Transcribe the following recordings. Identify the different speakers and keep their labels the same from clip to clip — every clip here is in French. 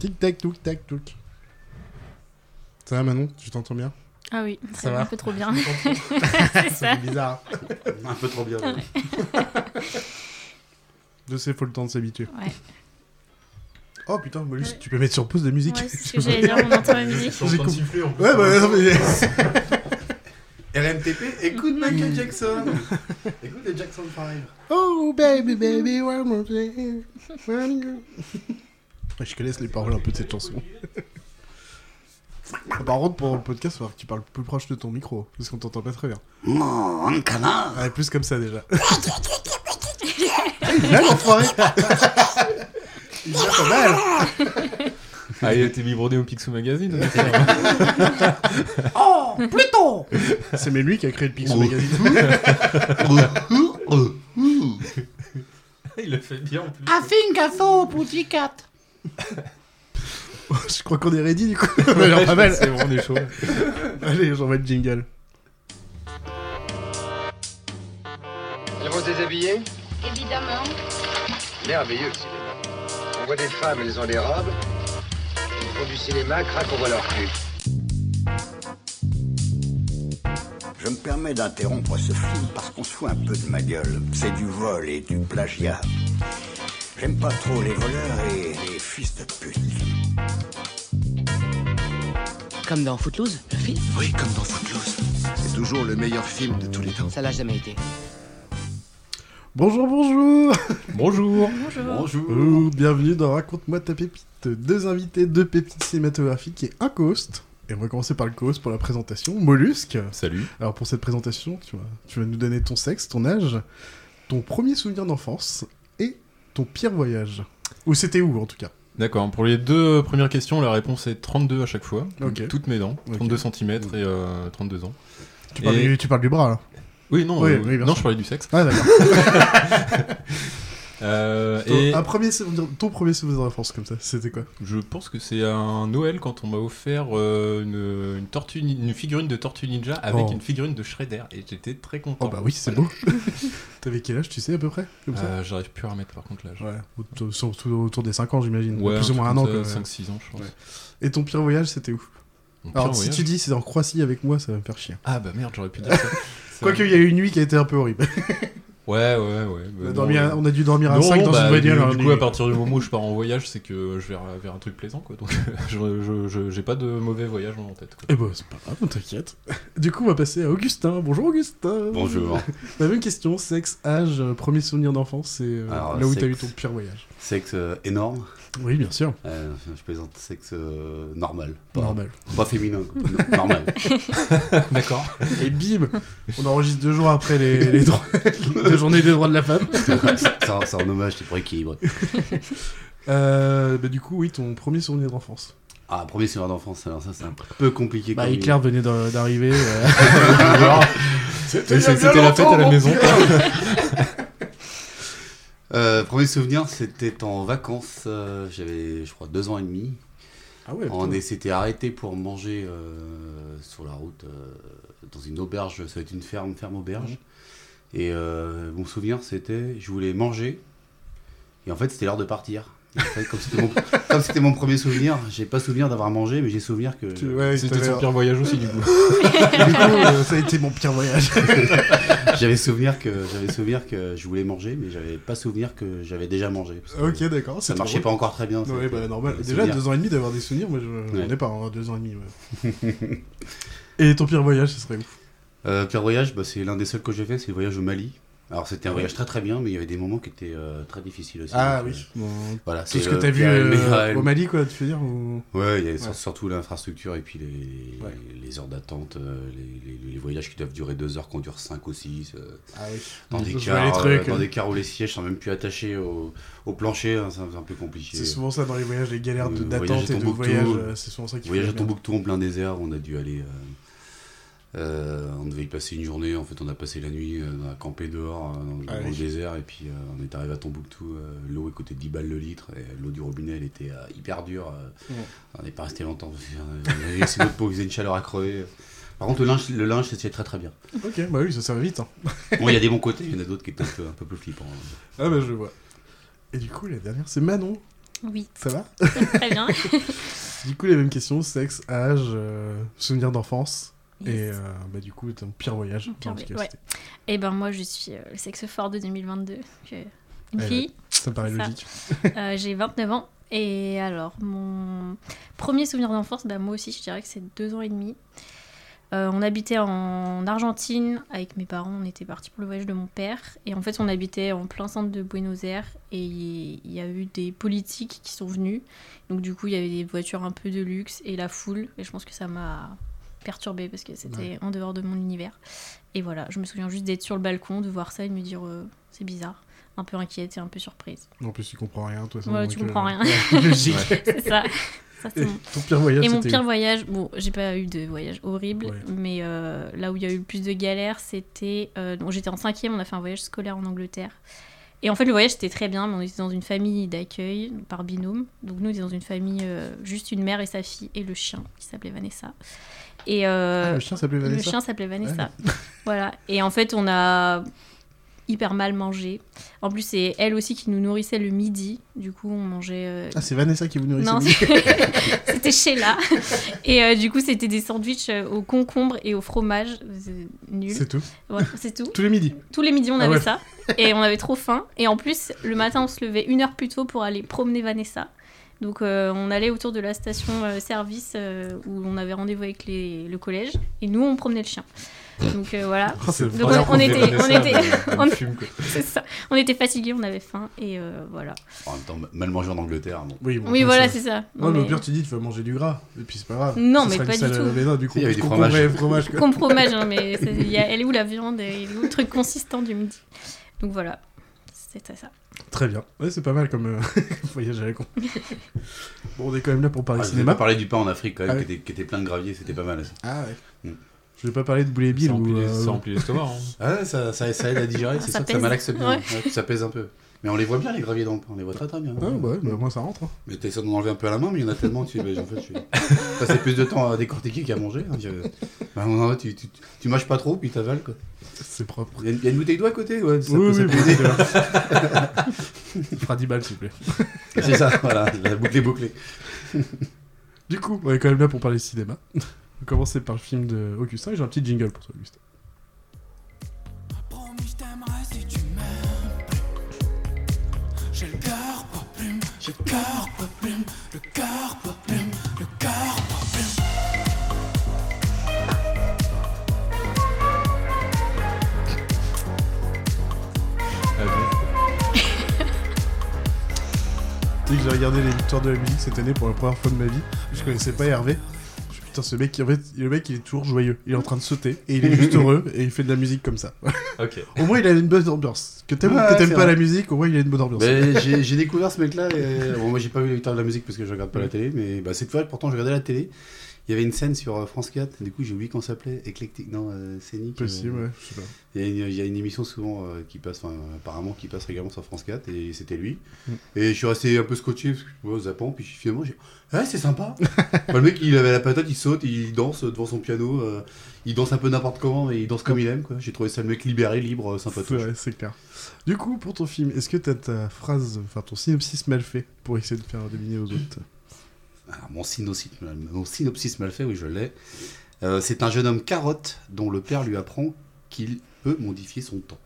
Speaker 1: Tic-tac, touc-tac, touc. Ça va, Manon Tu t'entends bien
Speaker 2: Ah oui, ça,
Speaker 1: Ça
Speaker 2: va
Speaker 1: va.
Speaker 2: un peu trop bien.
Speaker 1: C'est
Speaker 2: ça.
Speaker 1: bizarre.
Speaker 3: Un peu trop bien. hein. ouais.
Speaker 1: Je sais, faut le temps de s'habituer.
Speaker 2: Ouais.
Speaker 1: Oh putain, Molus,
Speaker 2: Ouais.
Speaker 1: tu peux mettre sur pause de musique.
Speaker 2: Ouais, c'est ce que j'allais dire, on entend la musique.
Speaker 3: Ils sont en train de siffler, en plus.
Speaker 1: Ouais, bah non, mais.
Speaker 3: RMTP, écoute Michael Jackson. écoute les Jackson 5.
Speaker 1: Mm. Oh baby baby one more thing. One more- Ouais, Je connais les paroles un peu de cette chanson. Par contre, pour le podcast, il faudra que tu parles plus proche de ton micro, parce qu'on t'entend pas très bien.
Speaker 3: Mon canard.
Speaker 1: Ouais, plus comme ça déjà. Il est là, l'enfoiré Il est là, pas mal
Speaker 4: Ah, il a été biberonné au Picsou Magazine. donc, ça.
Speaker 1: C'est mais lui qui a créé le Pixel
Speaker 3: Oh.
Speaker 1: Magazine.
Speaker 4: il le fait bien en plus.
Speaker 5: I think I saw a pussycat.
Speaker 1: Je crois qu'on est ready du coup. On a l'air pas mal.
Speaker 4: C'est vraiment des choses.
Speaker 1: Allez, j'envoie le jingle.
Speaker 6: Ils vont se déshabiller
Speaker 7: Évidemment.
Speaker 6: Merveilleux le cinéma. On voit des femmes, elles ont des robes. Ils font du cinéma, crac, on voit leur cul.
Speaker 8: Je me permets d'interrompre ce film parce qu'on se fout un peu de ma gueule. C'est du vol et du plagiat. J'aime pas trop les voleurs et les fils de pute.
Speaker 5: Comme dans Footloose, le film,
Speaker 8: Oui, comme dans Footloose. C'est toujours le meilleur film de tous les temps.
Speaker 5: ça l'a jamais été.
Speaker 1: Bonjour, bonjour
Speaker 4: Bonjour. Euh.
Speaker 2: Bonjour.
Speaker 3: Bonjour.
Speaker 1: Oh, bienvenue dans Raconte-moi ta pépite. Deux invités, deux pépites cinématographiques et un co-host. Et on va commencer par le co-host pour la présentation. Mollusque.
Speaker 4: Salut.
Speaker 1: Alors pour cette présentation, tu vas, tu vas nous donner ton sexe, ton âge, ton premier souvenir d'enfance et ton pire voyage. Ou c'était où en tout cas
Speaker 4: D'accord, pour les deux premières questions, la réponse est 32 à chaque fois.
Speaker 1: Ok.
Speaker 4: Toutes mes dents.
Speaker 1: Ok.
Speaker 4: 32 cm et euh, 32 ans.
Speaker 1: tu parles,
Speaker 4: Et-
Speaker 1: du, tu parles du bras là
Speaker 4: Oui, non,
Speaker 1: Oui,
Speaker 4: euh,
Speaker 1: oui, bien
Speaker 4: non
Speaker 1: sûr.
Speaker 4: je parlais du sexe.
Speaker 1: Ah d'accord.
Speaker 4: Euh,
Speaker 1: Ton-
Speaker 4: et
Speaker 1: un premier souvenir- ton premier souvenir d'enfance comme ça, c'était quoi
Speaker 4: je pense que c'est un Noël quand on m'a offert euh, une, une tortue, ni- une figurine de Tortue Ninja avec
Speaker 1: Oh.
Speaker 4: une figurine de Shredder et j'étais très content.
Speaker 1: Oh bah oui, c'est beau. T'avais quel âge, tu sais à peu près comme ça
Speaker 4: Euh, J'arrive plus à remettre par contre l'âge.
Speaker 1: Ouais, autour, surtout autour des 5 ans j'imagine.
Speaker 4: Euh. Ouais,
Speaker 1: Plus ou moins un an quoi, ouais.
Speaker 4: 5-6 ans, je pense.
Speaker 1: Ouais. Et ton pire voyage, c'était où
Speaker 4: Mon pire
Speaker 1: Alors si
Speaker 4: voyage.
Speaker 1: tu dis c'est en Croatie avec moi, ça va me faire chier.
Speaker 4: Ah bah merde, j'aurais pu dire ça. C'est
Speaker 1: Quoique
Speaker 4: vrai.
Speaker 1: il y a eu une nuit qui a été un peu horrible.
Speaker 4: Ouais, ouais, ouais. bah
Speaker 1: On a,
Speaker 4: non,
Speaker 1: dormi à-
Speaker 4: ouais.
Speaker 1: on a dû dormir à
Speaker 4: Non,
Speaker 1: 5 dans
Speaker 4: bah,
Speaker 1: une
Speaker 4: du,
Speaker 1: bagnole. hein,
Speaker 4: du
Speaker 1: une
Speaker 4: coup, à
Speaker 1: nuit.
Speaker 4: partir du moment où je pars en voyage, c'est que je vais vers, vers un truc plaisant, quoi. Donc, je- je- je- j'ai pas de mauvais voyage en tête. Quoi.
Speaker 1: Eh ben, c'est pas grave, t'inquiète. Du coup, on va passer à Augustin. Bonjour, Augustin.
Speaker 3: Bonjour.
Speaker 1: La même question, sexe, âge, euh, premier souvenir d'enfance et euh,
Speaker 3: Alors,
Speaker 1: là où
Speaker 3: sexe.
Speaker 1: t'as eu ton pire voyage.
Speaker 3: Sexe euh, énorme.
Speaker 1: Oui, bien sûr.
Speaker 3: Euh, je plaisante, sexe euh, normal. Pas,
Speaker 1: Normal.
Speaker 3: Pas féminin. quoi. No- normal.
Speaker 4: D'accord.
Speaker 1: Et bim On enregistre deux jours après les, les droits, deux journées des droits de la femme.
Speaker 3: C'est un- c'est un hommage, c'est pour équilibre.
Speaker 1: Euh, bah, du coup, oui, ton premier souvenir d'enfance.
Speaker 3: Ah, premier souvenir d'enfance, alors ça c'est un peu compliqué.
Speaker 1: Bah,
Speaker 3: comme-
Speaker 1: Hitler venait d'ar- d'arriver. euh,
Speaker 4: C'était c'était la fête à la maison.
Speaker 3: Euh, premier souvenir, c'était en vacances. euh, J'avais, je crois, deux ans et demi.
Speaker 1: Ah ouais,
Speaker 3: On
Speaker 1: putain.
Speaker 3: est- s'était arrêté pour manger euh, sur la route euh, dans une auberge. Ça va être une ferme, ferme auberge.
Speaker 1: Mhm.
Speaker 3: Et euh, mon souvenir, c'était, je voulais manger. Et en fait, c'était l'heure de partir. Et en fait, comme c'était mon, comme c'était mon premier souvenir, j'ai pas souvenir d'avoir mangé, mais j'ai souvenir que.
Speaker 1: Tu- ouais,
Speaker 4: C'était
Speaker 1: t'avais-
Speaker 4: son pire voyage aussi, du coup.
Speaker 1: Du coup, euh, ça a été mon pire voyage.
Speaker 3: J'avais souvenir que j'avais souvenir que je voulais manger, mais j'avais pas souvenir que j'avais déjà mangé. parce que
Speaker 1: ok, d'accord.
Speaker 3: Ça marchait pas encore très bien.
Speaker 1: Ouais,
Speaker 3: c'était-
Speaker 1: bah normal.
Speaker 3: c'était
Speaker 1: Déjà,
Speaker 3: bien.
Speaker 1: deux ans et demi d'avoir des souvenirs, moi je- j'en
Speaker 3: Ouais.
Speaker 1: ai pas, hein, deux ans et demi. ouais. et ton pire voyage, ce serait où
Speaker 3: Euh, pire voyage, bah, c'est l'un des seuls que j'ai fait, c'est le voyage au Mali. Alors c'était un voyage très très bien, mais il y avait des moments qui étaient euh, très difficiles aussi.
Speaker 1: Ah
Speaker 3: Donc,
Speaker 1: oui.
Speaker 3: euh,
Speaker 1: Bon,
Speaker 3: voilà,
Speaker 1: Tout
Speaker 3: c'est
Speaker 1: ce que
Speaker 3: le-
Speaker 1: t'as vu
Speaker 3: le-
Speaker 1: euh,
Speaker 3: le-
Speaker 1: au Mali, quoi, tu veux dire ou...
Speaker 3: Ouais, il y a sur-
Speaker 1: Ouais.
Speaker 3: surtout l'infrastructure et puis les,
Speaker 1: Ouais.
Speaker 3: les heures d'attente, euh, les, les- les voyages qui doivent durer deux heures, qu'on dure cinq ou six. euh,
Speaker 1: Ah oui.
Speaker 3: dans, des
Speaker 1: Je vois
Speaker 3: cars,
Speaker 1: les
Speaker 3: euh,
Speaker 1: trucs,
Speaker 3: dans
Speaker 1: euh.
Speaker 3: des cars où les sièges sont même plus attachés au, au plancher, hein, c'est un, c'est un peu compliqué.
Speaker 1: C'est souvent ça dans les voyages, les galères de-
Speaker 3: Euh, voyage
Speaker 1: d'attente
Speaker 3: à
Speaker 1: et de
Speaker 3: Tombouctou.
Speaker 1: voyage. euh, C'est souvent ça qui
Speaker 3: Voyage
Speaker 1: fait
Speaker 3: à
Speaker 1: la merde.
Speaker 3: Tombouctou en plein désert, on a dû aller. euh, euh, on devait y passer une journée, en fait on a passé la nuit, euh, on a campé dehors euh, dans,
Speaker 1: Ah
Speaker 3: dans
Speaker 1: oui.
Speaker 3: le désert et puis euh, on est arrivé à Tombouctou, euh, l'eau coûtait 10 balles le litre et l'eau du robinet elle était euh, hyper dure, euh,
Speaker 1: Ouais. on
Speaker 3: on n'est pas resté longtemps, euh, on avait laissé notre peau, il faisait une chaleur à crever. Par contre le linge, le linge c'était très très bien.
Speaker 1: Ok, bah oui, ça servait vite. hein.
Speaker 3: Bon il y a des bons côtés, il y en a d'autres qui étaient un peu, un peu plus flippants. hein.
Speaker 1: Ah bah je vois. Et du coup, la dernière, c'est Manon.
Speaker 2: Oui,
Speaker 1: Ça va
Speaker 2: très bien.
Speaker 1: Du coup, les mêmes questions sexe, âge, euh, souvenirs d'enfance. Et
Speaker 2: Yes.
Speaker 1: euh, bah, du coup, ton pire voyage.
Speaker 2: Mon pire
Speaker 1: en tout
Speaker 2: voyage,
Speaker 1: cas,
Speaker 2: ouais.
Speaker 1: c'était-
Speaker 2: Eh ben moi, je suis euh, le sexe fort de 2022. Je- Une
Speaker 1: Eh ouais.
Speaker 2: fille,
Speaker 1: Ça me paraît
Speaker 2: Ça.
Speaker 1: logique.
Speaker 2: euh, j'ai 29 ans. Et alors, mon premier souvenir d'enfance, bah, moi aussi, je dirais que c'est deux ans et demi. Euh, on habitait en Argentine avec mes parents, on était partis pour le voyage de mon père. Et en fait, on habitait en plein centre de Buenos Aires. Et il y a eu des politiques qui sont venus. Donc, du coup, il y avait des voitures un peu de luxe et la foule. Et je pense que ça m'a perturbée parce que c'était en dehors de mon univers. Et voilà, je me souviens juste d'être sur le balcon, de voir ça et de me dire euh, c'est bizarre. Un peu inquiète et un peu surprise.
Speaker 1: En plus, tu comprends rien, toi. ça
Speaker 2: Ouais,
Speaker 1: me
Speaker 2: tu
Speaker 1: manque,
Speaker 2: comprends
Speaker 1: euh,
Speaker 2: rien.
Speaker 1: ouais, logique.
Speaker 2: C'est ça. Ça, c'est
Speaker 1: Et
Speaker 2: mon-
Speaker 1: Ton pire voyage,
Speaker 2: et mon
Speaker 1: c'était
Speaker 2: pire
Speaker 1: où
Speaker 2: voyage, bon, j'ai pas eu de voyage horrible,
Speaker 1: Ouais.
Speaker 2: mais euh, là où il y a eu le plus de galères, c'était. euh, donc j'étais en cinquième, on a fait un voyage scolaire en Angleterre. Et en fait, le voyage c'était très bien, mais on était dans une famille d'accueil par binôme. Donc nous, on était dans une famille, euh, juste une mère et sa fille et le chien qui s'appelait Vanessa. Et euh,
Speaker 1: Ah, Le chien s'appelait
Speaker 2: le
Speaker 1: Vanessa.
Speaker 2: chien s'appelait Vanessa. voilà. Et en fait, on a hyper mal mangé. En plus, c'est elle aussi qui nous nourrissait le midi. Du coup, on mangeait euh,
Speaker 1: Ah, c'est Vanessa qui vous nourrissait.
Speaker 2: non,
Speaker 1: lui.
Speaker 2: c'était chez là. Et euh, du coup, c'était des sandwichs euh, au concombre et au fromage. C'est Nul.
Speaker 1: C'est tout.
Speaker 2: Voilà, c'est tout.
Speaker 1: Tous les midis.
Speaker 2: Tous les midis, on
Speaker 1: Ah
Speaker 2: avait
Speaker 1: ouais.
Speaker 2: ça. Et on avait trop faim. Et en plus, le matin, on se levait une heure plus tôt pour aller promener Vanessa. Donc, euh, on allait autour de la station euh, service euh, où on avait rendez-vous avec les- le collège. Et nous, on promenait le chien. Donc, euh, voilà.
Speaker 1: Ah, c'est
Speaker 2: Donc,
Speaker 1: vraiment
Speaker 2: on- on
Speaker 1: cool.
Speaker 2: était- on était- on-
Speaker 4: on fume quoi.
Speaker 2: C'est ça. On était fatigués, on avait faim. Et euh, voilà.
Speaker 3: En même temps, mal mangé en Angleterre. Bon.
Speaker 1: Oui, bon,
Speaker 2: Oui,
Speaker 1: ça,
Speaker 2: voilà,
Speaker 1: ça-
Speaker 2: c'est ça.
Speaker 1: Ouais,
Speaker 2: Non,
Speaker 1: mais au
Speaker 2: mais-
Speaker 1: pire, tu dis, tu vas manger du gras. Et puis, c'est pas grave.
Speaker 2: Non,
Speaker 1: Ça
Speaker 2: mais
Speaker 1: sera
Speaker 2: pas
Speaker 1: une
Speaker 2: du
Speaker 1: salade à la
Speaker 2: tout.
Speaker 1: maison, du coup,
Speaker 3: Il y avait
Speaker 1: plus
Speaker 3: du
Speaker 1: concombre
Speaker 3: fromage.
Speaker 1: et fromage, quoi.
Speaker 2: qu'on fromage, hein, mais c'est- il y a- elle est où la viande et il est où le truc consistant du midi Donc voilà, c'était ça.
Speaker 1: Très bien. Ouais, c'est pas mal comme euh, comme voyage à la con. bon, on est quand même là pour parler
Speaker 3: Ah, je voulais
Speaker 1: cinéma.
Speaker 3: pas parler du pain en Afrique quand même,
Speaker 1: Ah
Speaker 3: qui, était, qui était plein de gravier, c'était pas mal. Ça.
Speaker 1: Ah ouais.
Speaker 3: Mm.
Speaker 1: Je vais pas parler de Boulet Bill
Speaker 4: Ça
Speaker 1: ou.
Speaker 4: remplit les-
Speaker 1: euh,
Speaker 4: ça remplit l'estomac. hein.
Speaker 3: Ah, ça, ça, ça aide à digérer, c'est
Speaker 2: Ça
Speaker 3: ça, que
Speaker 2: pèse.
Speaker 3: ça malaxe bien,
Speaker 2: Ouais.
Speaker 3: ouais, ça pèse un peu. Mais on les voit bien les graviers dans le pain, on les voit très très bien.
Speaker 1: Ah, bah ouais, bah, au moins ça rentre. hein.
Speaker 3: Mais t'essaies d'en enlever un peu à la main, mais il y en a tellement, tu bah, en fait, tu passes plus de temps à décortiquer qu'à manger. hein, tu- bah, non, tu, tu, tu mâches pas trop, puis t'avales quoi.
Speaker 1: C'est propre.
Speaker 3: Il y, a une- il y a une bouteille d'eau à côté, ouais, ça
Speaker 1: Oui,
Speaker 3: peut-
Speaker 1: oui,
Speaker 3: ça peut
Speaker 1: bon,
Speaker 3: aider.
Speaker 1: Il fera 10 balles, s'il vous plaît.
Speaker 3: C'est ça, voilà, la boucle est bouclée.
Speaker 1: Du coup, on est quand même là pour parler cinéma. On va commencer par le film de Augustin et j'ai un petit jingle pour toi, Augustin.
Speaker 7: Promis, je t'aimerai si tu m'aimes plus. J'ai le cœur pas plume, j'ai le cœur pas plume, le cœur pas plume, le cœur pas plume.
Speaker 4: Ah bon
Speaker 1: Tu sais que j'ai regardé les victoires de la musique cette année pour la première fois de ma vie. Je connaissais pas Hervé. Je suis, Putain, ce mec, en fait, le mec, il est toujours joyeux. Il est en train de sauter et il est juste heureux et il fait de la musique comme ça.
Speaker 4: Ok.
Speaker 1: Au moins, il a une bonne ambiance. Que t'aimes ou
Speaker 3: Ouais,
Speaker 1: que t'aimes
Speaker 3: c'est
Speaker 1: pas
Speaker 3: vrai.
Speaker 1: la musique, au moins, il a une bonne ambiance.
Speaker 3: Ben, j'ai j'ai découvert ce mec-là. Et... Bon, moi, j'ai pas vu les victoires de la musique parce que je regarde pas la télé, mais bah, cette fois, pourtant, je regardais la télé. Il y avait une scène sur euh, France 4, du coup, j'ai oublié qu'on s'appelait Éclectique. Non, euh, Scénique.
Speaker 1: Possible,
Speaker 3: euh,
Speaker 1: ouais, je sais pas.
Speaker 3: Il y, a une- il y a une émission souvent euh, qui passe, enfin, apparemment, qui passe régulièrement sur France 4, et c'était lui.
Speaker 1: Mm.
Speaker 3: Et je suis resté un peu scotché parce que je vois zappant, puis finalement, j'ai. Ouais, c'est sympa Bah, Le mec, il avait la patate, il saute, il danse devant son piano, euh, il danse un peu n'importe comment, mais il danse comme il aime, quoi. J'ai trouvé ça le mec libéré, libre, euh,
Speaker 1: C'est
Speaker 3: sympatoche.
Speaker 1: vrai, c'est clair. Du coup, pour ton film, est-ce que t'as ta phrase, enfin ton synopsis mal fait pour essayer de faire deviner aux autres
Speaker 3: Alors, Ah, mon, synopsis, mon synopsis mal fait, oui, je l'ai. Euh, c'est un jeune homme carotte dont le père lui apprend qu'il peut modifier son temps.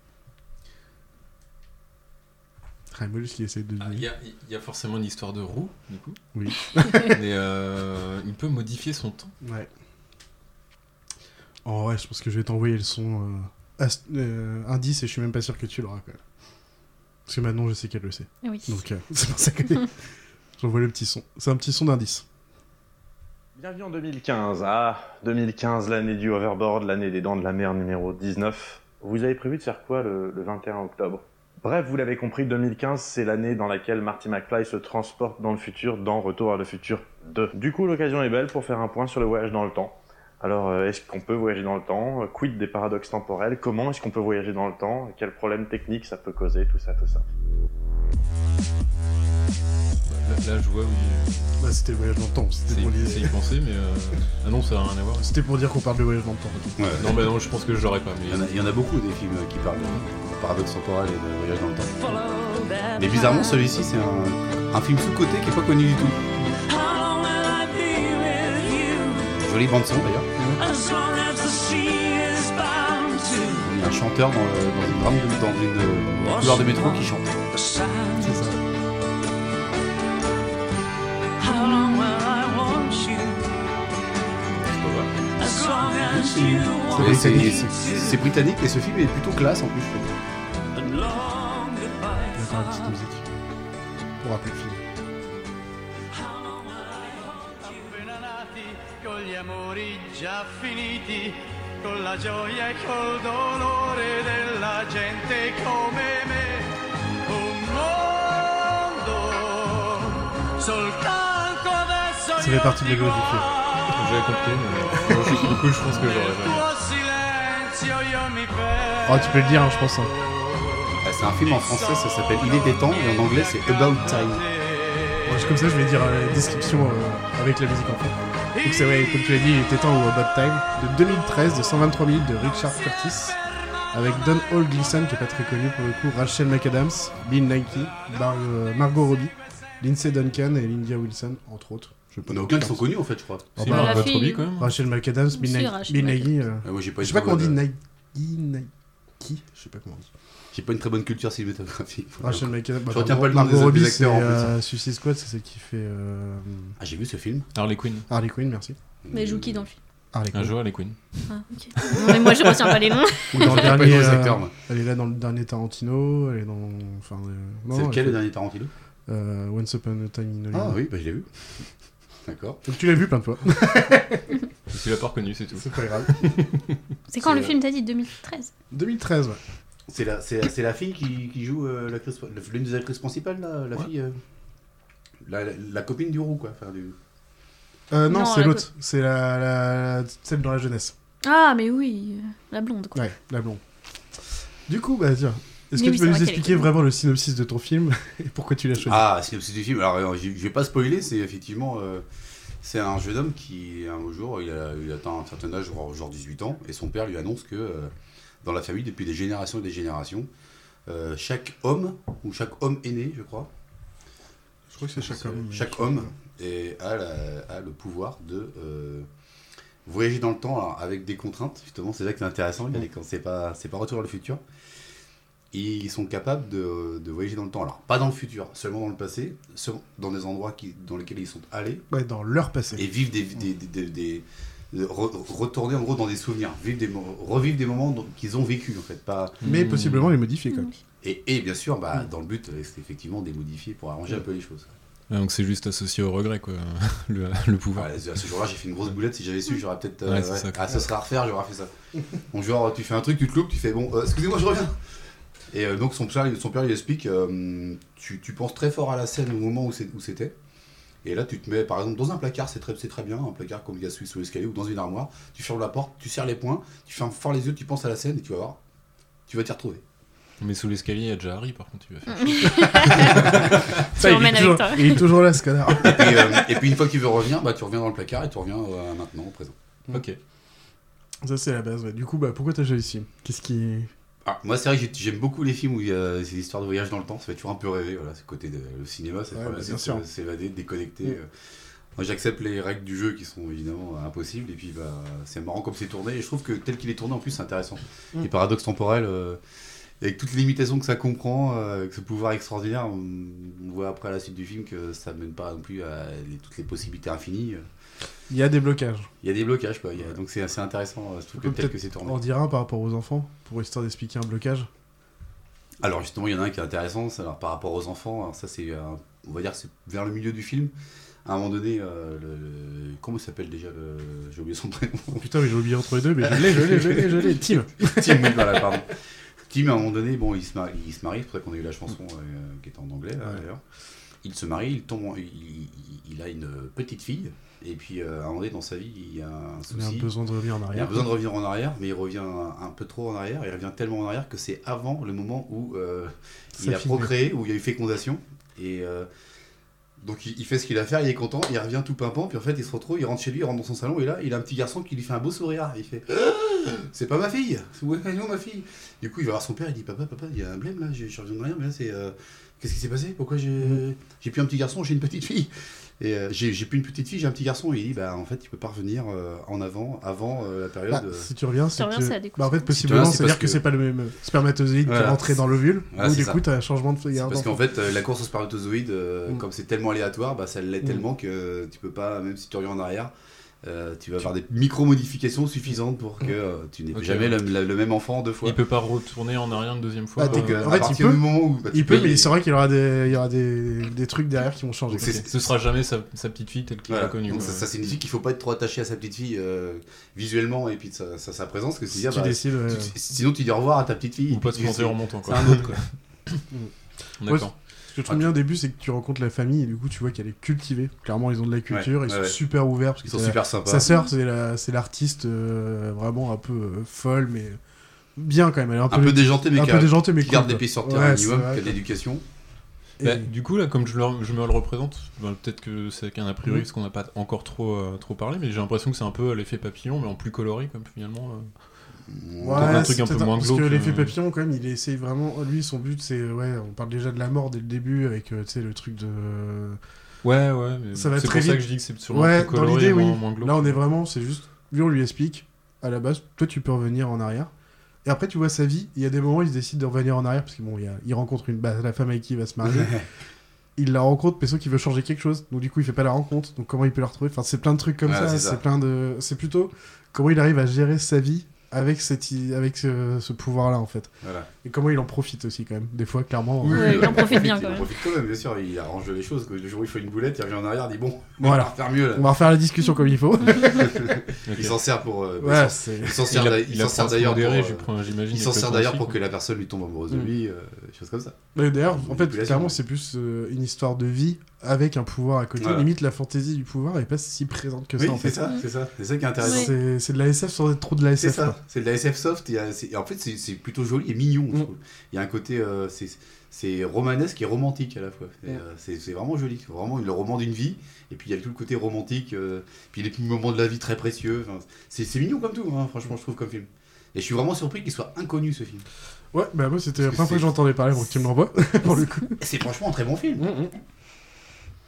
Speaker 1: Raimolus qui essaye de
Speaker 4: Ah, Il
Speaker 1: deviner.
Speaker 4: y, a- il y a forcément une histoire de roue, du coup.
Speaker 1: Oui.
Speaker 4: Mais euh, il peut modifier son temps.
Speaker 1: Ouais. En vrai, je pense que je vais t'envoyer le son euh, ast- euh, indice et je suis même pas sûr que tu l'auras quoi. Parce que maintenant je sais qu'elle le sait.
Speaker 2: Ah Oui.
Speaker 1: Donc euh, c'est pour ça que j'envoie le petit son. C'est un petit son d'indice.
Speaker 9: Bienvenue en 2015. Ah, 2015, l'année du hoverboard, l'année des dents de la mer numéro 19. Vous avez prévu de faire quoi le, le 21 octobre Bref, vous l'avez compris, 2015, c'est l'année dans laquelle Marty McFly se transporte dans le futur, dans Retour à le futur 2. Du coup, l'occasion est belle pour faire un point sur le voyage dans le temps. Alors, euh, est-ce qu'on peut voyager dans le temps Quid des paradoxes temporels Comment est-ce qu'on peut voyager dans le temps Quels problèmes techniques ça peut causer Tout ça, tout ça.
Speaker 4: Là, là, je vois où il-
Speaker 1: Bah, c'était le voyage dans le temps. C'était pour,
Speaker 4: c'est
Speaker 1: les-
Speaker 4: c'est y penser, mais. euh, Ah non, ça n'a rien à voir.
Speaker 1: c'était pour dire qu'on parle de voyage dans le temps.
Speaker 4: Non, bah non, je pense que je l'aurais pas.
Speaker 3: Il y, en
Speaker 4: Mais...
Speaker 3: a, il y en a beaucoup des films qui parlent de paradoxe temporel et de voyage dans le temps. Mais bizarrement, celui-ci, c'est un, Un film sous-côté qui est pas connu du tout. Jolie bande-son d'ailleurs. Il y a un chanteur dans, le- dans une rame de- dans une euh, couloir de métro qui chante.
Speaker 2: Oh,
Speaker 3: Et c'est- et c'est- C'est britannique et ce film est plutôt classe en plus. je trouve.
Speaker 1: D'accord, une petite musique. Pour rappeler le film.
Speaker 7: appena nati, con gli amori già finiti, con la gioia e col dolore della gente come me. Un mondo soltanto adesso
Speaker 1: Ça
Speaker 7: io
Speaker 1: fait partie de
Speaker 7: ti
Speaker 1: la gloire du film.
Speaker 4: J'avais compris, mais moi, je- du coup, je pense que j'aurais
Speaker 2: Bah,
Speaker 7: guardo.
Speaker 4: jamais.
Speaker 7: Tuo silenzio io mi perdo.
Speaker 1: Ah, tu peux le dire, hein, je pense. hein.
Speaker 3: Ah, C'est un film en français, ça s'appelle Il était temps et en anglais c'est About Time.
Speaker 1: Bon, juste comme ça, je vais dire euh, la description euh, avec la musique en fait. Donc c'est vrai, comme tu l'as dit, il était temps au Bad Time de 2013 de 123 minutes de Richard Curtis avec Don Hall Gleason qui est pas très connu pour le coup, Rachel McAdams, Lynn Nike, euh, Margot Robbie, Lindsay Duncan et Lydia Wilson entre autres. Je vais
Speaker 3: On
Speaker 1: te
Speaker 3: a aucun qui
Speaker 1: faire
Speaker 3: sont connus en fait, je crois.
Speaker 4: Si,
Speaker 1: bah,
Speaker 4: Margot
Speaker 2: la fille-
Speaker 4: Robbie quand même.
Speaker 1: Rachel McAdams,
Speaker 2: Si,
Speaker 1: Lynn Nike,
Speaker 2: Mm. Rachel
Speaker 1: Lynn Nike,
Speaker 2: McAdams.
Speaker 1: euh,
Speaker 3: Ah, moi, j'ai pas
Speaker 1: je
Speaker 3: une
Speaker 1: sais pas
Speaker 3: très
Speaker 1: comment on dit
Speaker 3: bonne-
Speaker 1: Nike, Nike, je sais pas comment on dit.
Speaker 3: J'ai pas une très bonne culture cinématographique.
Speaker 1: Rachel McAdams, bah,
Speaker 3: Ah, Je retiens pas le nom
Speaker 1: Margot
Speaker 3: des- des
Speaker 1: Robbie, c'est
Speaker 3: acteurs, en plus.
Speaker 1: euh, Suicide Squad, c'est celle qui fait euh,
Speaker 3: Ah, j'ai vu ce film.
Speaker 4: Harley Quinn.
Speaker 1: Harley Quinn, merci.
Speaker 3: euh,
Speaker 2: Mais elle joue qui dans le film
Speaker 1: Harley
Speaker 4: Un
Speaker 1: Quinn.
Speaker 4: jour, Harley Quinn.
Speaker 2: Ah, ok. Non, mais moi, je retiens pas les noms.
Speaker 1: Ou dans le
Speaker 3: J'ai pas
Speaker 1: dernier,
Speaker 3: le nom des
Speaker 1: euh,
Speaker 3: acteurs, moi.
Speaker 1: elle est là dans le dernier Tarantino, elle est dans. Enfin, euh, non,
Speaker 3: C'est
Speaker 1: elle
Speaker 3: lequel
Speaker 1: fait-
Speaker 3: le dernier Tarantino
Speaker 1: euh, Once Upon a Time in Hollywood.
Speaker 3: Ah oui, bah je l'ai vu. D'accord.
Speaker 1: Donc tu l'as vu plein de fois.
Speaker 4: Je suis là pas reconnu, c'est tout.
Speaker 1: C'est pas grave.
Speaker 2: C'est quand
Speaker 3: C'est,
Speaker 2: le
Speaker 3: euh,
Speaker 2: film t'as dit 2013
Speaker 1: 2013, ouais.
Speaker 3: C'est la, c'est, c'est la fille qui, qui joue euh, l'actrice- l'une des actrices principales, là, la
Speaker 4: Ouais.
Speaker 3: fille. euh, la, la- la copine du roux, quoi. Enfin, du...
Speaker 1: Euh, non,
Speaker 2: Non,
Speaker 1: c'est
Speaker 2: la
Speaker 1: l'autre. C'est la, la- la- celle dans la jeunesse.
Speaker 2: Ah, mais oui, euh, la blonde, quoi.
Speaker 1: Ouais, la blonde. Du coup, bah tiens. Est-ce que
Speaker 2: Mais oui,
Speaker 1: tu peux
Speaker 2: c'est
Speaker 1: nous
Speaker 2: vrai qu'elle est
Speaker 1: expliquer
Speaker 2: connue.
Speaker 1: vraiment le synopsis de ton film et pourquoi tu l'as choisi
Speaker 3: Ah, synopsis du film. Alors, euh, je je vais pas spoiler, c'est effectivement. euh, c'est un jeune homme qui, un beau jour, il, a, il atteint un certain âge, genre genre 18 ans, et son père lui annonce que euh, dans la famille, depuis des générations et des générations, euh, chaque homme, ou chaque homme aîné, je crois,
Speaker 1: Je crois que c'est chaque
Speaker 3: Euh, Chaque homme est- a, la- a le pouvoir de euh, voyager dans le temps alors, avec des contraintes. Justement, c'est ça que c'est intéressant. il y a des- quand c'est pas, c'est pas retour vers le futur. Ils sont capables de, de voyager dans le temps. Alors, pas dans le futur, seulement dans le passé, seulement dans des endroits qui, dans lesquels ils sont allés
Speaker 1: Ouais, dans leur passé.
Speaker 3: et Mm. vivre des, des, des- des- des- de re- retourner en gros dans des souvenirs, vivre des, mo- revivre des moments dont- qu'ils ont vécu en fait, pas
Speaker 1: Mais
Speaker 4: Hmm.
Speaker 1: possiblement les modifier, quand même.
Speaker 2: Oui.
Speaker 3: et, et bien sûr bah, dans le but euh, c'est effectivement de les modifier pour arranger un peu les choses.
Speaker 4: Ah, donc c'est juste associé au regret, quoi, le, le pouvoir.
Speaker 3: Ouais, à ce jour-là, j'ai fait une grosse boulette. Si j'avais su, j'aurais peut-être. euh,
Speaker 4: Ouais, c'est
Speaker 3: ouais.
Speaker 4: ça.
Speaker 3: Ah, ce sera à refaire, j'aurais fait ça. Bon, genre, tu fais un truc, tu te loupes, tu fais bon, euh, excusez-moi, je reviens. Et euh, donc, son père, son père lui explique euh, tu, tu penses très fort à la scène au moment où c'est- où c'était. Et là, tu te mets, par exemple, dans un placard, c'est très, c'est très bien, un placard comme il y a celui sous l'escalier ou dans une armoire. Tu fermes la porte, tu serres les poings, tu fermes fort les yeux, tu penses à la scène et tu vas voir, tu vas t'y retrouver.
Speaker 4: Mais sous l'escalier, il y a déjà Harry, par contre, tu vas faire.
Speaker 1: Ça, il, est
Speaker 2: emmènes
Speaker 1: toujours,
Speaker 2: avec toi.
Speaker 1: il est toujours là, ce connard.
Speaker 3: Et puis, euh, et puis, une fois que tu veux revenir, bah, tu reviens dans le placard et tu reviens euh, maintenant, au présent.
Speaker 1: Mm.
Speaker 4: Ok.
Speaker 1: Ça, c'est la base, ouais. Du coup, bah, pourquoi t'as choisi ce film Qu'est-ce qui.
Speaker 3: Ah, moi, c'est vrai que j'ai- j'aime beaucoup les films où il y a ces histoires de voyage dans le temps. Ça fait toujours un peu rêver. Voilà, c'est côté de, le cinéma, c'est
Speaker 1: Ouais,
Speaker 3: pas
Speaker 1: bah,
Speaker 3: mal,
Speaker 1: bien
Speaker 3: c'est
Speaker 1: sûr. Mm.
Speaker 3: de s'évader, de déconnecter. euh. Moi, j'accepte les règles du jeu qui sont évidemment euh, impossibles. Et puis, bah, c'est marrant comme c'est tourné. Et je trouve que tel qu'il est tourné, en plus, c'est intéressant.
Speaker 1: Mm.
Speaker 3: Les paradoxes temporels, euh, avec toutes les limitations que ça comprend, euh, avec ce pouvoir extraordinaire, on, on voit après à la suite du film que ça mène pas non plus à les- toutes les possibilités infinies.
Speaker 1: Il y a des blocages.
Speaker 3: Il y a des blocages, quoi. Il y a- donc, c'est assez intéressant. euh, Je trouve que
Speaker 1: On peut
Speaker 3: tel que
Speaker 1: peut-être
Speaker 3: c'est tourné.
Speaker 1: On en dira un par rapport aux enfants, pour histoire d'expliquer un blocage.
Speaker 3: Alors justement, il y en a un qui est intéressant, c'est alors par rapport aux enfants, alors ça c'est, euh, on va dire que c'est vers le milieu du film. À un moment donné, euh, le, le- comment il s'appelle déjà le, J'ai oublié son prénom.
Speaker 1: Putain, mais j'ai oublié entre les deux, mais je l'ai, je l'ai, je l'ai, je l'ai. Tim.
Speaker 3: Tim, oui, voilà, pardon. Tim, à un moment donné, bon, il se marie, il se marie c'est pour ça qu'on a eu la chanson euh, qui est en anglais là,
Speaker 1: Ouais.
Speaker 3: d'ailleurs. Il se marie, il tombe, en- il, il- il a une petite fille, et puis euh, à un moment donné dans sa vie, il y a un
Speaker 1: On a
Speaker 3: souci.
Speaker 1: besoin de revenir en
Speaker 3: Il a
Speaker 1: arrière.
Speaker 3: besoin de revenir en arrière, mais il revient un, un peu trop en arrière. Il revient tellement en arrière que c'est avant le moment où euh,
Speaker 1: Ça
Speaker 3: il a
Speaker 1: finit.
Speaker 3: procréé, où il y a eu fécondation. Et euh, donc il, il fait ce qu'il a à faire, il est content, il revient tout pimpant, puis en fait il se retrouve, il rentre chez lui, il rentre dans son salon, et là il a un petit garçon qui lui fait un beau sourire. Il fait «Ah, C'est pas ma fille Où est non, ma fille Du coup il va voir son père, il dit Papa, papa, il y a un blême là, je, je reviens de rien, mais là c'est. euh, Qu'est-ce qui s'est passé Pourquoi j'ai j'ai plus un petit garçon, j'ai une petite fille Et euh, j'ai j'ai plus une petite fille, j'ai un petit garçon. Et il dit Bah, en fait, tu peux pas revenir euh, en avant avant euh, la période.
Speaker 1: Bah,
Speaker 3: euh,
Speaker 1: si tu reviens, c'est
Speaker 2: reviens,
Speaker 1: que-
Speaker 2: c'est la découverte.
Speaker 1: bah, en fait,
Speaker 3: Si tu reviens,
Speaker 1: possiblement,
Speaker 3: c'est
Speaker 1: c'est-à-dire
Speaker 3: parce
Speaker 1: que,
Speaker 3: que-
Speaker 1: c'est pas le même spermatozoïde qui est
Speaker 3: Voilà.
Speaker 1: rentré dans l'ovule.
Speaker 3: Voilà,
Speaker 1: donc,
Speaker 3: c'est
Speaker 1: du
Speaker 3: ça.
Speaker 1: coup, t'as un changement de. il y a un
Speaker 3: Parce
Speaker 1: enfant.
Speaker 3: qu'en fait, euh, la course aux spermatozoïdes, euh,
Speaker 1: Mm.
Speaker 3: comme c'est tellement aléatoire, bah, ça l'est
Speaker 1: Mm.
Speaker 3: tellement que euh, tu peux pas, même si tu reviens en arrière, euh, tu vas avoir des micro-modifications suffisantes pour
Speaker 1: Mm.
Speaker 3: que euh, tu n'aies
Speaker 4: Ok,
Speaker 3: jamais
Speaker 4: ouais.
Speaker 3: le, la- le même enfant deux fois.
Speaker 4: Il peut pas retourner en arrière une deuxième fois.
Speaker 1: Bah, t'es
Speaker 3: Donc,
Speaker 1: que-
Speaker 4: euh,
Speaker 1: en
Speaker 3: euh,
Speaker 1: fait,
Speaker 3: à
Speaker 1: il
Speaker 3: partir
Speaker 1: peut-
Speaker 3: du moment où bah, tu
Speaker 1: Il peut,
Speaker 3: payes-
Speaker 1: mais c'est vrai qu'il y aura, des, il y aura des, des trucs derrière qui vont changer.
Speaker 3: Donc, c'est-
Speaker 4: ok. Ce sera jamais sa, sa petite fille telle qu'il
Speaker 3: Voilà.
Speaker 4: l'a connue.
Speaker 3: Donc,
Speaker 4: quoi.
Speaker 3: ça, ça signifie qu'il faut pas être trop attaché à sa petite fille euh, visuellement et puis de sa, sa- sa présence, parce que
Speaker 1: Si
Speaker 3: tu dis,
Speaker 1: tu
Speaker 3: ah, bah,
Speaker 1: décides. euh, ouais.
Speaker 3: tu- sinon tu dis au revoir à ta petite fille.
Speaker 4: Ou pas se
Speaker 3: Tu-
Speaker 4: planter en montant quoi.
Speaker 3: C'est un autre, quoi.
Speaker 4: D'accord.
Speaker 1: Ce que je trouve bien au début, c'est que tu rencontres la famille et du coup, tu vois qu'elle est cultivée. Clairement, ils ont de la culture,
Speaker 3: Ouais,
Speaker 1: ils
Speaker 3: ouais,
Speaker 1: sont
Speaker 3: ouais.
Speaker 1: super ouverts. Parce que
Speaker 3: Ils sont
Speaker 1: t'as-
Speaker 3: super sympas.
Speaker 1: Sa sœur, c'est la- c'est l'artiste euh, vraiment un peu euh, folle, mais bien quand même. Elle est un peu,
Speaker 3: un peu déjanté, mais
Speaker 1: un
Speaker 3: qui,
Speaker 1: peu
Speaker 3: a-
Speaker 1: déjantée, mais
Speaker 3: qui garde
Speaker 1: cool,
Speaker 3: les
Speaker 1: quoi.
Speaker 3: pieds sur terre
Speaker 1: Ouais,
Speaker 3: un
Speaker 1: c'est
Speaker 3: minimum,
Speaker 1: vrai,
Speaker 3: qui a de
Speaker 1: quoi.
Speaker 3: l'éducation.
Speaker 1: Et-
Speaker 4: Bah, du coup, là, comme je, le- je me le représente, ben, peut-être que c'est qu'un a priori, parce qu'on n'a pas encore trop, euh, trop parlé, mais j'ai l'impression que c'est un peu l'effet papillon, mais en plus coloré, comme finalement. euh.
Speaker 1: Ouais,
Speaker 4: un truc
Speaker 1: c'est
Speaker 4: un peu
Speaker 1: peut-être
Speaker 4: moins
Speaker 1: Parce
Speaker 4: glauque,
Speaker 1: que
Speaker 4: euh.
Speaker 1: l'effet papillon, quand même, il essaye vraiment. Lui, son but, c'est. Ouais, on parle déjà de la mort dès le début avec, euh, tu sais, le truc de.
Speaker 4: Ouais, ouais, mais
Speaker 1: Ça va
Speaker 4: c'est
Speaker 1: très
Speaker 4: pour ça
Speaker 1: vite.
Speaker 4: que je dis que c'est sûrement
Speaker 1: Ouais,
Speaker 4: plus
Speaker 1: dans
Speaker 4: coloré,
Speaker 1: l'idée, oui.
Speaker 4: moins, moins glauque.
Speaker 1: Là, on est vraiment. C'est juste. Lui, on lui explique. À la base, toi, tu peux revenir en arrière. Et après, tu vois sa vie. Il y a des moments, il se décide de revenir en arrière. Parce que bon, il, y a- il rencontre une, bah, la femme avec qui il va se marier. il la rencontre, mais sauf qu'il veut changer quelque chose. Donc du coup, il fait pas la rencontre. Donc comment il peut la retrouver Enfin, c'est plein de trucs comme
Speaker 3: Ouais,
Speaker 1: ça.
Speaker 3: c'est ça.
Speaker 1: C'est plein de. C'est plutôt comment il arrive à gérer sa vie avec cette i- avec ce, ce pouvoir-là en fait.
Speaker 3: Voilà.
Speaker 1: Et comment il en profite aussi quand même. Des fois, clairement.
Speaker 2: Oui.
Speaker 1: euh,
Speaker 2: Ouais, il en profite bien,
Speaker 3: Il
Speaker 2: quand
Speaker 3: en
Speaker 2: même.
Speaker 3: profite quand même, bien sûr. Il arrange les choses. quoi. Le jour où il fait une boulette, il revient en arrière, il dit bon, on va
Speaker 1: Voilà.
Speaker 3: faire mieux là.
Speaker 1: On va refaire la discussion comme il faut.
Speaker 4: Ok.
Speaker 3: Il s'en sert pour. euh, bah,
Speaker 1: ouais,
Speaker 3: il s'en-
Speaker 1: c'est.
Speaker 3: il s'en
Speaker 4: Il
Speaker 3: sert
Speaker 4: a-
Speaker 3: d'a-
Speaker 4: il
Speaker 3: il
Speaker 4: a
Speaker 3: s'en sert
Speaker 4: pas
Speaker 3: d'ailleurs pour.
Speaker 4: modéré,
Speaker 3: euh,
Speaker 4: je prends- j'imagine.
Speaker 3: Il
Speaker 4: les
Speaker 3: s'en sert
Speaker 4: copains
Speaker 3: d'ailleurs
Speaker 4: aussi,
Speaker 3: pour
Speaker 4: quoi.
Speaker 3: que la personne lui tombe amoureuse de
Speaker 1: Mm.
Speaker 3: lui, euh, des choses comme ça.
Speaker 1: Mais D'ailleurs,
Speaker 3: Une
Speaker 1: en fait,
Speaker 3: manipulation,
Speaker 1: clairement,
Speaker 3: ouais.
Speaker 1: c'est plus euh, une histoire de vie avec un pouvoir à côté.
Speaker 3: Voilà.
Speaker 1: Limite, la fantaisie du pouvoir est pas si présente que
Speaker 3: Oui,
Speaker 1: ça en
Speaker 3: c'est
Speaker 1: fait.
Speaker 3: ça, c'est ça, c'est ça qui est intéressant.
Speaker 2: Oui.
Speaker 1: C'est c'est de la SF sans être trop de la
Speaker 3: C'est
Speaker 1: SF.
Speaker 3: ça,
Speaker 1: quoi.
Speaker 3: c'est de la SF soft. et, euh, c'est- et en fait, c'est c'est plutôt joli et mignon. je
Speaker 1: Mm.
Speaker 3: trouve. Il y a un côté, euh, c'est- c'est romanesque et romantique à la fois. Et,
Speaker 1: Mm.
Speaker 3: euh, C'est c'est vraiment joli. C'est vraiment le roman d'une vie. Et puis il y a tout le côté romantique. euh, puis les petits moments de la vie très précieux. Enfin, c'est c'est mignon comme tout. hein, franchement, je trouve comme film. Et je suis vraiment surpris qu'il soit inconnu ce film.
Speaker 1: Ouais, bah moi c'était la première
Speaker 3: Parce que
Speaker 1: fois que
Speaker 3: c'est-
Speaker 1: j'entendais parler, donc tu me l'envoies pour le coup.
Speaker 3: Et C'est franchement un très bon film.
Speaker 1: Mm, mm.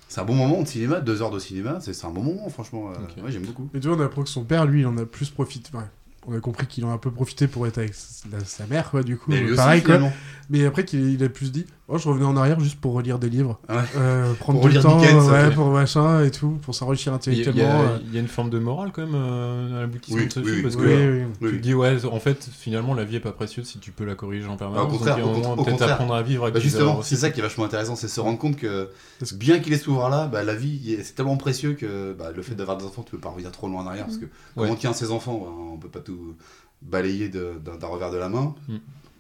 Speaker 3: C'est un bon moment de cinéma, deux heures de cinéma. C'est c'est un bon moment, franchement. euh,
Speaker 4: Ok.
Speaker 3: ouais, j'aime beaucoup.
Speaker 1: Et tu vois, on apprend que son père, lui, il en a plus profité. enfin, on a compris qu'il en a un peu profité pour être avec s- la- sa mère, quoi, du coup.
Speaker 3: Mais lui aussi,
Speaker 1: pareil, quoi.
Speaker 3: finalement.
Speaker 1: Mais après, qu'il il a plus dit Oh, je revenais en arrière juste pour relire des livres.
Speaker 3: Ah ouais.
Speaker 1: Euh, prendre
Speaker 3: Pour
Speaker 1: du
Speaker 3: relire
Speaker 1: temps,
Speaker 3: Dickens,
Speaker 1: ouais,
Speaker 3: ouais.
Speaker 1: pour machin et tout, pour s'enrichir
Speaker 4: Il y a- il y,
Speaker 1: intellectuellement.
Speaker 4: a-
Speaker 1: euh.
Speaker 4: il y a une forme de morale quand même euh, à l'aboutissement
Speaker 3: Oui,
Speaker 4: de ce
Speaker 3: oui,
Speaker 4: film,
Speaker 3: oui.
Speaker 4: parce que
Speaker 1: Oui, oui.
Speaker 3: Oui,
Speaker 4: tu
Speaker 3: oui.
Speaker 4: te dis, ouais, en fait, finalement, la vie est pas précieuse si tu peux la corriger en permanence.
Speaker 3: Au
Speaker 4: donc,
Speaker 3: contraire,
Speaker 4: il y a un
Speaker 3: au
Speaker 4: moment,
Speaker 3: contra- au
Speaker 4: peut-être
Speaker 3: contraire.
Speaker 4: apprendre à vivre avec
Speaker 3: Bah,
Speaker 4: les erreurs
Speaker 3: justement,
Speaker 4: aussi.
Speaker 3: c'est ça qui est vachement intéressant, c'est se rendre compte que
Speaker 1: Parce que-
Speaker 3: bien qu'il est ce pouvoir-là, bah, la vie est- c'est tellement précieux que bah, le fait d'avoir des enfants, tu peux pas revenir trop loin en arrière
Speaker 1: Mm.
Speaker 3: parce que quand
Speaker 4: Ouais.
Speaker 3: on tient ses enfants, bah, on peut pas tout balayer de- d'un d'un revers de la main.
Speaker 4: Mm.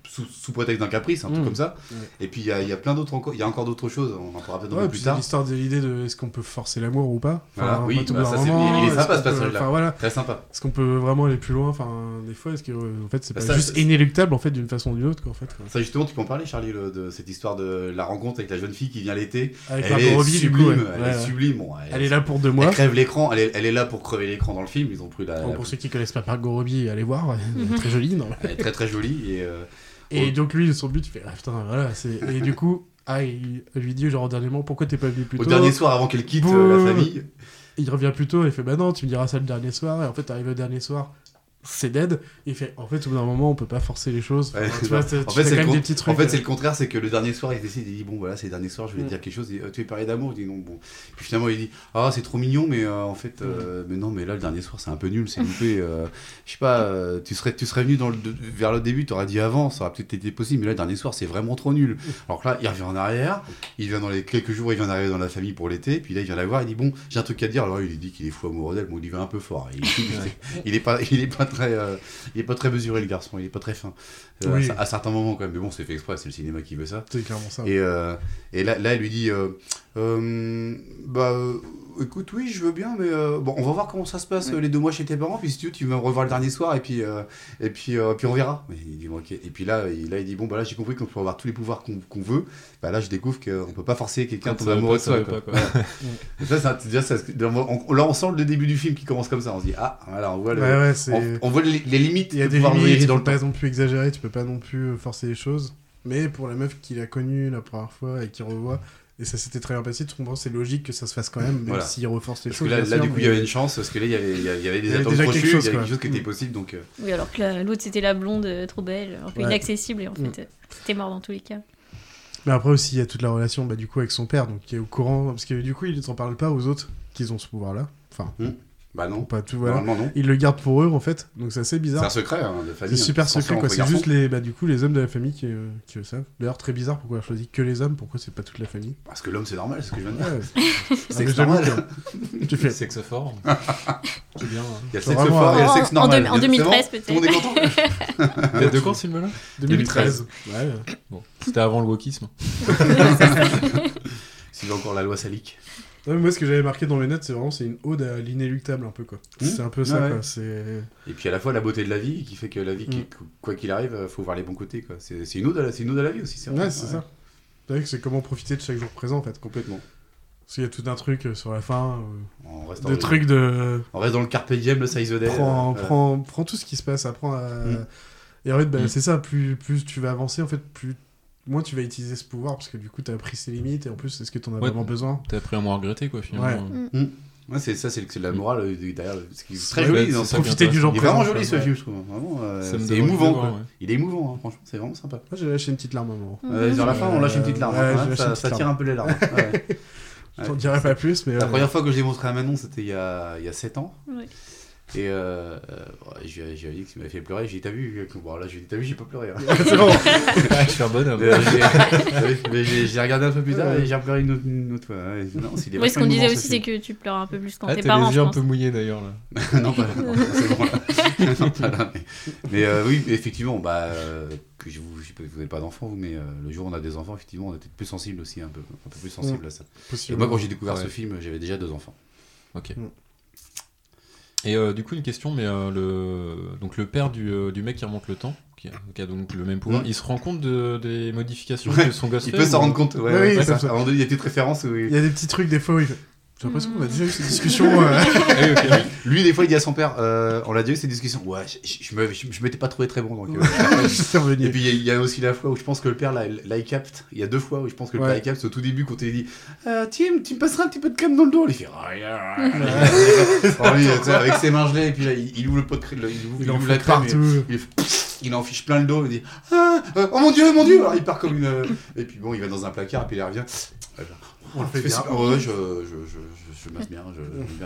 Speaker 3: Sous, sous prétexte d'un caprice, un truc
Speaker 1: Mm.
Speaker 3: comme ça.
Speaker 1: Ouais.
Speaker 3: Et puis il y a, il y a plein d'autres encore, il y a encore d'autres choses. On en parlera peut-être un
Speaker 1: Ouais,
Speaker 3: peu
Speaker 1: puis
Speaker 3: plus
Speaker 1: c'est
Speaker 3: tard.
Speaker 1: l'histoire de l'idée de est-ce qu'on peut forcer l'amour ou pas
Speaker 3: Voilà, oui,
Speaker 1: pas tout
Speaker 3: bah,
Speaker 1: bout d'un
Speaker 3: ça, c'est-
Speaker 1: moment, euh,
Speaker 3: il est
Speaker 1: est-ce
Speaker 3: sympa,
Speaker 1: qu'on
Speaker 3: ce
Speaker 1: peut-
Speaker 3: passage-là.
Speaker 1: Enfin voilà,
Speaker 3: Très sympa.
Speaker 1: est-ce qu'on peut vraiment aller plus loin Enfin, des fois, est-ce que euh, en fait, c'est
Speaker 3: Bah,
Speaker 1: pas
Speaker 3: ça,
Speaker 1: juste
Speaker 3: c'est-
Speaker 1: inéluctable en fait d'une façon ou d'une autre quoi, en fait quoi.
Speaker 3: Ça justement, tu peux en parler, Charlie, le- de cette histoire de la rencontre avec la jeune fille qui vient l'été.
Speaker 1: Avec
Speaker 3: Elle,
Speaker 1: Margot
Speaker 3: est
Speaker 1: Robbie, du
Speaker 3: sublime,
Speaker 1: coup, ouais.
Speaker 3: elle
Speaker 1: Ouais,
Speaker 3: est
Speaker 1: ouais.
Speaker 3: sublime. Bon, elle,
Speaker 1: Elle est là pour deux mois.
Speaker 3: elle crève l'écran. Elle, est- elle est là pour crever l'écran dans le film. Ils ont pris la.
Speaker 1: Bon,
Speaker 3: la-
Speaker 1: pour ceux qui connaissent pas Margot Robbie, allez voir, elle est très jolie. Non
Speaker 3: elle est très très jolie et. euh,
Speaker 1: et
Speaker 3: Ouais.
Speaker 1: donc lui, son but, il fait ah, putain, voilà. c'est- Et du coup, ah, il elle lui dit genre au dernier moment, pourquoi t'es pas venu plus
Speaker 3: Au
Speaker 1: tôt
Speaker 3: dernier soir avant qu'elle quitte euh,
Speaker 1: Bouh.
Speaker 3: la famille.
Speaker 1: Il revient plus tôt, il fait bah non, tu me diras ça le dernier soir. Et en fait, t'arrives le dernier soir, c'est dead. Il fait en fait, au bout d'un moment, on peut pas forcer les choses.
Speaker 3: Ouais,
Speaker 1: Enfin,
Speaker 3: c'est
Speaker 1: tu vois,
Speaker 3: ça.
Speaker 1: c'est-
Speaker 3: En
Speaker 1: tu
Speaker 3: fait,
Speaker 1: fais
Speaker 3: c'est
Speaker 1: quand
Speaker 3: le
Speaker 1: même
Speaker 3: con-
Speaker 1: des petits
Speaker 3: En
Speaker 1: trucs.
Speaker 3: fait, c'est
Speaker 1: euh.
Speaker 3: le contraire, c'est que le dernier soir, il décide, il dit Bon, voilà, c'est le dernier soir, je vais
Speaker 1: Mm.
Speaker 3: dire quelque chose. Il dit, Euh, tu veux parler d'amour Il dit Non, bon. Puis finalement, il dit Ah, c'est trop mignon, mais euh, en fait, euh,
Speaker 1: Mm.
Speaker 3: mais non, mais là, le dernier soir, c'est un peu nul, c'est loupé. euh, je sais pas, euh, tu, serais, tu serais venu dans le, de- vers le début, t'aurais dit avant, ça aurait peut-être été possible, mais là, le dernier soir, c'est vraiment trop nul. Alors que là, il revient en arrière, il vient dans les quelques jours, il vient d'arriver dans la famille pour l'été, puis là, il vient la voir, il dit Bon, j'ai un truc à te dire. Alors, il lui dit qu'il est fou amoureux d'elle, bon, il y va un peu fort. Il, il est pas, il est pas très, euh, il est pas très mesuré le garçon, il est pas très fin. Euh,
Speaker 1: Oui.
Speaker 3: à, à certains moments quand même, mais bon, c'est fait exprès, c'est le cinéma qui veut ça.
Speaker 1: C'est clairement ça.
Speaker 3: Et, euh, et là, là, elle lui dit, euh, Euh, bah, euh, écoute, oui, je veux bien, mais euh, bon, on va voir comment ça se passe euh, les deux mois chez tes parents, puis si tu veux, tu vas me revoir le dernier soir, et puis, euh, et puis, euh, puis on verra. Mais il dit, bon, ok. Et puis là, il, là, il dit, bon, bah là, j'ai compris qu'on peut avoir tous les pouvoirs qu'on qu'on veut. Bah là, je découvre qu'on peut pas forcer quelqu'un à
Speaker 4: Quand
Speaker 3: tomber
Speaker 4: ça veut
Speaker 3: amoureux de soi.
Speaker 4: pas, ça veut
Speaker 3: quoi.
Speaker 4: pas, quoi.
Speaker 3: Et Ça, c'est un- déjà, ça- on- là, on sent le début du film qui commence comme ça. On se dit, ah, voilà, on voit, le-
Speaker 1: Ouais, ouais, c'est.
Speaker 3: on, on voit les, les limites
Speaker 1: Il y a
Speaker 3: que
Speaker 1: des
Speaker 3: pouvoir
Speaker 1: limites,
Speaker 3: voyager
Speaker 1: tu
Speaker 3: dans
Speaker 1: peux
Speaker 3: le temps.
Speaker 1: pas non plus exagérer, tu peux pas non plus euh, forcer les choses. Mais pour la meuf qui l'a connue la première fois et qui revoit, et ça s'était très bien passé, tout comprends, c'est logique que ça se fasse quand même, même
Speaker 3: Voilà.
Speaker 1: s'il reforce les
Speaker 3: Parce que
Speaker 1: choses.
Speaker 3: là,
Speaker 1: bien
Speaker 3: là,
Speaker 1: sûr,
Speaker 3: du coup,
Speaker 1: mais-
Speaker 3: il y avait une chance, parce que là, il y avait, il y avait- il y avait
Speaker 1: Il y
Speaker 3: des
Speaker 1: avait
Speaker 3: attentes
Speaker 1: déjà
Speaker 3: reçues,
Speaker 1: quelque
Speaker 3: il y
Speaker 1: chose,
Speaker 3: avait
Speaker 1: quoi.
Speaker 3: quelque chose qui était
Speaker 1: Mm.
Speaker 3: possible, donc euh,
Speaker 2: Oui, alors que la- l'autre c'était la blonde euh, trop belle, un peu
Speaker 1: Ouais.
Speaker 2: inaccessible et en
Speaker 1: Mm.
Speaker 2: fait euh, c'était mort dans tous les cas.
Speaker 1: Mais après aussi, il y a toute la relation bah, du coup avec son père, donc qui est au courant, parce que du coup, il ne t'en parle pas aux autres qu'ils ont ce pouvoir-là. Enfin,
Speaker 3: bah non.
Speaker 1: pas tout, voilà.
Speaker 3: Normalement, non.
Speaker 1: Il le garde pour eux, en fait, donc c'est assez
Speaker 3: C'est
Speaker 1: bizarre.
Speaker 3: un secret hein, de famille.
Speaker 1: C'est super secret, quoi. C'est juste
Speaker 3: les...
Speaker 1: les, bah, du coup, les hommes de la famille qui, euh, qui le savent. D'ailleurs, très bizarre pourquoi on choisit que les hommes, pourquoi c'est pas toute la famille.
Speaker 3: Parce que l'homme, c'est normal, c'est ce que je viens de dire.
Speaker 1: Ouais. Ah,
Speaker 3: C'est
Speaker 1: mais
Speaker 3: sexe
Speaker 1: j'avoue
Speaker 3: normal.
Speaker 1: que- tu fais.
Speaker 4: Sexe fort. C'est
Speaker 3: Il y a le
Speaker 4: bien. hein.
Speaker 1: Ah, C'est
Speaker 3: sexe
Speaker 1: vraiment-
Speaker 3: fort, il y a le
Speaker 2: En-
Speaker 3: sexe
Speaker 2: en
Speaker 3: normal.
Speaker 2: deux- en
Speaker 3: C'est bon,
Speaker 2: 2013
Speaker 3: Tout le monde est content.
Speaker 4: Date de quand, ce film-là
Speaker 1: 2013. Ouais.
Speaker 4: Bon, c'était avant le wokisme.
Speaker 3: S'il y a encore la loi salique.
Speaker 1: Non, mais moi, ce que j'avais marqué dans les notes, c'est vraiment c'est une ode à l'inéluctable, un peu, quoi.
Speaker 3: Mmh.
Speaker 1: C'est un peu ça,
Speaker 3: Ouais,
Speaker 1: quoi.
Speaker 3: ouais.
Speaker 1: C'est.
Speaker 3: Et puis à la fois la beauté de la vie qui fait que la vie,
Speaker 1: Mm.
Speaker 3: qui- quoi qu'il arrive, euh, faut voir les bons côtés. quoi. C'est c'est une, ode à la- c'est une ode à la vie aussi, c'est vrai.
Speaker 1: Ouais, c'est ça. C'est vrai que c'est comment profiter de chaque jour présent, en fait.
Speaker 3: Complètement.
Speaker 1: Parce qu'il y a tout un truc euh, sur la fin. euh,
Speaker 3: On reste,
Speaker 1: des
Speaker 3: dans
Speaker 1: trucs de.
Speaker 3: le... on reste dans le carpe diem, le size of day.
Speaker 1: prends,
Speaker 3: euh,
Speaker 1: prends, prends tout ce qui se passe, apprends à...
Speaker 3: Mm.
Speaker 1: Et en fait, bah,
Speaker 3: Mm.
Speaker 1: c'est ça, plus, plus tu vas avancer, en fait, plus... moins tu vas utiliser ce pouvoir, parce que du coup, t'as pris ses limites, et en plus, c'est ce que t'en as
Speaker 4: Ouais.
Speaker 1: vraiment besoin.
Speaker 4: T'as appris à moins regretter, quoi, finalement.
Speaker 3: Ouais, c'est ça, c'est le- c'est de la morale euh, du- derrière. le- C'est c'est très
Speaker 4: Ouais,
Speaker 3: joli.
Speaker 4: c'est
Speaker 3: dans
Speaker 4: ça
Speaker 3: ce-
Speaker 4: qui
Speaker 1: Profiter du genre
Speaker 3: Il est vraiment
Speaker 1: présent.
Speaker 3: joli ce
Speaker 1: quoi.
Speaker 3: film, je trouve. Vraiment, euh,
Speaker 4: Ça
Speaker 3: c'est
Speaker 4: me donne envie de
Speaker 3: émouvant.
Speaker 4: le voir,
Speaker 3: quoi.
Speaker 4: ouais.
Speaker 3: Il est émouvant, hein, franchement, c'est vraiment sympa.
Speaker 1: Moi, j'ai lâché une petite larme à un moment.
Speaker 3: Euh, Vers la fin, on lâche une petite larme.
Speaker 1: Ouais,
Speaker 3: hein,
Speaker 1: j'ai lâché une
Speaker 3: ça,
Speaker 1: petite
Speaker 3: ça tire
Speaker 1: larme.
Speaker 3: un peu les larmes. ouais.
Speaker 1: Je t'en
Speaker 3: Ouais.
Speaker 1: dirai pas plus, mais...
Speaker 3: La
Speaker 1: euh,
Speaker 3: première fois que je l'ai montré à Manon, c'était il, y a- il y a 7 ans.
Speaker 2: Ouais.
Speaker 3: Et euh, euh, ouais, je lui ai- je lui ai dit que ça m'avait fait pleurer. J'ai dit, t'as vu euh, que- Bon, là, j'ai dit, t'as vu, j'ai pas pleuré. hein.
Speaker 1: c'est bon.
Speaker 4: Je suis un bonhomme. Ah,
Speaker 3: Euh, j'ai- mais j'ai j'ai regardé un peu plus tard
Speaker 1: Ouais.
Speaker 3: et j'ai pleuré une autre, une autre fois. Ouais, non, s'il est
Speaker 2: Moi ce
Speaker 3: vachement
Speaker 2: qu'on disait
Speaker 3: émouvant,
Speaker 2: aussi
Speaker 3: ce
Speaker 2: c'est que tu pleures un peu plus quand
Speaker 4: Ah,
Speaker 2: tes
Speaker 4: t'as
Speaker 2: parents.
Speaker 4: les
Speaker 2: je
Speaker 4: yeux un
Speaker 2: pense.
Speaker 4: peu mouillés d'ailleurs là.
Speaker 3: film. non, pas là, non, c'est bon, là. Non, pas là, mais mais, euh, oui, effectivement, bah, euh, que je vous, je sais pas, vous n'avez pas d'enfants, vous, mais euh, le jour où on a des enfants, effectivement, on était plus sensible aussi, un peu, un peu plus sensible à ça. Et
Speaker 1: euh, Possible.
Speaker 3: moi, quand j'ai découvert ce
Speaker 4: Ouais.
Speaker 3: film, j'avais déjà deux enfants.
Speaker 4: Ok.
Speaker 1: Mm.
Speaker 4: Et euh, du coup, une question, mais euh, le... Donc, le père du, euh, du mec qui remonte le temps, qui a, qui a donc le même pouvoir,
Speaker 3: Mm.
Speaker 4: il se rend compte de- des modifications
Speaker 3: Ouais,
Speaker 4: que son gosse
Speaker 3: Il
Speaker 4: fait
Speaker 3: peut s'en
Speaker 4: ou-
Speaker 3: rendre compte. Ouais,
Speaker 1: Oui,
Speaker 3: ouais,
Speaker 1: oui, comme
Speaker 3: c'est ça.
Speaker 1: ça.
Speaker 3: À un moment donné, il y a des références. où il-
Speaker 1: Il y a des petits trucs, des fois, où il fait... J'ai l'impression qu'on a déjà eu cette discussion. euh,
Speaker 4: Ah oui, ok.
Speaker 3: Lui, des fois, il dit à son père, euh, on l'a déjà eu cette discussion, ouais, je, je- je me- je- je m'étais pas trouvé très bon. Donc, euh,
Speaker 1: C'est
Speaker 3: Et
Speaker 1: revenu.
Speaker 3: puis, il y a- il y, a aussi la fois où je pense que le père, là, là, il capte. Il y a deux fois où je pense que le
Speaker 1: Ouais.
Speaker 3: père, il capte. Au tout début, quand il dit, Euh, Tim, tu me passeras un petit peu de crème dans le dos. Il fait, Ah, yeah. Alors, lui, tu sais, avec ses mains gelées, et puis là, il, il ouvre le pot de crème, le- il ouvre, il
Speaker 1: Il en
Speaker 3: ouvre la
Speaker 1: fait
Speaker 3: crème, et-
Speaker 1: partout.
Speaker 3: il, fait- il en fiche plein le dos, il dit Ah, euh, Oh mon dieu, mon dieu Alors il part comme une. euh, Et puis bon, il va dans un placard, puis il revient.
Speaker 1: On le
Speaker 3: Il
Speaker 1: fait
Speaker 3: fait euh,
Speaker 1: bien.
Speaker 3: super- Ouais, je, je, je, je, je masse bien, je,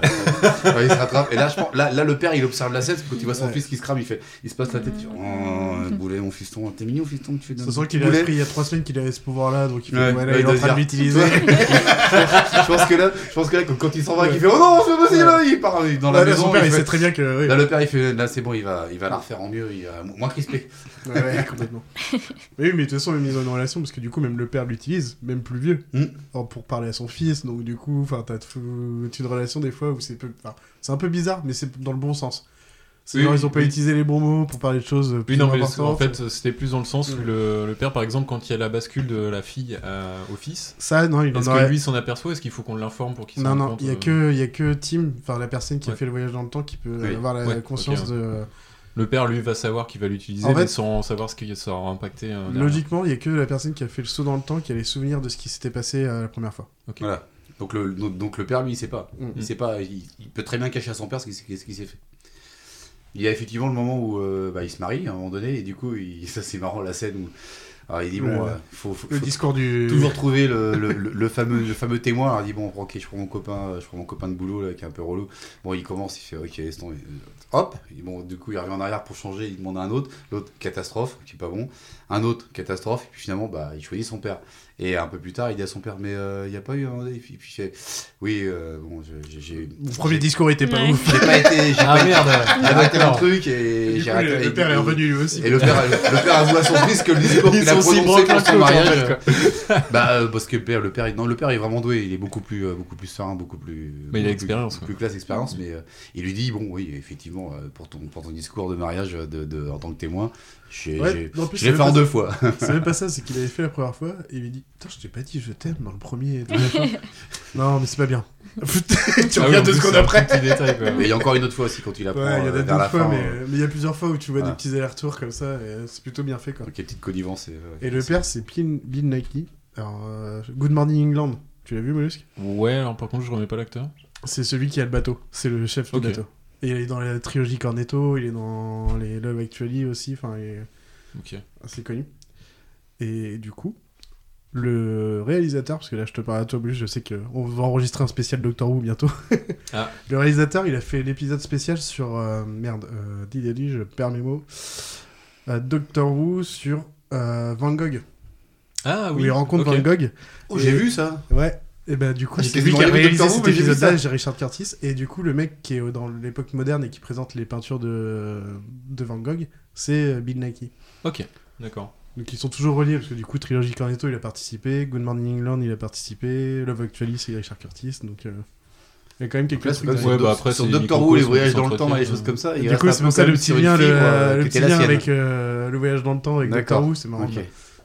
Speaker 3: je- Ouais, il se rattrape. Et là, je pense, là, là, le père, il observe la scène, parce que quand il voit son
Speaker 1: Ouais.
Speaker 3: fils qui se crame, il fait, il se passe la tête, il fait, oh, boulet, mon fiston, t'es mignon, fiston, tu fais de
Speaker 1: Ça sent qu'il a
Speaker 3: Boulet.
Speaker 1: appris il y a trois semaines qu'il avait ce pouvoir-là, donc il
Speaker 3: Ouais,
Speaker 1: fait... Voilà,
Speaker 3: ouais,
Speaker 1: il est en train
Speaker 3: dire-
Speaker 1: de l'utiliser.
Speaker 3: je pense que là, je pense que là, quand, quand il s'en va, il fait, oh non, c'est pas possible,
Speaker 1: Ouais.
Speaker 3: il part dans la
Speaker 1: Là,
Speaker 3: maison.
Speaker 1: son père,
Speaker 3: il
Speaker 1: il
Speaker 3: fait-
Speaker 1: sait très bien que... oui.
Speaker 3: Là, le père, il fait, là, c'est bon, il va, il va la refaire en mieux, il va moins crispé.
Speaker 1: Ouais, ouais, complètement. Mais oui, mais de toute façon, même ils ont une relation, parce que du coup, même le père l'utilise, même plus vieux,
Speaker 3: Mm.
Speaker 1: Alors, pour parler à son fils. Donc, du coup, enfin, t'as tout- t'as une relation des fois où c'est peu... enfin, c'est un peu bizarre, mais c'est dans le bon sens. C'est
Speaker 4: Oui,
Speaker 1: genre, ils ont pas
Speaker 4: oui.
Speaker 1: utilisé les bons mots pour parler de choses euh, plus
Speaker 4: Oui, non, mais
Speaker 1: importantes.
Speaker 4: en fait, c'était plus dans le sens où
Speaker 1: Ouais.
Speaker 4: le, le père, par exemple, quand il y a la bascule de la fille à- au fils,
Speaker 1: Ça, non, il en
Speaker 4: est-ce
Speaker 1: aurait...
Speaker 4: que lui s'en aperçoit Est-ce qu'il faut qu'on l'informe pour qu'il s'en
Speaker 1: Non,
Speaker 4: rende
Speaker 1: non,
Speaker 4: compte
Speaker 1: il y a que,
Speaker 4: euh,
Speaker 1: il y a que Tim, enfin, la personne qui a
Speaker 4: Ouais.
Speaker 1: fait le voyage dans le temps, qui peut
Speaker 3: Oui.
Speaker 1: avoir la
Speaker 4: Ouais,
Speaker 1: conscience
Speaker 4: ok,
Speaker 1: de... euh,
Speaker 4: Le père, lui, va savoir qu'il va l'utiliser,
Speaker 1: En fait-
Speaker 4: mais sans savoir ce que ça aura impacté. euh, derrière.
Speaker 1: Logiquement, il y a que la personne qui a fait le saut dans le temps qui a les souvenirs de ce qui s'était passé euh, la première fois.
Speaker 3: Voilà. Donc le, donc, donc le père, lui, il sait pas.
Speaker 1: Mm.
Speaker 3: Il sait pas. Il, il peut très bien cacher à son père ce qui, s'est- ce qui s'est fait. Il y a effectivement le moment où euh, bah, il se marie à un moment donné, et du coup, il- ça c'est marrant la scène où. Alors il dit
Speaker 1: Le-
Speaker 3: bon, euh, faut, faut-
Speaker 1: Le
Speaker 3: faut
Speaker 1: discours du...
Speaker 3: toujours trouver le, le- le- le fameux, le fameux témoin. Alors il dit bon, ok, je prends mon copain, euh, je prends mon copain de boulot là, qui est un peu relou. Bon, il commence, il fait ok, laisse tomber. Hop, Et bon, du coup, il revient en arrière pour changer, il demande à un autre, l'autre catastrophe, qui est pas bon, un autre catastrophe, et puis finalement, bah, il choisit son père. Et un peu plus tard, il dit à son père, mais euh, il n'y a pas eu un. Et puis, puis il fait, oui, euh, bon, je- j'ai- j'ai.
Speaker 1: Mon premier discours était pas
Speaker 2: Ouais.
Speaker 1: ouf.
Speaker 3: J'ai pas été. J'ai pas
Speaker 4: Ah
Speaker 3: été.
Speaker 4: merde
Speaker 3: J'ai raté un
Speaker 4: d'accord.
Speaker 3: truc et
Speaker 1: Du
Speaker 3: j'ai
Speaker 1: coup,
Speaker 3: raté.
Speaker 1: le, le père
Speaker 3: et-
Speaker 1: est revenu lui aussi.
Speaker 3: et le père, le père avoue à son fils que le discours
Speaker 4: Ils
Speaker 3: qu'il a
Speaker 4: sont si
Speaker 3: prononcé
Speaker 4: branlés
Speaker 3: pour
Speaker 4: que
Speaker 3: son
Speaker 4: le
Speaker 3: mariage.
Speaker 4: bordel,
Speaker 3: bah, euh, parce que le père, le père, est- non, le père est vraiment doué. Il est beaucoup plus, euh, beaucoup plus serein, beaucoup plus.
Speaker 4: Mais il
Speaker 3: beaucoup
Speaker 4: a l'expérience,
Speaker 3: plus-
Speaker 4: quoi.
Speaker 3: Plus classe expérience, mais euh, il lui dit bon, oui, effectivement, euh, pour ton, pour ton discours de mariage euh, de, de- en tant que témoin, j'ai,
Speaker 1: Ouais,
Speaker 3: j'ai-
Speaker 1: en plus,
Speaker 3: je l'ai
Speaker 1: c'est
Speaker 3: fait en
Speaker 1: même
Speaker 3: deux fois.
Speaker 1: pas- C'est même pas ça, c'est qu'il avait fait la première fois et il lui dit Putain, je t'ai pas dit je t'aime dans le premier. dans la fin. non, mais c'est pas bien. tu
Speaker 4: Ah
Speaker 1: reviens deux secondes après.
Speaker 4: Petit détail, quoi.
Speaker 3: Mais il y a encore une autre fois aussi quand il apprend
Speaker 1: Ouais, il y
Speaker 3: euh,
Speaker 1: a des-
Speaker 3: vers la
Speaker 1: d'autres fois,
Speaker 3: fin. Ah.
Speaker 1: mais
Speaker 3: euh,
Speaker 1: mais il y a plusieurs fois où tu vois des
Speaker 3: Voilà.
Speaker 1: petits allers-retours comme ça, et euh, c'est plutôt bien fait, quoi.
Speaker 3: Donc il y a une petite connivence. Et, euh,
Speaker 1: Et le
Speaker 3: c'est-
Speaker 1: père, c'est Bill, Bill Nighy. Alors, euh, Good Morning England, tu l'as vu, Mollusque
Speaker 4: Ouais, alors par contre, je remets pas l'acteur.
Speaker 1: C'est celui qui a le bateau, c'est le chef
Speaker 4: Ok.
Speaker 1: du bateau. Et il est dans la trilogie Cornetto, il est dans les Love Actually aussi, enfin, il est
Speaker 4: Ok.
Speaker 1: assez connu. Et du coup, le réalisateur, parce que là je te parle à toi, Mollusque, je sais qu'on va enregistrer un spécial Doctor Who bientôt.
Speaker 4: Ah.
Speaker 1: Le réalisateur, il a fait l'épisode spécial sur. euh, merde, euh, dis, dis, dis, je perds mes mots. Euh, Doctor Who sur euh, Van Gogh,
Speaker 4: Ah
Speaker 1: où
Speaker 4: oui.
Speaker 1: il rencontre
Speaker 4: ok.
Speaker 1: Van Gogh.
Speaker 3: Oh, j'ai
Speaker 1: Et-
Speaker 3: vu ça
Speaker 1: Ouais. Et ben du coup,
Speaker 3: Ah,
Speaker 1: c'est
Speaker 3: j'étais
Speaker 1: lui
Speaker 3: devant
Speaker 1: qui a
Speaker 3: les Doctor
Speaker 1: réalisé
Speaker 3: Who,
Speaker 1: cet
Speaker 3: mais j'ai vu
Speaker 1: épisode-là,
Speaker 3: ça.
Speaker 1: j'ai Richard Curtis. Et du coup, le mec qui est dans l'époque moderne et qui présente les peintures de, de Van Gogh, c'est euh, Bill Nighy.
Speaker 4: Ok, d'accord.
Speaker 1: Donc ils sont toujours reliés parce que du coup, Trilogy Cornetto, il a participé, Good Morning England, il a participé, Love Actually, c'est Richard Curtis. Donc euh, il y a quand même quelques
Speaker 3: Donc là, c'est
Speaker 1: trucs.
Speaker 3: comme
Speaker 1: dans-
Speaker 4: Ouais,
Speaker 3: sur,
Speaker 4: bah, après,
Speaker 3: sur
Speaker 4: c'est
Speaker 3: Doctor Who,
Speaker 4: Nikoko,
Speaker 3: les
Speaker 4: c'est
Speaker 3: voyages
Speaker 4: plus
Speaker 3: dans le temps et les
Speaker 4: entretien,
Speaker 3: choses
Speaker 4: euh.
Speaker 3: comme ça. il
Speaker 1: Du
Speaker 3: reste
Speaker 1: coup,
Speaker 3: un
Speaker 1: c'est
Speaker 3: peu
Speaker 1: pour ça
Speaker 3: quand
Speaker 1: le
Speaker 3: même
Speaker 1: petit
Speaker 3: sur une
Speaker 1: lien, le,
Speaker 3: fibre, euh,
Speaker 1: le
Speaker 3: qui
Speaker 1: petit
Speaker 3: était la
Speaker 1: lien
Speaker 3: sienne.
Speaker 1: avec euh, le voyage dans le temps avec
Speaker 3: D'accord.
Speaker 1: Doctor Who, c'est marrant.
Speaker 3: Ok.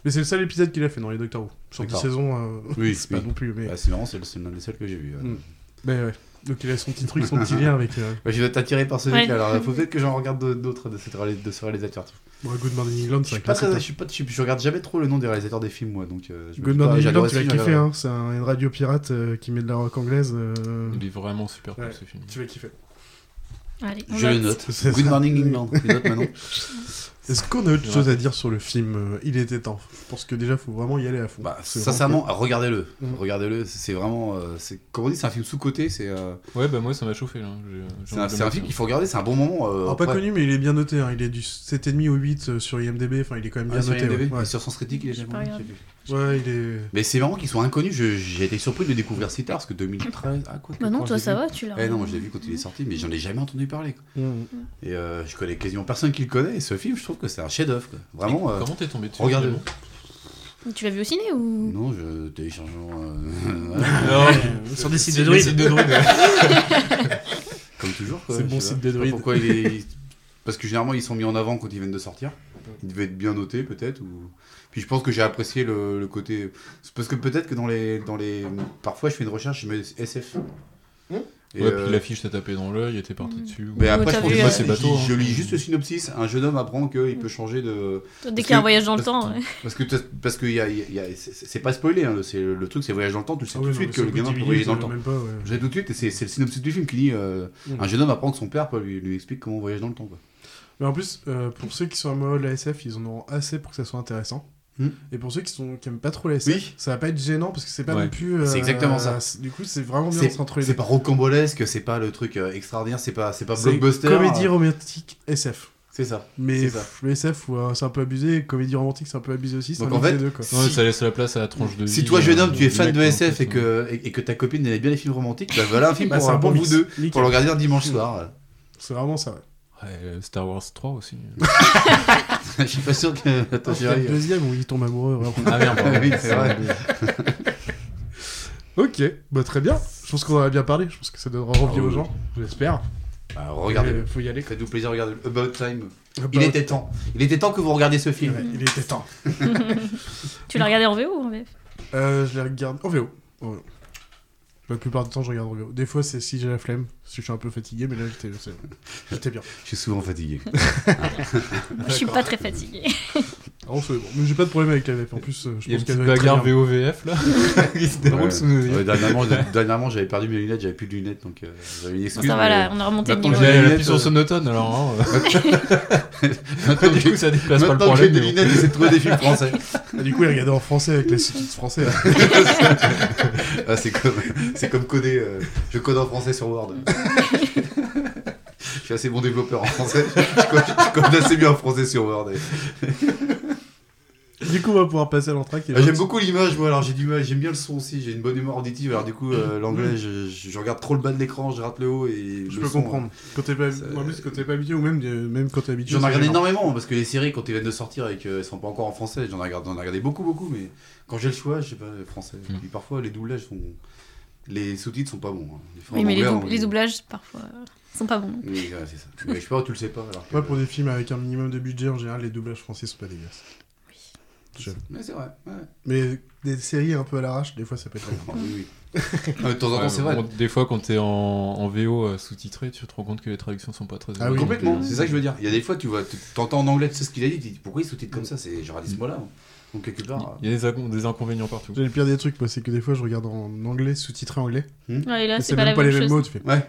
Speaker 1: Mais c'est le seul épisode qu'il a fait dans les Doctor Who. Sur 10
Speaker 3: D'accord.
Speaker 1: saisons, euh,
Speaker 3: Oui,
Speaker 1: c'est pas
Speaker 3: oui.
Speaker 1: non plus. Mais...
Speaker 3: Bah, c'est marrant, c'est le- c'est l'un des seuls que j'ai vu. euh. ouais.
Speaker 1: Mm. mais ouais. Donc il a son petit truc, son petit lien avec. euh,
Speaker 3: Bah, je vais être attiré par ce
Speaker 2: Ouais.
Speaker 3: truc là alors il faut peut-être que j'en regarde de- d'autres de, cette réalis- de ce réalisateur.
Speaker 1: Bon, Good Morning England,
Speaker 3: Je
Speaker 1: c'est un
Speaker 3: suis pas très-
Speaker 1: classique,
Speaker 3: je
Speaker 1: hein.
Speaker 3: suis pas- je suis- je regarde jamais trop le nom des réalisateurs des films, moi. Donc, euh, je me
Speaker 1: Good
Speaker 3: dis pas,
Speaker 1: Morning
Speaker 3: j'adore
Speaker 1: England, tu l'as
Speaker 3: ce film,
Speaker 1: kiffé,
Speaker 3: j'adore-
Speaker 1: hein. C'est un- une radio pirate euh, qui met de la rock anglaise. euh,
Speaker 3: Mm.
Speaker 4: Il est vraiment super cool
Speaker 1: Ouais.
Speaker 4: ce film.
Speaker 1: Tu vas kiffer.
Speaker 2: Allez,
Speaker 1: hein.
Speaker 2: on
Speaker 3: Je le
Speaker 2: note.
Speaker 3: note.
Speaker 1: C'est
Speaker 3: Good
Speaker 1: ça.
Speaker 3: Morning England. Je le note maintenant.
Speaker 1: Est-ce qu'on a autre
Speaker 4: Ouais.
Speaker 1: chose à dire sur le film euh, Il était temps. Je pense que déjà, faut vraiment y aller à fond.
Speaker 3: Bah,
Speaker 1: C'est
Speaker 3: sincèrement,
Speaker 1: vraiment
Speaker 3: regardez-le.
Speaker 1: Mm.
Speaker 3: Regardez-le. C'est c'est vraiment. euh, c'est- comme on dit, c'est un film sous-côté. C'est euh,
Speaker 4: Ouais, bah moi, ça m'a chauffé. là. J'ai- j'ai
Speaker 3: c'est un,
Speaker 4: envie de
Speaker 3: c'est un
Speaker 4: le
Speaker 3: film
Speaker 4: mettre.
Speaker 3: qu'il faut regarder. C'est un bon moment. euh,
Speaker 1: cool. Alors, Ah, pas
Speaker 3: après.
Speaker 1: connu, mais il est bien noté. hein. Il est du 7,5 ou 8 euh, sur IMDb. Enfin, il est quand même
Speaker 3: Ah,
Speaker 1: bien
Speaker 3: sur
Speaker 1: noté.
Speaker 3: IMDb,
Speaker 1: ouais. Ouais.
Speaker 3: Sur Sens Critique, il est
Speaker 2: J'ai
Speaker 3: jamais
Speaker 2: pas
Speaker 3: bon,
Speaker 2: regardé.
Speaker 3: j'ai vu.
Speaker 1: Ouais, il est.
Speaker 3: Mais c'est marrant qu'ils soient inconnus. je- J'ai été surpris de les découvrir si tard parce que 2013. Ah, quoi,
Speaker 2: Bah
Speaker 3: quand
Speaker 2: non,
Speaker 3: je
Speaker 2: toi
Speaker 3: l'ai
Speaker 2: ça
Speaker 3: vu-
Speaker 2: va, tu l'as.
Speaker 3: Eh non, moi, je l'ai vu quand il est sorti, mais j'en ai jamais entendu parler. quoi.
Speaker 1: Mm.
Speaker 3: Et euh, je connais quasiment personne qui le connaît. Et ce film, je trouve que c'est un chef-d'œuvre. quoi. Vraiment. euh,
Speaker 4: hein. Comment t'es tombé dessus
Speaker 3: regardez-le.
Speaker 4: finalement
Speaker 2: Tu l'as vu au ciné ou
Speaker 3: Non, je euh, téléchargeant.
Speaker 4: Ah, Non, sur des sites de druides.
Speaker 3: comme toujours. quoi,
Speaker 1: C'est
Speaker 3: je
Speaker 1: bon
Speaker 3: sais
Speaker 1: site
Speaker 3: pas.
Speaker 1: de
Speaker 3: Je sais pas
Speaker 1: druide.
Speaker 3: Pourquoi il est. Parce que généralement, ils sont mis en avant quand ils viennent de sortir. Ils devaient être bien notés, peut-être. Ou... Puis je pense que j'ai apprécié le, le côté. c'est Parce que peut-être que dans les, dans les. Parfois, je fais une recherche, je mets SF. Et,
Speaker 4: Ouais,
Speaker 3: euh,
Speaker 4: puis l'affiche t'a tapé dans l'œil et t'es parti dessus.
Speaker 3: Mais après,
Speaker 2: t'as
Speaker 3: je pense
Speaker 2: vu,
Speaker 3: que
Speaker 2: euh,
Speaker 3: moi, c'est
Speaker 4: c'est bateau,
Speaker 3: Je
Speaker 4: hein.
Speaker 3: lis juste le synopsis. Un jeune homme apprend qu'il peut changer de.
Speaker 2: Toi,
Speaker 3: Parce
Speaker 2: Dès qu'il y a un
Speaker 3: que-
Speaker 2: voyage dans le
Speaker 3: parce-
Speaker 2: temps. ouais.
Speaker 3: Parce que, t'as- parce que y a, y a- y a- c'est- c'est pas spoilé. hein, le, c'est- le truc, c'est voyage dans le temps. Tu sais
Speaker 1: Ah
Speaker 3: tout
Speaker 1: ouais,
Speaker 3: de
Speaker 1: non,
Speaker 3: suite
Speaker 1: mais
Speaker 3: que
Speaker 1: c'est
Speaker 3: le
Speaker 1: au bout
Speaker 3: gamin
Speaker 1: de
Speaker 3: peut
Speaker 1: 10
Speaker 3: voyager dans le
Speaker 1: minutes,
Speaker 3: temps.
Speaker 1: même pas, ouais.
Speaker 3: Je l'ai tout de suite, et c'est c'est le synopsis du film qui dit euh,
Speaker 1: Mm.
Speaker 3: un jeune homme apprend que son père peut lui, lui explique comment on voyage dans le temps. Quoi.
Speaker 1: Mais en plus, euh, pour ceux qui sont amoureux de la SF, ils en auront assez pour que ça soit intéressant.
Speaker 3: Hmm.
Speaker 1: Et pour ceux qui sont qui aiment pas trop la SF,
Speaker 3: Oui.
Speaker 1: ça va pas être gênant parce que c'est pas
Speaker 4: Ouais.
Speaker 1: non plus. euh,
Speaker 3: C'est exactement ça.
Speaker 1: c'est- Du coup, c'est vraiment bien
Speaker 3: C'est
Speaker 1: c'est entre les
Speaker 3: c'est
Speaker 1: deux.
Speaker 3: pas rocambolesque, c'est pas le truc euh, extraordinaire, c'est pas, c'est pas
Speaker 1: C'est
Speaker 3: blockbuster.
Speaker 1: Comédie
Speaker 3: euh,
Speaker 1: romantique SF.
Speaker 3: C'est ça.
Speaker 1: Mais
Speaker 3: C'est ça.
Speaker 1: pff, le SF, ouais, c'est un peu abusé. Comédie romantique, c'est un peu abusé aussi. C'est
Speaker 3: Donc
Speaker 1: un
Speaker 3: en
Speaker 1: mix
Speaker 3: fait,
Speaker 1: des deux, quoi.
Speaker 3: si-
Speaker 4: Ouais, ça laisse la place à la tranche de vie. euh,
Speaker 3: Si toi, jeune homme, tu es fan de SF et
Speaker 4: que
Speaker 3: que, et, et que ta copine aime bien les films romantiques, bah voilà un film
Speaker 1: Bah,
Speaker 3: pour,
Speaker 1: c'est un bon
Speaker 3: pour vous
Speaker 1: mix.
Speaker 3: deux,
Speaker 1: Nickel.
Speaker 3: pour le regarder un dimanche soir.
Speaker 1: C'est vraiment ça. ouais.
Speaker 4: Ouais, euh, Star Wars 3 aussi.
Speaker 3: Je suis pas sûr que. Attends, j'y
Speaker 1: Ah, C'est le
Speaker 3: arrive.
Speaker 1: deuxième où il tombe amoureux. vraiment.
Speaker 4: ah merde,
Speaker 3: pardon. Oui, c'est vrai.
Speaker 1: ok, bah très bien. Je pense qu'on en a bien parlé. Je pense que ça donnera envie
Speaker 3: Ah,
Speaker 1: aux
Speaker 3: oui.
Speaker 1: gens. J'espère.
Speaker 3: Bah, regardez-le.
Speaker 1: Et Faut y aller.
Speaker 3: Faites-vous plaisir, regardez-le. About Time.
Speaker 1: About-
Speaker 3: Il était temps. Il était temps que vous regardiez ce film.
Speaker 1: Ouais, Ah, bah, il était temps.
Speaker 2: Tu l'as regardé en VO ou en VF
Speaker 1: Euh, je les regarde en VO. en VO. La plupart du temps, je regarde en VO. Des fois, c'est si j'ai la flemme, si je suis un peu fatigué, mais là, j'étais, c'est- j'étais bien.
Speaker 3: Je suis souvent fatigué.
Speaker 2: Moi, Je suis pas très fatiguée.
Speaker 1: Alors, c'est bon. Mais j'ai pas de problème avec la VF. En plus, euh, je
Speaker 4: Il y a une
Speaker 1: pense qu'elle
Speaker 4: petite
Speaker 1: doit être
Speaker 4: bagarre
Speaker 1: très bien.
Speaker 4: VOVF là qui se déroule
Speaker 3: Ouais.
Speaker 4: sous nos
Speaker 3: Ouais,
Speaker 4: yeux.
Speaker 3: dernièrement, dernièrement, j'avais perdu mes lunettes, j'avais plus de lunettes, donc euh, j'avais une excuse.
Speaker 2: Ça va
Speaker 3: mais-
Speaker 2: là, on a remonté le
Speaker 3: Maintenant,
Speaker 2: niveau.
Speaker 3: j'ai-
Speaker 4: J'ai
Speaker 3: lunettes,
Speaker 4: appuyé
Speaker 3: euh,
Speaker 4: sur sonotone alors. hein.
Speaker 3: Maintenant
Speaker 4: du coup,
Speaker 3: que-
Speaker 4: ça déplace pas le
Speaker 3: maintenant que euh, j'ai des
Speaker 4: problème. mais bon.
Speaker 3: lunettes, j'essaie de trouver des films français.
Speaker 1: Ah, du coup, elle regardait en français avec les sous-titres français. là.
Speaker 3: Ah, c'est comme, c'est comme coder. euh, je code en français sur Word. je suis assez bon développeur en français. Je code, je code assez bien en français sur Word. et-
Speaker 1: Du coup, on va pouvoir passer à l'entraque. et
Speaker 3: Ah, J'aime
Speaker 1: l'autre-
Speaker 3: beaucoup l'image, moi. Alors j'ai du mal, j'aime bien le son aussi. J'ai une bonne humeur auditive. Alors du coup, euh, l'anglais, je, je- je regarde trop le bas de l'écran, je rate le haut et
Speaker 1: Je
Speaker 3: le
Speaker 1: peux
Speaker 3: son, hein.
Speaker 1: comprendre. Quand t'es pas,
Speaker 3: ça-
Speaker 1: en plus, quand t'es pas habitué ou même, euh, même quand t'es habitué.
Speaker 3: J'en ai
Speaker 1: c'est
Speaker 3: regardé
Speaker 1: gênant.
Speaker 3: énormément parce que les séries quand elles viennent de sortir et qu'elles sont pas encore en français, j'en ai regardé, j'en ai regardé beaucoup beaucoup mais quand j'ai le choix, je sais pas le français.
Speaker 4: Mm.
Speaker 3: Puis parfois les doublages sont les sous-titres sont pas bons. hein. Des fois,
Speaker 2: Oui,
Speaker 3: en
Speaker 2: mais les,
Speaker 3: anglais,
Speaker 2: doub-
Speaker 3: on-
Speaker 2: les doublages parfois euh, sont pas bons.
Speaker 3: Oui, ouais, c'est ça. Mais je sais pas, tu le sais pas alors. que-
Speaker 1: Ouais, pour des films avec un minimum de budget, en général, les doublages français sont pas dégueulasses. Je-
Speaker 3: Mais c'est vrai. ouais.
Speaker 2: Hmm.
Speaker 1: Mais des séries un peu à l'arrache, des fois ça peut être.
Speaker 3: Oh, oui, oui. Ah, de temps en temps,
Speaker 4: Ouais,
Speaker 3: c'est vrai.
Speaker 4: bon, des fois, quand t'es en, en VO euh, sous-titré, tu te rends compte que les traductions sont pas très.
Speaker 1: Ah oui.
Speaker 4: évidentes.
Speaker 3: Complètement, c'est ça que je veux dire. Il y a des fois, tu vois, tu- t'entends en anglais, tu sais ce qu'il a dit, tu te dis pourquoi il sous-titre comme ça C'est genre à ce mot-là. hein. Donc, quelque part.
Speaker 4: Il y a des, inco- des inconvénients partout.
Speaker 1: Le pire des trucs, moi, c'est que des fois je regarde en anglais, sous-titré anglais.
Speaker 2: Ouais, et là,
Speaker 1: et
Speaker 2: Ah, c'est pas la
Speaker 1: même pas
Speaker 2: même
Speaker 1: les mêmes
Speaker 2: chose.
Speaker 1: mots, tu fais.
Speaker 3: euh, Ouais.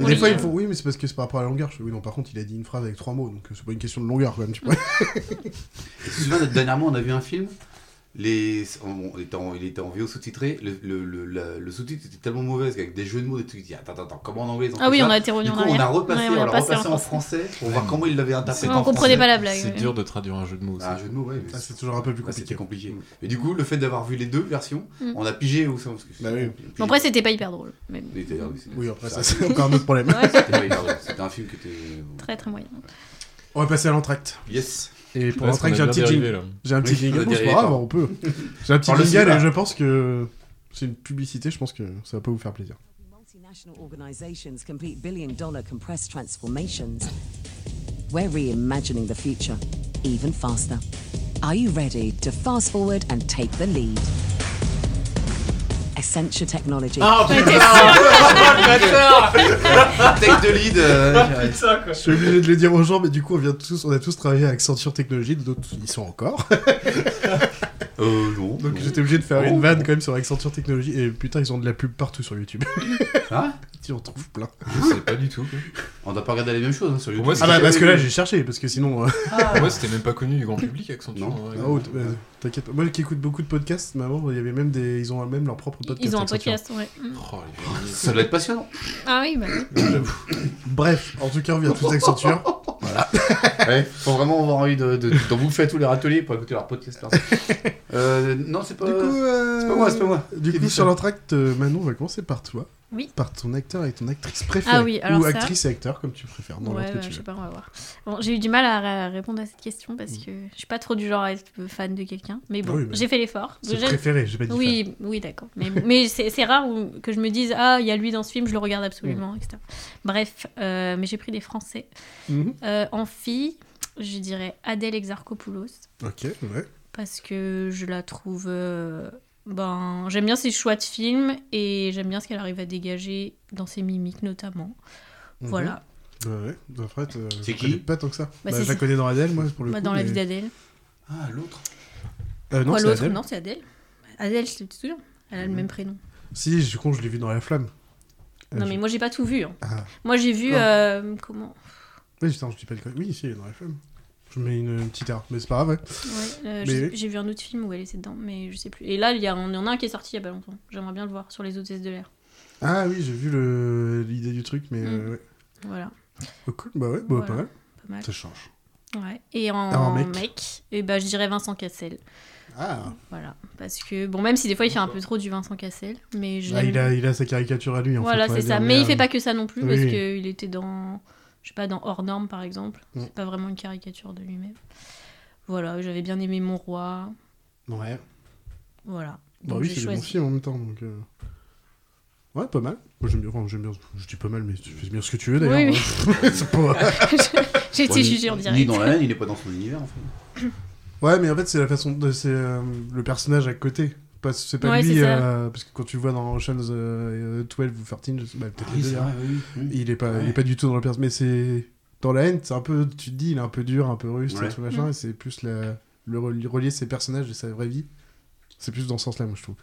Speaker 2: On
Speaker 1: des
Speaker 2: les
Speaker 1: fois,
Speaker 2: a.
Speaker 1: ils font oui, mais c'est parce que c'est par rapport à la longueur. Je fais, oui, non, par contre, il a dit une phrase avec trois mots, donc euh, c'est pas une question de longueur quand même. Tu vois.
Speaker 3: Tu te souviens, dernièrement, on a vu un film. Les... on- on était en- Il était en VO sous-titré. Le, le- le- la- le sous-titre était tellement mauvais qu'avec des jeux de mots, des trucs. il dit, Attends, attends, attends, comment en anglais ils ont
Speaker 2: Ah
Speaker 3: fait
Speaker 2: oui,
Speaker 3: ça
Speaker 2: on a été
Speaker 3: Du
Speaker 2: revenu
Speaker 3: coup,
Speaker 2: en
Speaker 3: on a
Speaker 2: arrière.
Speaker 3: repassé,
Speaker 2: Ouais,
Speaker 3: on
Speaker 2: on a
Speaker 3: l'a
Speaker 2: passé
Speaker 3: repassé
Speaker 2: en
Speaker 3: en français pour voir comment ils l'avaient interprété.
Speaker 2: Ouais,
Speaker 3: en
Speaker 2: on comprenait
Speaker 3: français.
Speaker 2: pas la blague.
Speaker 4: C'est
Speaker 2: ouais.
Speaker 4: dur de traduire un jeu de mots aussi.
Speaker 3: Ah, Un jeu de mots, ouais. mais
Speaker 1: Ah, c'est toujours un peu plus
Speaker 3: Ouais, C'était
Speaker 1: compliqué. Mm.
Speaker 3: compliqué. Mais du coup, le fait d'avoir vu les deux versions,
Speaker 2: Mm.
Speaker 3: on a pigé où ça.
Speaker 1: Bah oui.
Speaker 2: Bon, après, c'était pas hyper drôle. Mais bon.
Speaker 1: Oui, après, ça, c'est encore un autre problème.
Speaker 2: Ouais,
Speaker 3: C'était pas hyper drôle. C'était un film qui était.
Speaker 2: très très moyen.
Speaker 1: On va passer à l'entracte.
Speaker 3: Yes.
Speaker 1: Et pour
Speaker 4: Parce qu'on
Speaker 1: l'entracte, j'ai
Speaker 4: a
Speaker 1: un
Speaker 4: bien
Speaker 1: petit
Speaker 4: dérivé,
Speaker 1: jingle.
Speaker 4: là.
Speaker 1: J'ai un petit
Speaker 3: Oui,
Speaker 1: jingle.
Speaker 3: on a
Speaker 1: Bon, c'est
Speaker 3: dérivé,
Speaker 1: pas grave,
Speaker 3: pardon.
Speaker 1: on peut. J'ai un petit
Speaker 3: Par le
Speaker 1: jingle
Speaker 3: cinéma.
Speaker 1: et je pense que c'est une publicité. Je pense que ça va pas vous faire plaisir.
Speaker 10: Multinational organizations complete billion dollar compressed transformations. We're reimagining the future even faster. Are you ready to fast forward and take the lead? Essentia Technology.
Speaker 3: Take the lead. euh,
Speaker 1: Je suis obligé de le dire aux gens, mais du coup, on vient tous, on a tous travaillé à Accenture Technologies, d'autres y sont encore.
Speaker 3: euh, non.
Speaker 1: Donc
Speaker 3: non.
Speaker 1: j'étais obligé de faire
Speaker 3: Oh.
Speaker 1: une vanne quand même sur Accenture Technologies. Et putain, ils ont de la pub partout sur YouTube.
Speaker 3: Ah,
Speaker 1: Tu en trouves plein.
Speaker 4: Je sais pas du tout. quoi.
Speaker 3: on n'a pas regardé les mêmes choses hein, sur YouTube.
Speaker 4: moi,
Speaker 1: Ah bah parce que là j'ai cherché parce que sinon euh,
Speaker 4: Moi, c'était même pas connu du grand public, Accenture.
Speaker 3: Non.
Speaker 4: ouais.
Speaker 1: ah, oh, t- euh, t'inquiète pas moi qui écoute beaucoup de podcasts mais avant il y avait même des ils ont même leur propre podcast
Speaker 2: Ils ont un
Speaker 1: Accenture.
Speaker 2: podcast, ouais. Mm.
Speaker 4: Oh, les génies.
Speaker 3: ça doit être passionnant.
Speaker 2: Ah oui, bah oui.
Speaker 1: bref en tout cas on vient tous Accenture
Speaker 3: Ouais, faut vraiment avoir envie de, de, d'en bouffer à tous les râteliers pour écouter leur podcast. là. euh, non, c'est pas.
Speaker 1: du coup euh,
Speaker 3: c'est pas moi, c'est pas moi.
Speaker 1: du
Speaker 3: Qui
Speaker 1: coup
Speaker 3: dit
Speaker 1: sur
Speaker 3: ça
Speaker 1: l'entracte euh, Manon on va commencer par toi
Speaker 2: Oui.
Speaker 1: par ton acteur et ton actrice préférée
Speaker 2: Ah oui, alors
Speaker 1: ou
Speaker 2: ça-
Speaker 1: actrice et acteur comme tu préfères dans
Speaker 2: ouais,
Speaker 1: l'ordre que
Speaker 2: bah,
Speaker 1: tu
Speaker 2: je sais
Speaker 1: veux
Speaker 2: pas, on va voir. Bon, j'ai eu du mal à ré- à répondre à cette question parce que je suis pas trop du genre à être fan de quelqu'un. Mais bon,
Speaker 1: Oui, mais-
Speaker 2: j'ai fait l'effort.
Speaker 1: c'est
Speaker 2: J'ai-
Speaker 1: préféré j'ai pas dit fan.
Speaker 2: Oui, oui, d'accord. Mais, mais c'est c'est rare où- que je me dise ah il y a lui dans ce film, je le regarde
Speaker 1: Mm.
Speaker 2: absolument, etc. Bref, euh, mais j'ai pris des Français.
Speaker 1: Mhm.
Speaker 2: Euh, en fille, je dirais Adèle Exarchopoulos
Speaker 1: ok ouais
Speaker 2: parce que je la trouve. euh, ben, j'aime bien ses choix de films et j'aime bien ce qu'elle arrive à dégager dans ses mimiques notamment.
Speaker 1: Mhm.
Speaker 2: Voilà,
Speaker 1: Ouais, ouais en fait euh,
Speaker 3: C'est
Speaker 1: je
Speaker 3: qui
Speaker 1: connais pas tant que ça bah,
Speaker 2: c'est-
Speaker 1: je la connais dans Adèle moi pour le
Speaker 2: Bah,
Speaker 1: coup
Speaker 2: dans la
Speaker 1: mais-
Speaker 2: vie d'Adèle.
Speaker 3: Ah, l'autre.
Speaker 1: Euh, non
Speaker 2: Quoi,
Speaker 1: c'est
Speaker 2: l'autre
Speaker 1: Adèle Mhm.
Speaker 2: Non, c'est Adèle. Adèle, je te souviens. Elle a le même prénom.
Speaker 1: si je con je l'ai vu dans la flamme Euh,
Speaker 2: non,
Speaker 1: je-
Speaker 2: mais moi, j'ai pas tout vu. hein.
Speaker 1: Ah.
Speaker 2: Moi, j'ai vu.
Speaker 1: Ah.
Speaker 2: euh, comment
Speaker 1: Oui, putain, je dis pas de conneries. Oui, si, elle est dans la flamme. Je mets une, une petite erreur, mais c'est pas grave. ouais.
Speaker 2: Ouais, euh,
Speaker 1: Mais
Speaker 2: j'ai-
Speaker 1: oui.
Speaker 2: J'ai vu un autre film où elle était dedans, mais je sais plus. Et là, il y, a- il y en a un qui est sorti il y a pas longtemps. J'aimerais bien le voir sur les hôtesses de l'air.
Speaker 1: Ah oui, j'ai vu le- l'idée du truc, mais
Speaker 2: Mm.
Speaker 1: euh, ouais.
Speaker 2: Voilà,
Speaker 1: Oh, cool, bah ouais, bah,
Speaker 2: Voilà.
Speaker 1: pas mal.
Speaker 2: pas mal.
Speaker 1: Ça change.
Speaker 2: Ouais. Et en,
Speaker 1: Ah, en mec.
Speaker 2: mec, eh ben, je dirais Vincent Cassel.
Speaker 1: Ah,
Speaker 2: Voilà, parce que bon, même si des fois il fait un peu trop du Vincent Cassel, mais je
Speaker 1: Ah,
Speaker 2: l'aime.
Speaker 1: il, a, il a sa caricature à lui, en
Speaker 2: Voilà,
Speaker 1: fait. euh,
Speaker 2: c'est ça. Mais il fait pas que ça non plus, parce
Speaker 1: hein. Oui.
Speaker 2: qu'il était dans, je sais pas, dans Hors Norme par exemple.
Speaker 1: Mm.
Speaker 2: C'est pas vraiment une caricature de lui-même. Voilà, j'avais bien aimé Mon Roi.
Speaker 1: Ouais.
Speaker 2: Voilà.
Speaker 1: Bah
Speaker 2: Donc,
Speaker 1: oui,
Speaker 2: j'ai
Speaker 1: c'est des bons
Speaker 2: choisi.
Speaker 1: films en même temps, donc... euh, Ouais, pas mal. Moi, j'aime bien, enfin, j'aime bien, je dis pas mal, mais tu fais bien ce que tu veux, d'ailleurs.
Speaker 2: Oui,
Speaker 1: hein. C'est pas-
Speaker 2: J'ai été jugée en
Speaker 3: Il est
Speaker 2: direct.
Speaker 3: dans la haine, il est pas dans son univers en fait.
Speaker 1: Ouais, mais en fait, c'est la façon de... C'est euh, le personnage à côté. Pas- C'est pas
Speaker 2: Ouais,
Speaker 1: lui...
Speaker 2: c'est ça.
Speaker 1: euh, parce que quand tu le vois dans Ocean's euh, 12 ou 13, je sais bah,
Speaker 2: Ah
Speaker 1: peut-être les deux, hein.
Speaker 3: Ah oui. oui.
Speaker 1: Il est pas, il est
Speaker 3: Ouais.
Speaker 1: pas du tout dans le personnage, mais c'est dans la haine, c'est un peu, tu te dis, il est un peu dur, un peu russe,
Speaker 3: Ouais.
Speaker 1: et tout machin, et c'est plus la, le rel- relier ses personnages et sa vraie vie. C'est plus dans ce sens-là, moi je trouve.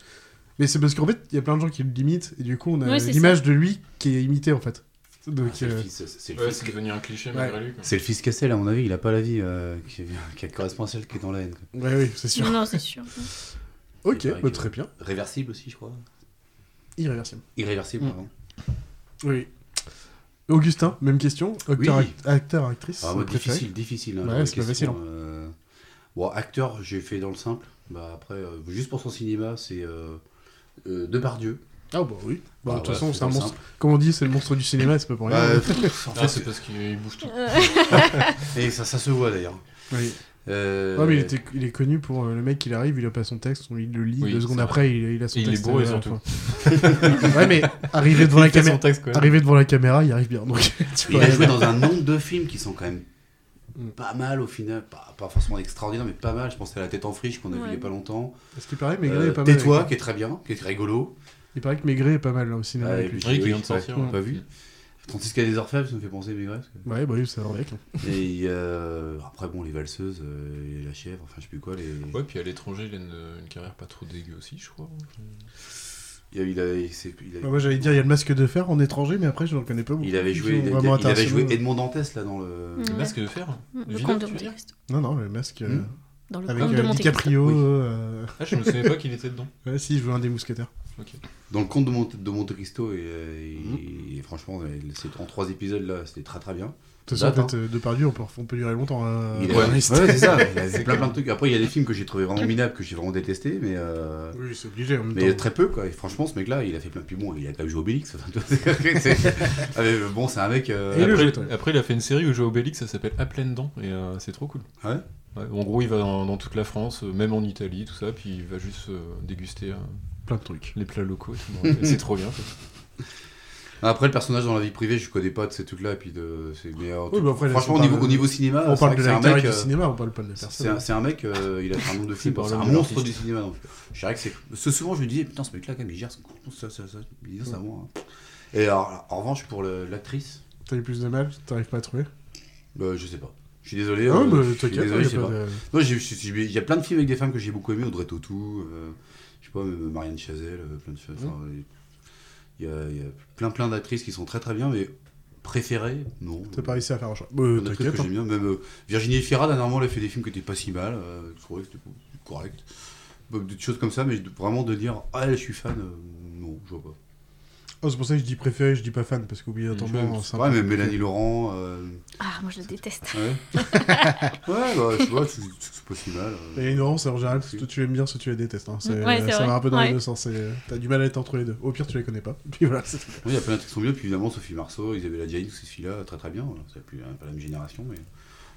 Speaker 1: Mais c'est parce qu'en fait, il y a plein de gens qui le limitent, et du coup, on a
Speaker 2: Ouais, c'est
Speaker 1: l'image de lui qui est imitée en fait.
Speaker 3: Ah,
Speaker 1: Donc,
Speaker 3: C'est le
Speaker 1: euh,
Speaker 3: fils- c'est le
Speaker 4: Ouais,
Speaker 3: fils
Speaker 4: c'est devenu un cliché malgré lui. quoi.
Speaker 3: C'est le fils Cassel, à mon avis, il a pas la vie euh, qui, qui correspond à celle qui est dans la haine. quoi.
Speaker 1: ouais, oui, c'est sûr.
Speaker 2: Non, c'est sûr.
Speaker 1: Ok,
Speaker 3: Il paraît
Speaker 1: bah,
Speaker 3: que-
Speaker 1: très bien.
Speaker 3: Réversible aussi, je crois.
Speaker 1: Irréversible.
Speaker 3: Irréversible,
Speaker 1: Mm.
Speaker 3: pardon.
Speaker 1: Oui. Augustin, même question. Acteur,
Speaker 3: Oui.
Speaker 1: act- acteur actrice.
Speaker 3: Ah, moi,
Speaker 1: préféré.
Speaker 3: difficile, difficile. hein,
Speaker 1: Ouais,
Speaker 3: genre de
Speaker 1: c'est pas
Speaker 3: question,
Speaker 1: facile,
Speaker 3: euh. Bon, acteur, j'ai fait dans le simple. Bah, après, euh, juste pour son cinéma, c'est euh, euh, Depardieu.
Speaker 1: Ah, bah oui. Bah, de
Speaker 3: Bah,
Speaker 1: toute
Speaker 3: voilà,
Speaker 1: façon, c'est un
Speaker 3: dans le
Speaker 1: monstre.
Speaker 3: simple.
Speaker 1: Comme on dit, c'est le monstre du cinéma, c'est pas pour rien.
Speaker 3: Bah,
Speaker 1: hein.
Speaker 3: pff, en
Speaker 4: Ah,
Speaker 3: fait,
Speaker 4: c'est parce qu'il bouge tout.
Speaker 2: Euh,
Speaker 3: et ça, ça se voit d'ailleurs.
Speaker 1: Oui.
Speaker 3: Euh,
Speaker 1: Ouais, mais il, était- il est connu pour euh, le mec, il arrive, il a pas son texte, on- il le lit,
Speaker 4: Oui,
Speaker 1: deux secondes
Speaker 4: c'est
Speaker 1: après, il, il a son
Speaker 4: Et il est
Speaker 1: texte.
Speaker 4: bourré,
Speaker 1: euh,
Speaker 4: surtout.
Speaker 1: enfin. ouais, mais arrivé devant, la
Speaker 4: Il fait son
Speaker 1: caméra,
Speaker 4: texte, quoi.
Speaker 1: arrivé devant la caméra, il arrive bien. Donc, tu
Speaker 3: il
Speaker 1: peux
Speaker 3: a
Speaker 1: rien
Speaker 3: joué
Speaker 1: dire.
Speaker 3: dans un nombre de films qui sont quand même
Speaker 1: Mm.
Speaker 3: pas mal au final, pas, pas forcément extraordinaire, mais pas mal. Je pensais à la tête en friche qu'on a vu
Speaker 1: Ouais.
Speaker 3: il y a pas longtemps. Euh,
Speaker 1: Parce qu'il paraît, Maigret est pas mal
Speaker 3: Tais-toi,
Speaker 1: avec-
Speaker 3: qui est très bien, qui est rigolo.
Speaker 1: Il paraît que Maigret est pas mal là au cinéma.
Speaker 3: Ah, et
Speaker 1: avec
Speaker 3: puis,
Speaker 1: lui.
Speaker 3: oui, ouais, on
Speaker 1: Mm.
Speaker 3: l'a pas vu. 36 cas des orfèvres, ça me fait penser à Maigret. parce que-
Speaker 1: Ouais, bah oui, c'est vrai.
Speaker 3: Et euh, après, bon, les valseuses, euh, et la chèvre, enfin, je sais plus quoi. Les...
Speaker 4: Ouais, puis à l'étranger, il a une, une carrière pas trop dégueu aussi, je crois.
Speaker 3: Il, a- il a- il s'est- il a-
Speaker 1: Bah, moi j'allais dire, il y a le masque de fer en étranger, mais après je ne le connais pas beaucoup.
Speaker 3: Il avait
Speaker 1: Qui
Speaker 3: joué,
Speaker 1: sont
Speaker 3: il,
Speaker 1: vraiment
Speaker 3: il avait joué
Speaker 1: internationaux.
Speaker 3: Edmond Dantès là dans le.
Speaker 2: Le Ouais. masque de fer Mm, le Villeneuve, comte de tu veux Monte dire Cristo.
Speaker 1: Non, non, le masque. euh,
Speaker 3: Hmm.
Speaker 2: Dans le
Speaker 1: avec
Speaker 2: comte de
Speaker 1: euh,
Speaker 2: Monte Cristo.
Speaker 1: DiCaprio.
Speaker 2: Oui.
Speaker 1: euh,
Speaker 4: Ah, je me souvenais pas qu'il était dedans.
Speaker 1: ouais, si, il jouait un des mousquetaires.
Speaker 3: Dans le conte de, Monte, de Monte Cristo, et, euh, et- et franchement, c'est- en trois épisodes là, c'était très très bien.
Speaker 1: De toute façon,
Speaker 3: Date, hein.
Speaker 1: peut-être euh, Depardieu, on peut, on peut durer longtemps. hein,
Speaker 3: Il a-
Speaker 1: dans la
Speaker 3: ouais,
Speaker 1: liste.
Speaker 3: c'est ça, il a plein, plein de trucs. Après, il y a des films que j'ai trouvé vraiment minables, que j'ai vraiment détesté, mais. euh,
Speaker 1: Oui, c'est obligé, en même
Speaker 3: Mais
Speaker 1: temps.
Speaker 3: très peu, quoi. Et franchement, ce mec-là, il a fait plein. Puis bon, il a quand même joué Obélix. enfin, tu vois, c'est- c'est- Ah, mais bon, c'est un mec. euh,
Speaker 4: après, après, il a fait une série où joue Obélix, ça s'appelle À pleines dents, et euh, c'est trop cool.
Speaker 3: Ouais.
Speaker 4: En gros, il va dans, dans toute la France, euh, même en Italie, tout ça, puis il va juste euh, déguster.
Speaker 1: Plein de trucs.
Speaker 4: Les plats locaux, et tout. Ouais, c'est trop bien. quoi.
Speaker 3: Après, le personnage dans la vie privée, je connais pas de ces trucs-là. Et puis de... c'est- mais, euh,
Speaker 1: Oui, bah après, là,
Speaker 3: franchement,
Speaker 1: on
Speaker 3: au niveau,
Speaker 1: parle-
Speaker 3: au niveau cinéma,
Speaker 1: on parle
Speaker 3: c'est vrai
Speaker 1: de
Speaker 3: que c'est un
Speaker 1: l'acteur
Speaker 3: mec,
Speaker 1: et du
Speaker 3: euh,
Speaker 1: cinéma, on parle pas de la
Speaker 3: c'est
Speaker 1: personne.
Speaker 3: un- C'est un mec, euh, il a fait un nombre de films,
Speaker 1: parle
Speaker 3: c'est un
Speaker 1: de
Speaker 3: monstre du
Speaker 1: l'artiste.
Speaker 3: cinéma. donc. Je dirais que c'est. ce- Souvent, je lui dis, putain, ce mec-là, quand même, il gère son contenu, ça, ça, ça. Il dit, ça, moi. hein. Et alors, en revanche, pour le- l'actrice,
Speaker 1: T'as eu plus de mal, t'arrives pas à trouver.
Speaker 3: euh, je sais pas. Je suis désolé.
Speaker 1: Ah,
Speaker 3: euh,
Speaker 1: bah,
Speaker 3: je suis
Speaker 1: t'inquiète,
Speaker 3: désolé,
Speaker 1: y a
Speaker 3: je sais
Speaker 1: pas
Speaker 3: pas.
Speaker 1: de-
Speaker 3: Non, j'ai- j'ai- j'ai- il y a plein de films avec des femmes que j'ai beaucoup aimé, Audrey Tautou, euh, je sais pas, euh, Marianne Chazelle, euh, plein de choses. enfin, Il y, a- il y a plein plein d'actrices qui sont très très bien, mais préférées, non.
Speaker 1: T'as pas réussi à faire un choix.
Speaker 3: Il y
Speaker 1: Bah,
Speaker 3: en a
Speaker 1: t'inquiète.
Speaker 3: que j'aime bien. Même euh, Virginie Efira, dernièrement, elle a fait des films qui étaient pas si mal. euh, je trouvais que c'était correct. Bah, Des choses comme ça, mais de- vraiment de dire Ah, elle, je suis fan, euh, non, je vois pas.
Speaker 1: Oh, c'est pour ça que je dis préféré, je dis pas fan, parce qu'obligatoirement, c'est un
Speaker 3: Ouais,
Speaker 1: peu
Speaker 3: mais
Speaker 1: compliqué.
Speaker 3: Mélanie Laurent. euh,
Speaker 2: Ah, moi je le déteste.
Speaker 3: Ouais. ouais, bah, je vois, c'est c'est pas si mal. euh.
Speaker 1: Et non, c'est en général, soit tu aimes bien, soit tu les détestes. hein. C'est-
Speaker 2: Ouais, c'est
Speaker 1: ça
Speaker 2: vrai.
Speaker 1: va un peu dans les
Speaker 2: Ouais.
Speaker 1: deux sens. c'est- euh, T'as du mal à être entre les deux. Au pire, tu les connais pas. Puis voilà, c'est tout.
Speaker 3: Oui, il y a plein de trucs qui sont bien, puis évidemment Sophie Marceau, Isabella Gianni, toutes ces filles-là, très très bien, voilà. c'est plus hein, pas la même génération, mais,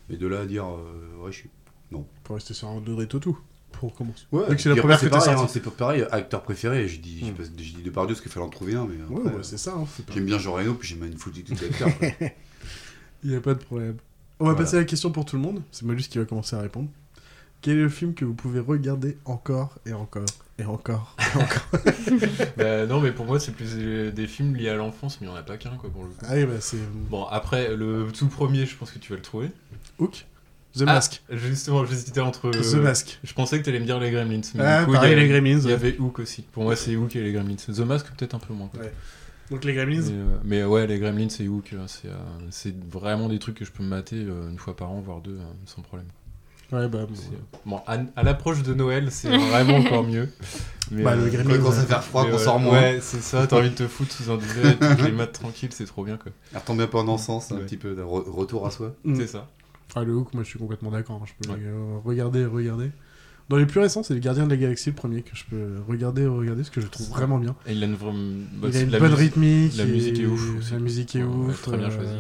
Speaker 3: mais de là à dire, euh, ouais, je suis... Non.
Speaker 1: Pour rester sur un Audrey Tautou, pour commencer.
Speaker 3: Ouais,
Speaker 1: Vu que c'est la
Speaker 3: puis
Speaker 1: première
Speaker 3: après,
Speaker 1: que
Speaker 3: c'est
Speaker 1: t'as
Speaker 3: pareil, hein,
Speaker 1: sortie. Hmm.
Speaker 3: c'est pas pareil, acteur préféré, je dis, je sais pas, je dis Depardieu parce qu'il fallait en trouver un, mais...
Speaker 1: Ouais,
Speaker 3: après,
Speaker 1: ouais, c'est ça, hein, c'est pas-
Speaker 3: J'aime bien Jean Reno, puis j'aime une foultitude d'acteurs. quoi.
Speaker 1: Il n'y a pas de problème. On va
Speaker 3: Voilà.
Speaker 1: passer à la question pour tout le monde. C'est Malus qui va commencer à répondre. Quel est le film que vous pouvez regarder encore et encore et encore et encore
Speaker 4: Bah, non, mais pour moi, c'est plus des, des films liés à l'enfance, mais il n'y en a pas qu'un, quoi, pour le coup.
Speaker 1: Ah oui, bah, c'est-
Speaker 4: Bon, après, le tout premier, je pense que tu vas le trouver.
Speaker 1: Hook The
Speaker 4: Ah,
Speaker 1: Mask.
Speaker 4: Justement, j'hésitais entre.
Speaker 1: The Mask.
Speaker 4: Je pensais que tu allais me dire les Gremlins. Mais
Speaker 1: Ah,
Speaker 4: du coup,
Speaker 1: pareil,
Speaker 4: il y a-
Speaker 1: les Gremlins,
Speaker 4: Il y
Speaker 1: ouais.
Speaker 4: avait Hook aussi. Pour moi, c'est Hook et les Gremlins. The Mask, peut-être un peu moins. quoi.
Speaker 1: Ouais. Donc les Gremlins
Speaker 4: Mais, euh, mais ouais, les Gremlins et Hook, euh, c'est euh, c'est vraiment des trucs que je peux me mater euh, une fois par an, voire deux, euh, sans problème.
Speaker 1: Ouais, bah.
Speaker 4: C'est- Bon, à, à l'approche de Noël, c'est vraiment encore mieux.
Speaker 1: Bah, le Gremlins,
Speaker 4: quand
Speaker 1: Quand
Speaker 4: ça
Speaker 1: ça fait froid, qu'on sort moins.
Speaker 4: Ouais, c'est ça, t'as envie de te foutre sous un duvet, et tu les maths tranquilles, c'est trop bien quoi.
Speaker 3: Retomber un peu en encens, un petit peu de re- retour à soi.
Speaker 1: Mm.
Speaker 4: C'est ça.
Speaker 1: Ah, le Hook, moi je suis complètement d'accord. hein. Je peux le- regarder, regarder. Dans les plus récents, c'est les Gardiens de la Galaxie, le premier que je peux regarder, regarder, ce que je trouve vraiment bien.
Speaker 4: Et il a une, vraie- bah,
Speaker 1: il
Speaker 4: c'est
Speaker 1: a une
Speaker 4: la
Speaker 1: bonne
Speaker 4: musique-
Speaker 1: rythmique.
Speaker 4: La
Speaker 1: et-
Speaker 4: musique est ouf. aussi.
Speaker 1: La musique est
Speaker 4: Ouais, ouais,
Speaker 1: ouf.
Speaker 4: Très bien
Speaker 1: euh,
Speaker 4: choisi.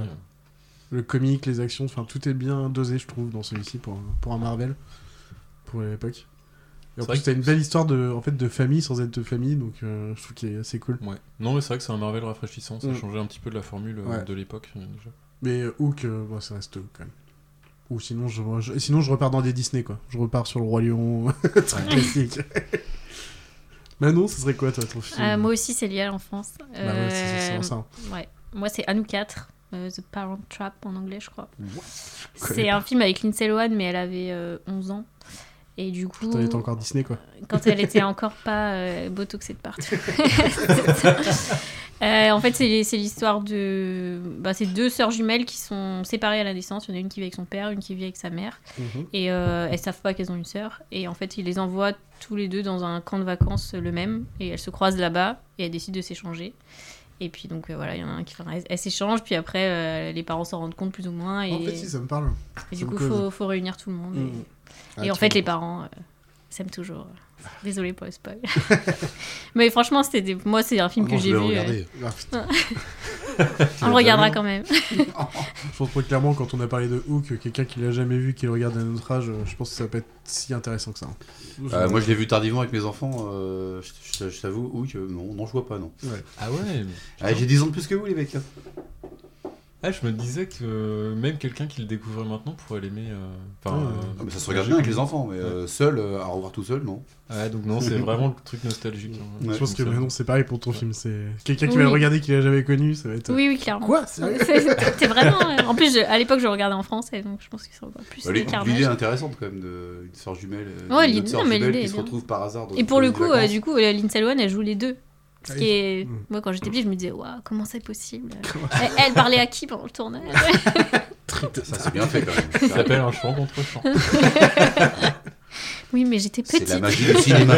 Speaker 1: Le comique, les actions, enfin tout est bien dosé, je trouve, dans celui-ci pour, un- pour un Marvel, pour l'époque. Et en
Speaker 4: C'est vrai
Speaker 1: plus,
Speaker 4: que
Speaker 1: t'as une belle histoire de, en fait, de famille sans être de famille, donc euh, je trouve qu'il est assez cool.
Speaker 4: Ouais. Non, mais c'est vrai que c'est un Marvel rafraîchissant, ça
Speaker 1: Mm.
Speaker 4: a changé un petit peu de la formule euh,
Speaker 1: Ouais.
Speaker 4: de l'époque euh, déjà.
Speaker 1: Mais euh, Hook, euh, bon, ça reste Hook quand même. Ou sinon je, je- sinon, je repars dans des Disney, quoi. Je repars sur le Roi Lion, truc classique. Manon, ce serait quoi, toi, ton film
Speaker 2: Euh, moi aussi, c'est lié à l'enfance.
Speaker 1: Bah, ouais, c'est- c'est
Speaker 2: Euh,
Speaker 1: vraiment ça, hein.
Speaker 2: ouais. Moi, c'est Anou 4, euh, The Parent Trap en anglais, je crois.
Speaker 1: What Je connais
Speaker 2: C'est
Speaker 1: pas.
Speaker 2: un film avec Lindsay Lohan, mais elle avait euh, 11 ans. Et du coup.
Speaker 1: Quand elle était encore Disney, quoi.
Speaker 2: Quand elle était encore pas euh, botoxée de partout. C'est ça. Euh, en fait, c'est c'est l'histoire de. Bah, c'est deux sœurs jumelles qui sont séparées à la naissance. Il y en a une qui vit avec son père, une qui vit avec sa mère.
Speaker 1: Mhm.
Speaker 2: Et euh, elles savent pas qu'elles ont une sœur. Et en fait, ils les envoient tous les deux dans un camp de vacances euh, le même. Et elles se croisent là-bas et elles décident de s'échanger. Et puis, donc euh, voilà, il y en a un qui. enfin, elles- elles s'échangent, puis après, euh, les parents s'en rendent compte plus ou moins. Et...
Speaker 1: En fait, si, ça me parle.
Speaker 2: Et
Speaker 1: Ça
Speaker 2: du
Speaker 1: me
Speaker 2: coup,
Speaker 1: cause.
Speaker 2: faut, faut réunir tout le monde. Et,
Speaker 1: Mm. Ah,
Speaker 2: et
Speaker 1: tu
Speaker 2: en fait,
Speaker 1: vois.
Speaker 2: les parents euh, s'aiment toujours. Désolé pour le spoil. Mais franchement, c'était des- moi, c'est un film
Speaker 1: Ah
Speaker 2: que
Speaker 1: non, je
Speaker 2: j'ai
Speaker 1: vais
Speaker 2: vu.
Speaker 1: le regarder.
Speaker 2: euh,
Speaker 1: Ah, putain.
Speaker 2: On le regardera quand même.
Speaker 1: je pense pas clairement, quand on a parlé de Hook, quelqu'un qui l'a jamais vu, qui le regarde à notre âge, euh, je pense que ça peut être si intéressant que ça. hein.
Speaker 3: Euh, moi, je l'ai vu tardivement avec mes enfants, euh, je, je- je t'avoue, oui, que non, non, je vois pas, non.
Speaker 1: Ouais.
Speaker 4: Ah ouais
Speaker 3: Ah, J'ai 10 ans de plus que vous, les mecs. hein.
Speaker 4: Ah, je me disais que euh, même quelqu'un qui le découvrait maintenant pourrait l'aimer. euh, enfin,
Speaker 3: Ouais.
Speaker 4: euh,
Speaker 3: Ah, mais ça se regarde bien avec les enfants, mais
Speaker 4: Ouais.
Speaker 3: euh, seul, euh, à revoir tout seul, non.
Speaker 4: Ouais, donc non, c'est vraiment le truc nostalgique. hein.
Speaker 1: Je pense que
Speaker 4: Comme ça.
Speaker 1: maintenant c'est pareil pour ton film. C'est quelqu'un qui
Speaker 2: Oui.
Speaker 1: va le regarder qui l'a jamais connu, ça va être. euh,
Speaker 2: Oui, oui, clairement.
Speaker 1: Quoi
Speaker 2: C'est-
Speaker 1: sérieux
Speaker 2: C'était vraiment. euh, En plus, je- à l'époque, je le regardais en français, donc je pense que c'est encore plus.
Speaker 3: Bah,
Speaker 2: des
Speaker 3: l'idée-
Speaker 2: carnages.
Speaker 3: L'idée est intéressante quand même de- une soeur jumelle, euh,
Speaker 2: Ouais,
Speaker 3: d'une
Speaker 2: l'idée-
Speaker 3: autre sœur
Speaker 2: non, mais
Speaker 3: jumelle
Speaker 2: l'idée
Speaker 3: qui
Speaker 2: est
Speaker 3: se
Speaker 2: bien.
Speaker 3: retrouve par hasard. dans
Speaker 2: Et
Speaker 3: une
Speaker 2: pour le
Speaker 3: colonie de
Speaker 2: coup, euh,
Speaker 3: vacances.
Speaker 2: du coup, euh, Lindsay Lohan, elle joue les deux. Ce
Speaker 1: Ah
Speaker 2: qui
Speaker 1: oui.
Speaker 2: est...
Speaker 1: Mm.
Speaker 2: Moi, quand j'étais petite, je me disais, waouh, comment c'est possible elle, elle parlait à qui pendant le tournage
Speaker 3: Ça c'est bien fait quand même.
Speaker 4: Ça s'appelle un chant contre chant.
Speaker 2: Oui, mais j'étais
Speaker 3: C'est
Speaker 2: petite.
Speaker 3: la magie du cinéma.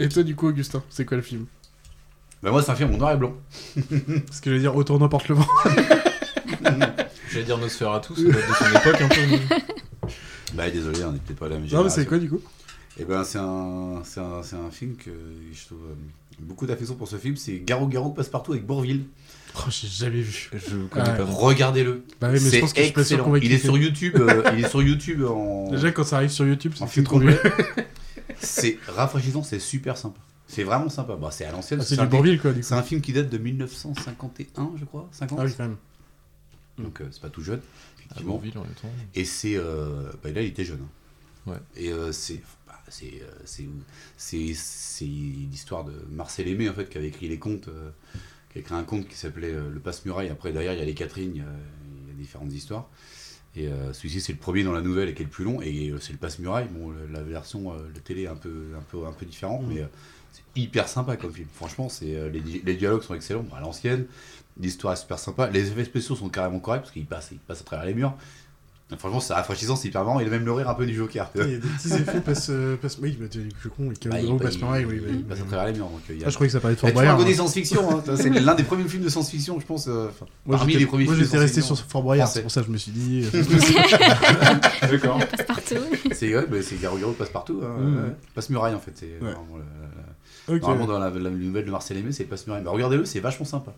Speaker 1: Et toi, du coup, Augustin, c'est quoi le film
Speaker 3: Bah moi c'est un film en noir et blanc.
Speaker 1: Parce que je veux dire, autour n'importe le vent.
Speaker 4: J'allais dire Nosferatu, ça date de son époque un peu.
Speaker 3: Bah désolé, on n'est peut-être pas à la même
Speaker 1: Non, mais c'est
Speaker 3: génération.
Speaker 1: quoi du coup
Speaker 3: Eh ben, c'est un, c'est un, c'est un film que je trouve euh, beaucoup d'affection pour ce film. C'est Garou Garou Passe-Partout avec Bourville.
Speaker 1: Oh, j'ai jamais vu.
Speaker 4: mais Je connais
Speaker 1: Ouais.
Speaker 4: pas non.
Speaker 3: Regardez-le.
Speaker 1: Bah oui, mais je
Speaker 3: c'est
Speaker 1: pense que je suis pas sûr
Speaker 3: excellent.
Speaker 1: qu'on va
Speaker 3: il est
Speaker 1: kiffer.
Speaker 3: sur YouTube. euh, il est sur YouTube en,
Speaker 1: Déjà, quand ça arrive sur YouTube,
Speaker 3: en
Speaker 1: c'est film
Speaker 3: film
Speaker 1: trop bien.
Speaker 3: complet. c'est rafraîchissant, c'est super sympa. C'est vraiment sympa. Bah, c'est à l'ancienne.
Speaker 1: Ah,
Speaker 3: c'est
Speaker 1: C'est
Speaker 3: un
Speaker 1: du
Speaker 3: film-
Speaker 1: Bourville quoi, du coup.
Speaker 3: C'est un film qui date de 1951, je crois, 50.
Speaker 1: Ah oui, quand même.
Speaker 3: Donc euh, c'est pas tout jeune.
Speaker 4: À
Speaker 3: Effectivement.
Speaker 4: Bourville en même temps.
Speaker 3: Et c'est. euh, bah, là, il était jeune. hein.
Speaker 4: Ouais.
Speaker 3: Et euh, c'est. bah, c'est, euh, c'est- c'est- c'est l'histoire de Marcel Aimé, en fait, qui avait écrit les contes. euh, qui a écrit un conte qui s'appelait euh, Le Passe-Muraille. Après, derrière, il y a les Catherine, il y a, il y a différentes histoires. Et euh, celui-ci, c'est le premier dans la nouvelle et qui est le plus long. Et euh, c'est le Passe-Muraille. Bon, le- la version, euh, la télé est un peu, un peu, un peu différente, mais euh, c'est hyper sympa comme film. Franchement, c'est, euh, les, di- les dialogues sont excellents. Bon, à l'ancienne, l'histoire est super sympa. Les effets spéciaux sont carrément corrects parce qu'ils passent, ils passent à travers les murs. Donc, Franchement, c'est rafraîchissant, c'est hyper marrant. Il a même le rire un peu du Joker. tu vois.
Speaker 1: Il y a des petits effets passe. euh, passe- Oui, mais t'es plus con, les
Speaker 3: Bah, il-
Speaker 1: Garou
Speaker 3: bah,
Speaker 1: passe
Speaker 3: il-
Speaker 1: pareil, oui.
Speaker 3: il
Speaker 1: bah, il-
Speaker 2: Mmh.
Speaker 3: passe à travers les murs. Donc, il y a...
Speaker 1: Ah, je croyais que ça parlait de
Speaker 3: Eh,
Speaker 1: Fort
Speaker 3: tu vois, un
Speaker 1: Boyard.
Speaker 3: côté
Speaker 1: hein.
Speaker 3: science-fiction, hein. Ça, c'est l'un des premiers films de science-fiction, je pense. euh, enfin,
Speaker 1: Moi,
Speaker 3: parmi
Speaker 1: j'étais-
Speaker 3: les premiers
Speaker 1: moi,
Speaker 3: films de
Speaker 1: j'étais resté
Speaker 3: science-fiction
Speaker 1: sur Fort Boyard,
Speaker 3: français.
Speaker 1: c'est pour ça que je me suis dit. euh,
Speaker 4: D'accord.
Speaker 2: passe partout.
Speaker 3: C'est ouais, mais c'est Garou Garou passe partout. Hein.
Speaker 1: Mm.
Speaker 3: Ouais. Passe muraille en fait. C'est
Speaker 1: Ouais.
Speaker 3: vraiment le- le- le-
Speaker 1: Ok.
Speaker 3: Normalement dans la, la nouvelle de Marcel Aimé, c'est passe muraille. Mais regardez-le, c'est vachement sympa.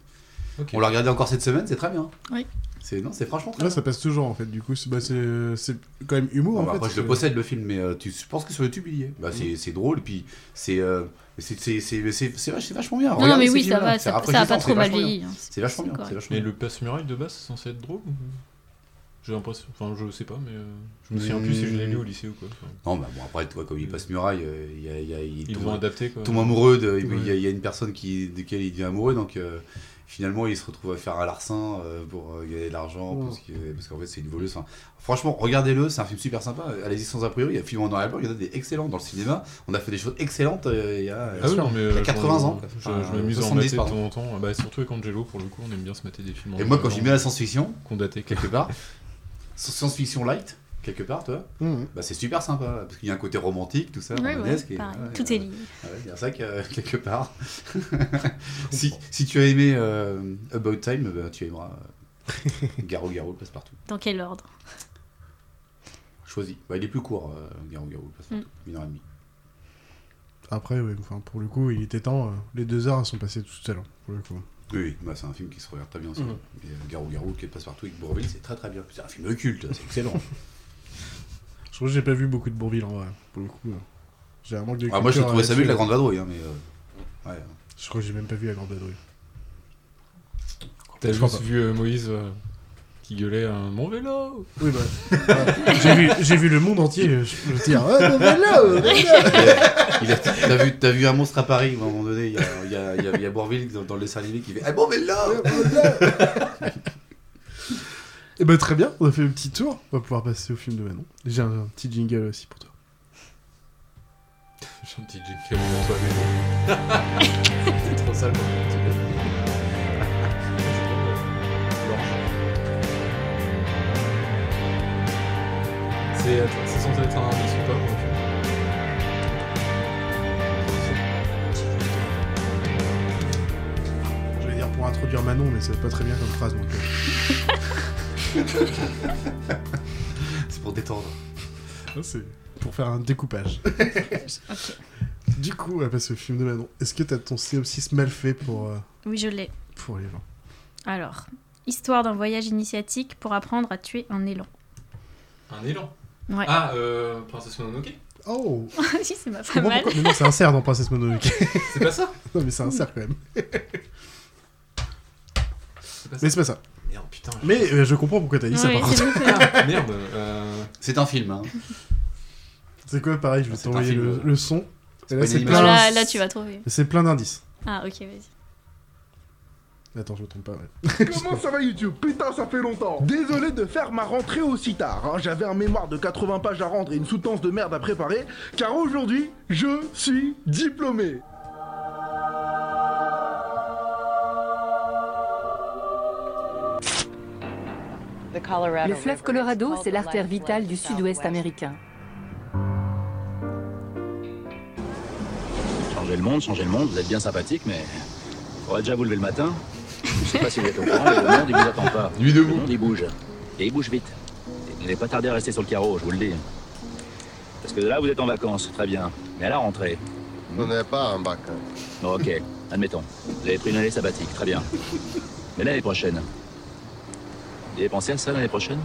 Speaker 4: Ok.
Speaker 3: On l'a regardé encore cette semaine, c'est très bien.
Speaker 2: Oui.
Speaker 3: C'est non, c'est franchement très
Speaker 1: Là,
Speaker 3: bien.
Speaker 1: ça passe toujours en fait, du coup, c'est bah, c'est- c'est quand même humour
Speaker 3: Bon,
Speaker 1: en
Speaker 3: bah,
Speaker 1: fait.
Speaker 3: après, je le
Speaker 1: c'est- Mmh.
Speaker 3: possède le film, mais euh, tu, je pense que sur YouTube il y est. Bah, c'est- c'est drôle, puis c'est euh, c'est- c'est- c'est- c'est- c'est vach- c'est vachement bien.
Speaker 2: Non,
Speaker 3: Regardez
Speaker 2: mais
Speaker 3: ce
Speaker 2: oui, ça
Speaker 3: film-là.
Speaker 2: va,
Speaker 3: C'est
Speaker 2: ça, ça a
Speaker 3: rafraîchissant,
Speaker 2: pas
Speaker 3: c'est
Speaker 2: trop mal
Speaker 3: vachement bien.
Speaker 2: vieilli. hein.
Speaker 3: C'est vachement bien.
Speaker 2: correct.
Speaker 3: c'est vachement
Speaker 4: Mais
Speaker 3: bien.
Speaker 4: le passe-muraille de base, c'est censé être drôle ou- J'ai l'impression. Enfin, je sais pas, mais euh, je me souviens plus si je l'ai lu au lycée ou quoi. Enfin,
Speaker 3: Non, bah bon, après, toi, comme il passe muraille, euh, il y a, il y a- il
Speaker 4: ils
Speaker 3: tombe-
Speaker 4: l'ont adapté quoi.
Speaker 3: tombe amoureux, de- il,
Speaker 1: Ouais.
Speaker 3: y a, il y a une personne qui, de laquelle il devient amoureux, donc euh, finalement il se retrouve à faire un larcin euh, pour euh, gagner de l'argent,
Speaker 1: Ouais.
Speaker 3: parce que- parce qu'en fait c'est une voleuse. Enfin, franchement, regardez-le, c'est un film super sympa, euh, allez-y sans a priori, il y a film en noir et blanc, il y en a des excellents dans le cinéma, on a fait des choses excellentes euh, il y a, euh,
Speaker 4: Ah oui, non, mais,
Speaker 3: il y a
Speaker 4: euh,
Speaker 3: 80
Speaker 4: je-
Speaker 3: ans. quoi.
Speaker 4: Je, je
Speaker 3: Enfin,
Speaker 4: m'amuse à en
Speaker 3: 70,
Speaker 4: mater de
Speaker 3: pardon.
Speaker 4: temps en temps. Ah Bah, surtout avec Angelo, pour le coup, on aime bien se mater des films. en
Speaker 3: Et moi
Speaker 4: noir
Speaker 3: quand j'y
Speaker 4: blanc,
Speaker 3: mets la science-fiction,
Speaker 4: qu'on datait quelque
Speaker 3: quelque part, science-fiction light, quelque part, toi,
Speaker 1: Mmh.
Speaker 3: bah, c'est super sympa, parce qu'il y a un côté romantique, tout ça,
Speaker 2: Oui, ouais,
Speaker 3: romanesque, et-
Speaker 2: pareil.
Speaker 3: ouais,
Speaker 2: Tout
Speaker 3: euh,
Speaker 2: est lié.
Speaker 3: Ouais, il y a ça que- euh, quelque part. si, si tu as aimé euh, About Time, bah, tu aimeras euh, Garou Garou passe partout.
Speaker 2: Dans quel ordre
Speaker 3: Choisis. Bah, il est plus court, euh, Garou Garou passe partout. Une heure et demie.
Speaker 1: Après, ouais, enfin, pour le coup, il était temps. euh, les deux heures elles sont passées toutes seules, hein, pour le coup.
Speaker 3: Oui, oui, bah, c'est un film qui se regarde très bien. ça.
Speaker 4: Mm.
Speaker 3: Et, euh, Garou Garou qui passe partout avec Bourville, c'est très très bien. C'est un film de culte, c'est excellent.
Speaker 1: Je trouve que j'ai pas vu beaucoup de Bourville en vrai, pour le coup. euh, J'ai un manque de.
Speaker 3: Ah, moi je
Speaker 1: culture,
Speaker 3: trouvais
Speaker 1: euh,
Speaker 3: ça mieux de la
Speaker 1: là-dessus.
Speaker 3: Grande Vadrouille, hein, mais. euh, ouais.
Speaker 1: Je crois que j'ai même pas vu la grande vadrouille.
Speaker 4: T'as
Speaker 1: Je crois
Speaker 4: juste
Speaker 1: pas.
Speaker 4: vu euh, Moïse euh, qui gueulait un mon vélo
Speaker 1: Oui, bah. voilà. j'ai, vu, j'ai vu le monde entier, euh, je veux dire. Ah, non, mais là, euh,
Speaker 3: Il est- T'as vu, t'as vu un monstre à Paris, à un moment donné, il y a, il y a- il y a- il y a Bourville dans, dans le dessin animé qui fait Ah bon, mais là
Speaker 1: Eh ben très bien, on a fait le petit tour. On va pouvoir passer au film de Manon. J'ai un, un petit jingle aussi pour toi.
Speaker 4: J'ai un petit jingle devant toi, mais. C'est trop sale C'est attends, c'est censé être un indice ou pas donc,
Speaker 1: J'allais dire pour introduire Manon, mais c'est pas très bien comme phrase. Donc, euh,
Speaker 3: C'est pour détendre.
Speaker 1: ça, c'est pour faire un découpage. Du coup, on va passer au film de Manon. Est-ce que t'as ton synopsis mal fait pour, euh,
Speaker 2: Oui, je l'ai.
Speaker 1: pour les gens
Speaker 2: Alors, histoire d'un voyage initiatique pour apprendre à tuer un élan.
Speaker 4: Un élan
Speaker 2: Ouais.
Speaker 4: Ah, euh, Princesse Mononoke
Speaker 1: Oh
Speaker 2: Ah si, c'est pas,
Speaker 1: Je
Speaker 2: pas
Speaker 1: comprends
Speaker 2: mal.
Speaker 1: pourquoi- Mais non, c'est un cerf dans Princesse Mononoke.
Speaker 4: C'est pas ça
Speaker 1: non, mais c'est un cerf quand même.
Speaker 4: c'est pas ça.
Speaker 1: Mais c'est pas ça.
Speaker 4: Merde, putain.
Speaker 1: Mais euh, je comprends pourquoi t'as dit ça
Speaker 2: Oui,
Speaker 1: par
Speaker 2: c'est
Speaker 1: contre.
Speaker 2: bon.
Speaker 4: Merde. euh,
Speaker 3: C'est un film, hein.
Speaker 1: C'est quoi pareil Je vais
Speaker 3: C'est
Speaker 1: t'envoyer
Speaker 3: un film,
Speaker 1: le,
Speaker 3: euh,
Speaker 1: le son. Et
Speaker 3: pas
Speaker 1: là,
Speaker 3: une
Speaker 1: c'est
Speaker 3: animation.
Speaker 1: plein...
Speaker 2: Là, là, tu vas trouver.
Speaker 1: c'est plein d'indices.
Speaker 2: Ah, ok, vas-y.
Speaker 1: Attends, je me trompe pas. ouais.
Speaker 11: Comment ça va YouTube Putain, ça fait longtemps. Désolé de faire ma rentrée aussi tard. hein. J'avais un mémoire de 80 pages à rendre et une soutenance de merde à préparer, car aujourd'hui, je suis diplômé.
Speaker 12: Le fleuve Colorado, c'est l'artère vitale du sud-ouest américain.
Speaker 13: Changez le monde, changez le monde, vous êtes bien sympathique, mais faudrait déjà vous lever le matin. Je sais pas si vous êtes au courant, mais le monde il vous attend pas.
Speaker 4: Nuit
Speaker 13: debout. Le monde il bouge. Et il bouge vite. Et n'allez pas tarder à rester sur le carreau, je vous le dis. Parce que là vous êtes en vacances, très bien. Mais à la rentrée. Vous n'avez pas un bac. hein. ok, admettons. Vous avez pris une année sabbatique, très bien. Mais l'année prochaine. Vous avez pensé à ça l'année prochaine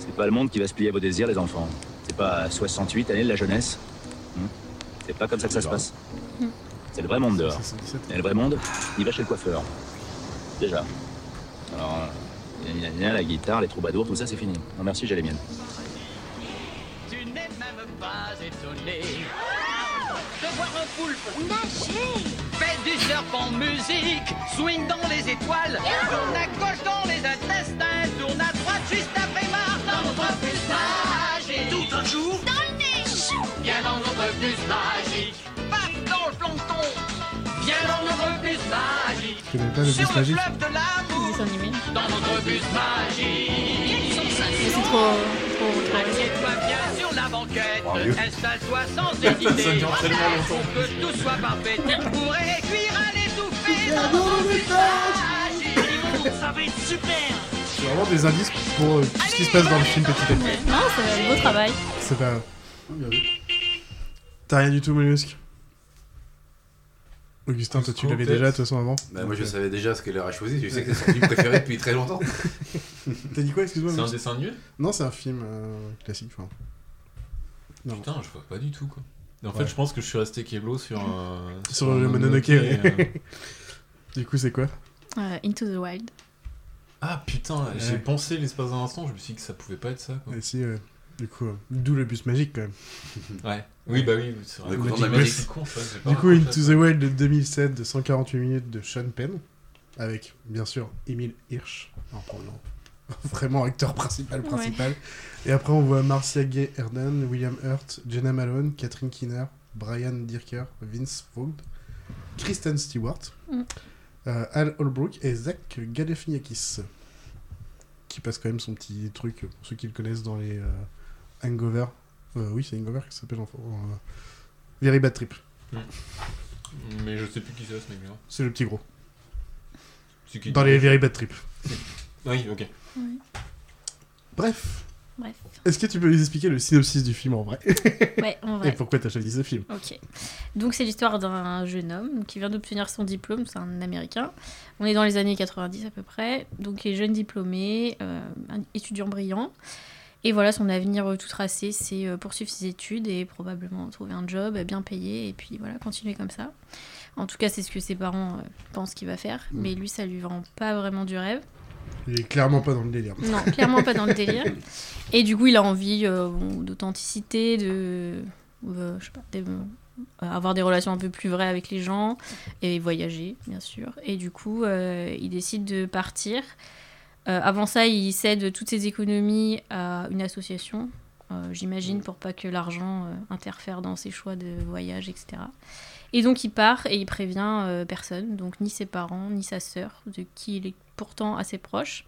Speaker 13: C'est pas le monde qui va se plier à vos désirs, les enfants. C'est pas 68, année de la jeunesse. Hmm C'est pas comme ça que ça se passe.
Speaker 2: Hmm.
Speaker 13: C'est le vrai monde dehors. Et le vrai monde, il va chez le coiffeur. Déjà. Alors, euh, gna, gna, gna, la guitare, les troubadours, tout ça, c'est fini. Non, merci, j'ai les miennes.
Speaker 7: Tu n'es même pas étonné de voir un poulpe nager. Fais du surf en musique, swing dans les étoiles, tourne à gauche dans les intestins, tourne à droite juste après marre dans notre bus magique. Tout un jour dans le nez, viens dans notre bus magique. Paf dans le plancton, viens dans notre bus magique.
Speaker 1: Je connais pas le
Speaker 7: Sur
Speaker 1: bus
Speaker 7: le
Speaker 1: magique.
Speaker 7: fleuve de l'amour, dans notre bus magique.
Speaker 2: Mais c'est trop. trop, trop.
Speaker 7: Assieds-toi bien sur la banquette,
Speaker 2: Oh, vieux.
Speaker 7: installe-toi sans
Speaker 2: Ça
Speaker 7: hésiter.
Speaker 2: dure tellement longtemps.
Speaker 7: Pour que tout soit parfait, tu pourrais cuire à Ah, l'étouffée
Speaker 11: Viens
Speaker 7: dans
Speaker 11: dans
Speaker 7: mon
Speaker 11: le
Speaker 7: butage. Ça va être super.
Speaker 1: C'est vraiment des indices pour euh, tout ce qui se passe dans le film petit à petit.
Speaker 2: Non, c'est un beau travail.
Speaker 1: C'est pas. T'as rien du tout, Mollusque Augustin, toi tu
Speaker 3: Oh,
Speaker 1: l'avais
Speaker 3: peut-être.
Speaker 1: déjà de toute façon avant
Speaker 3: Bah, moi je savais déjà ce qu'elle aurait choisi, je sais que
Speaker 1: Ouais.
Speaker 3: c'est son film préféré depuis très longtemps.
Speaker 1: T'as dit quoi, excuse-moi
Speaker 4: C'est un
Speaker 1: Auguste
Speaker 4: dessin animé
Speaker 1: Non, c'est un film euh, classique, enfin. Non.
Speaker 4: Putain, je vois pas du tout quoi. Et en
Speaker 1: Ouais.
Speaker 4: fait, je pense que je suis resté Keblo sur, euh,
Speaker 1: Sur le
Speaker 4: un
Speaker 1: Mononoke, ouais.
Speaker 4: et, euh,
Speaker 1: Du coup, c'est quoi
Speaker 2: Euh, Into the Wild.
Speaker 4: Ah putain,
Speaker 1: Ouais.
Speaker 4: j'ai pensé l'espace d'un instant, je me suis dit que ça pouvait pas être ça quoi.
Speaker 1: Et si, euh, du coup, euh, d'où le bus magique quand même.
Speaker 4: Ouais. Oui, bah oui, c'est vrai.
Speaker 3: En écoutant
Speaker 4: Magic
Speaker 3: de la
Speaker 4: Bus.
Speaker 3: musique.
Speaker 4: C'est con, ça, j'ai pas
Speaker 1: Du coup,
Speaker 4: raconté
Speaker 1: Into
Speaker 4: ça.
Speaker 1: the Wild de 2007 de 148 minutes de Sean Penn, avec bien sûr Emile Hirsch en prenant vraiment acteur principal
Speaker 11: Ouais.
Speaker 1: principal. Et après, on voit Marcia Gay Erdan, William Hurt, Jenna Malone, Catherine Keener, Brian Dirker, Vince Vaughn, Kristen Stewart,
Speaker 2: Mm.
Speaker 1: euh, Al Holbrook et Zach Galifianakis, qui passe quand même son petit truc pour ceux qui le connaissent dans les euh, Hangover. Euh, oui, c'est Hangover qui s'appelle en, en, euh, Very Bad Trip.
Speaker 4: Mm. Mais je sais plus qui c'est ce mec-là.
Speaker 1: C'est le petit gros.
Speaker 4: C'est qui
Speaker 1: Dans les Very Bad Trip.
Speaker 4: Oui, ok.
Speaker 1: Bref.
Speaker 2: Bref.
Speaker 1: Est-ce que tu peux nous expliquer le synopsis du film en vrai
Speaker 2: Ouais, en vrai.
Speaker 1: Et pourquoi t'as choisi ce film
Speaker 2: Ok. Donc c'est l'histoire d'un jeune homme qui vient d'obtenir son diplôme, c'est un Américain. On est dans les années 90 à peu près, donc il est jeune diplômé, euh, un étudiant brillant. Et voilà, son avenir euh, tout tracé, c'est euh, poursuivre ses études et probablement trouver un job euh, bien payé et puis voilà, continuer comme ça. En tout cas, c'est ce que ses parents euh, pensent qu'il va faire,
Speaker 1: Mm.
Speaker 2: mais lui, ça lui vend pas vraiment du rêve.
Speaker 1: Il est clairement pas dans le délire.
Speaker 2: Non, clairement pas dans le délire. Et du coup, il a envie euh, bon, d'authenticité, de. euh, je sais pas, des- euh, avoir des relations un peu plus vraies avec les gens et voyager, bien sûr. Et du coup, euh, il décide de partir. Euh, avant ça, il cède toutes ses économies à une association, euh, j'imagine, pour pas que l'argent euh, interfère dans ses choix de voyage, etc. Et donc il part et il prévient euh, personne, donc ni ses parents, ni sa sœur, de qui il est pourtant assez proche.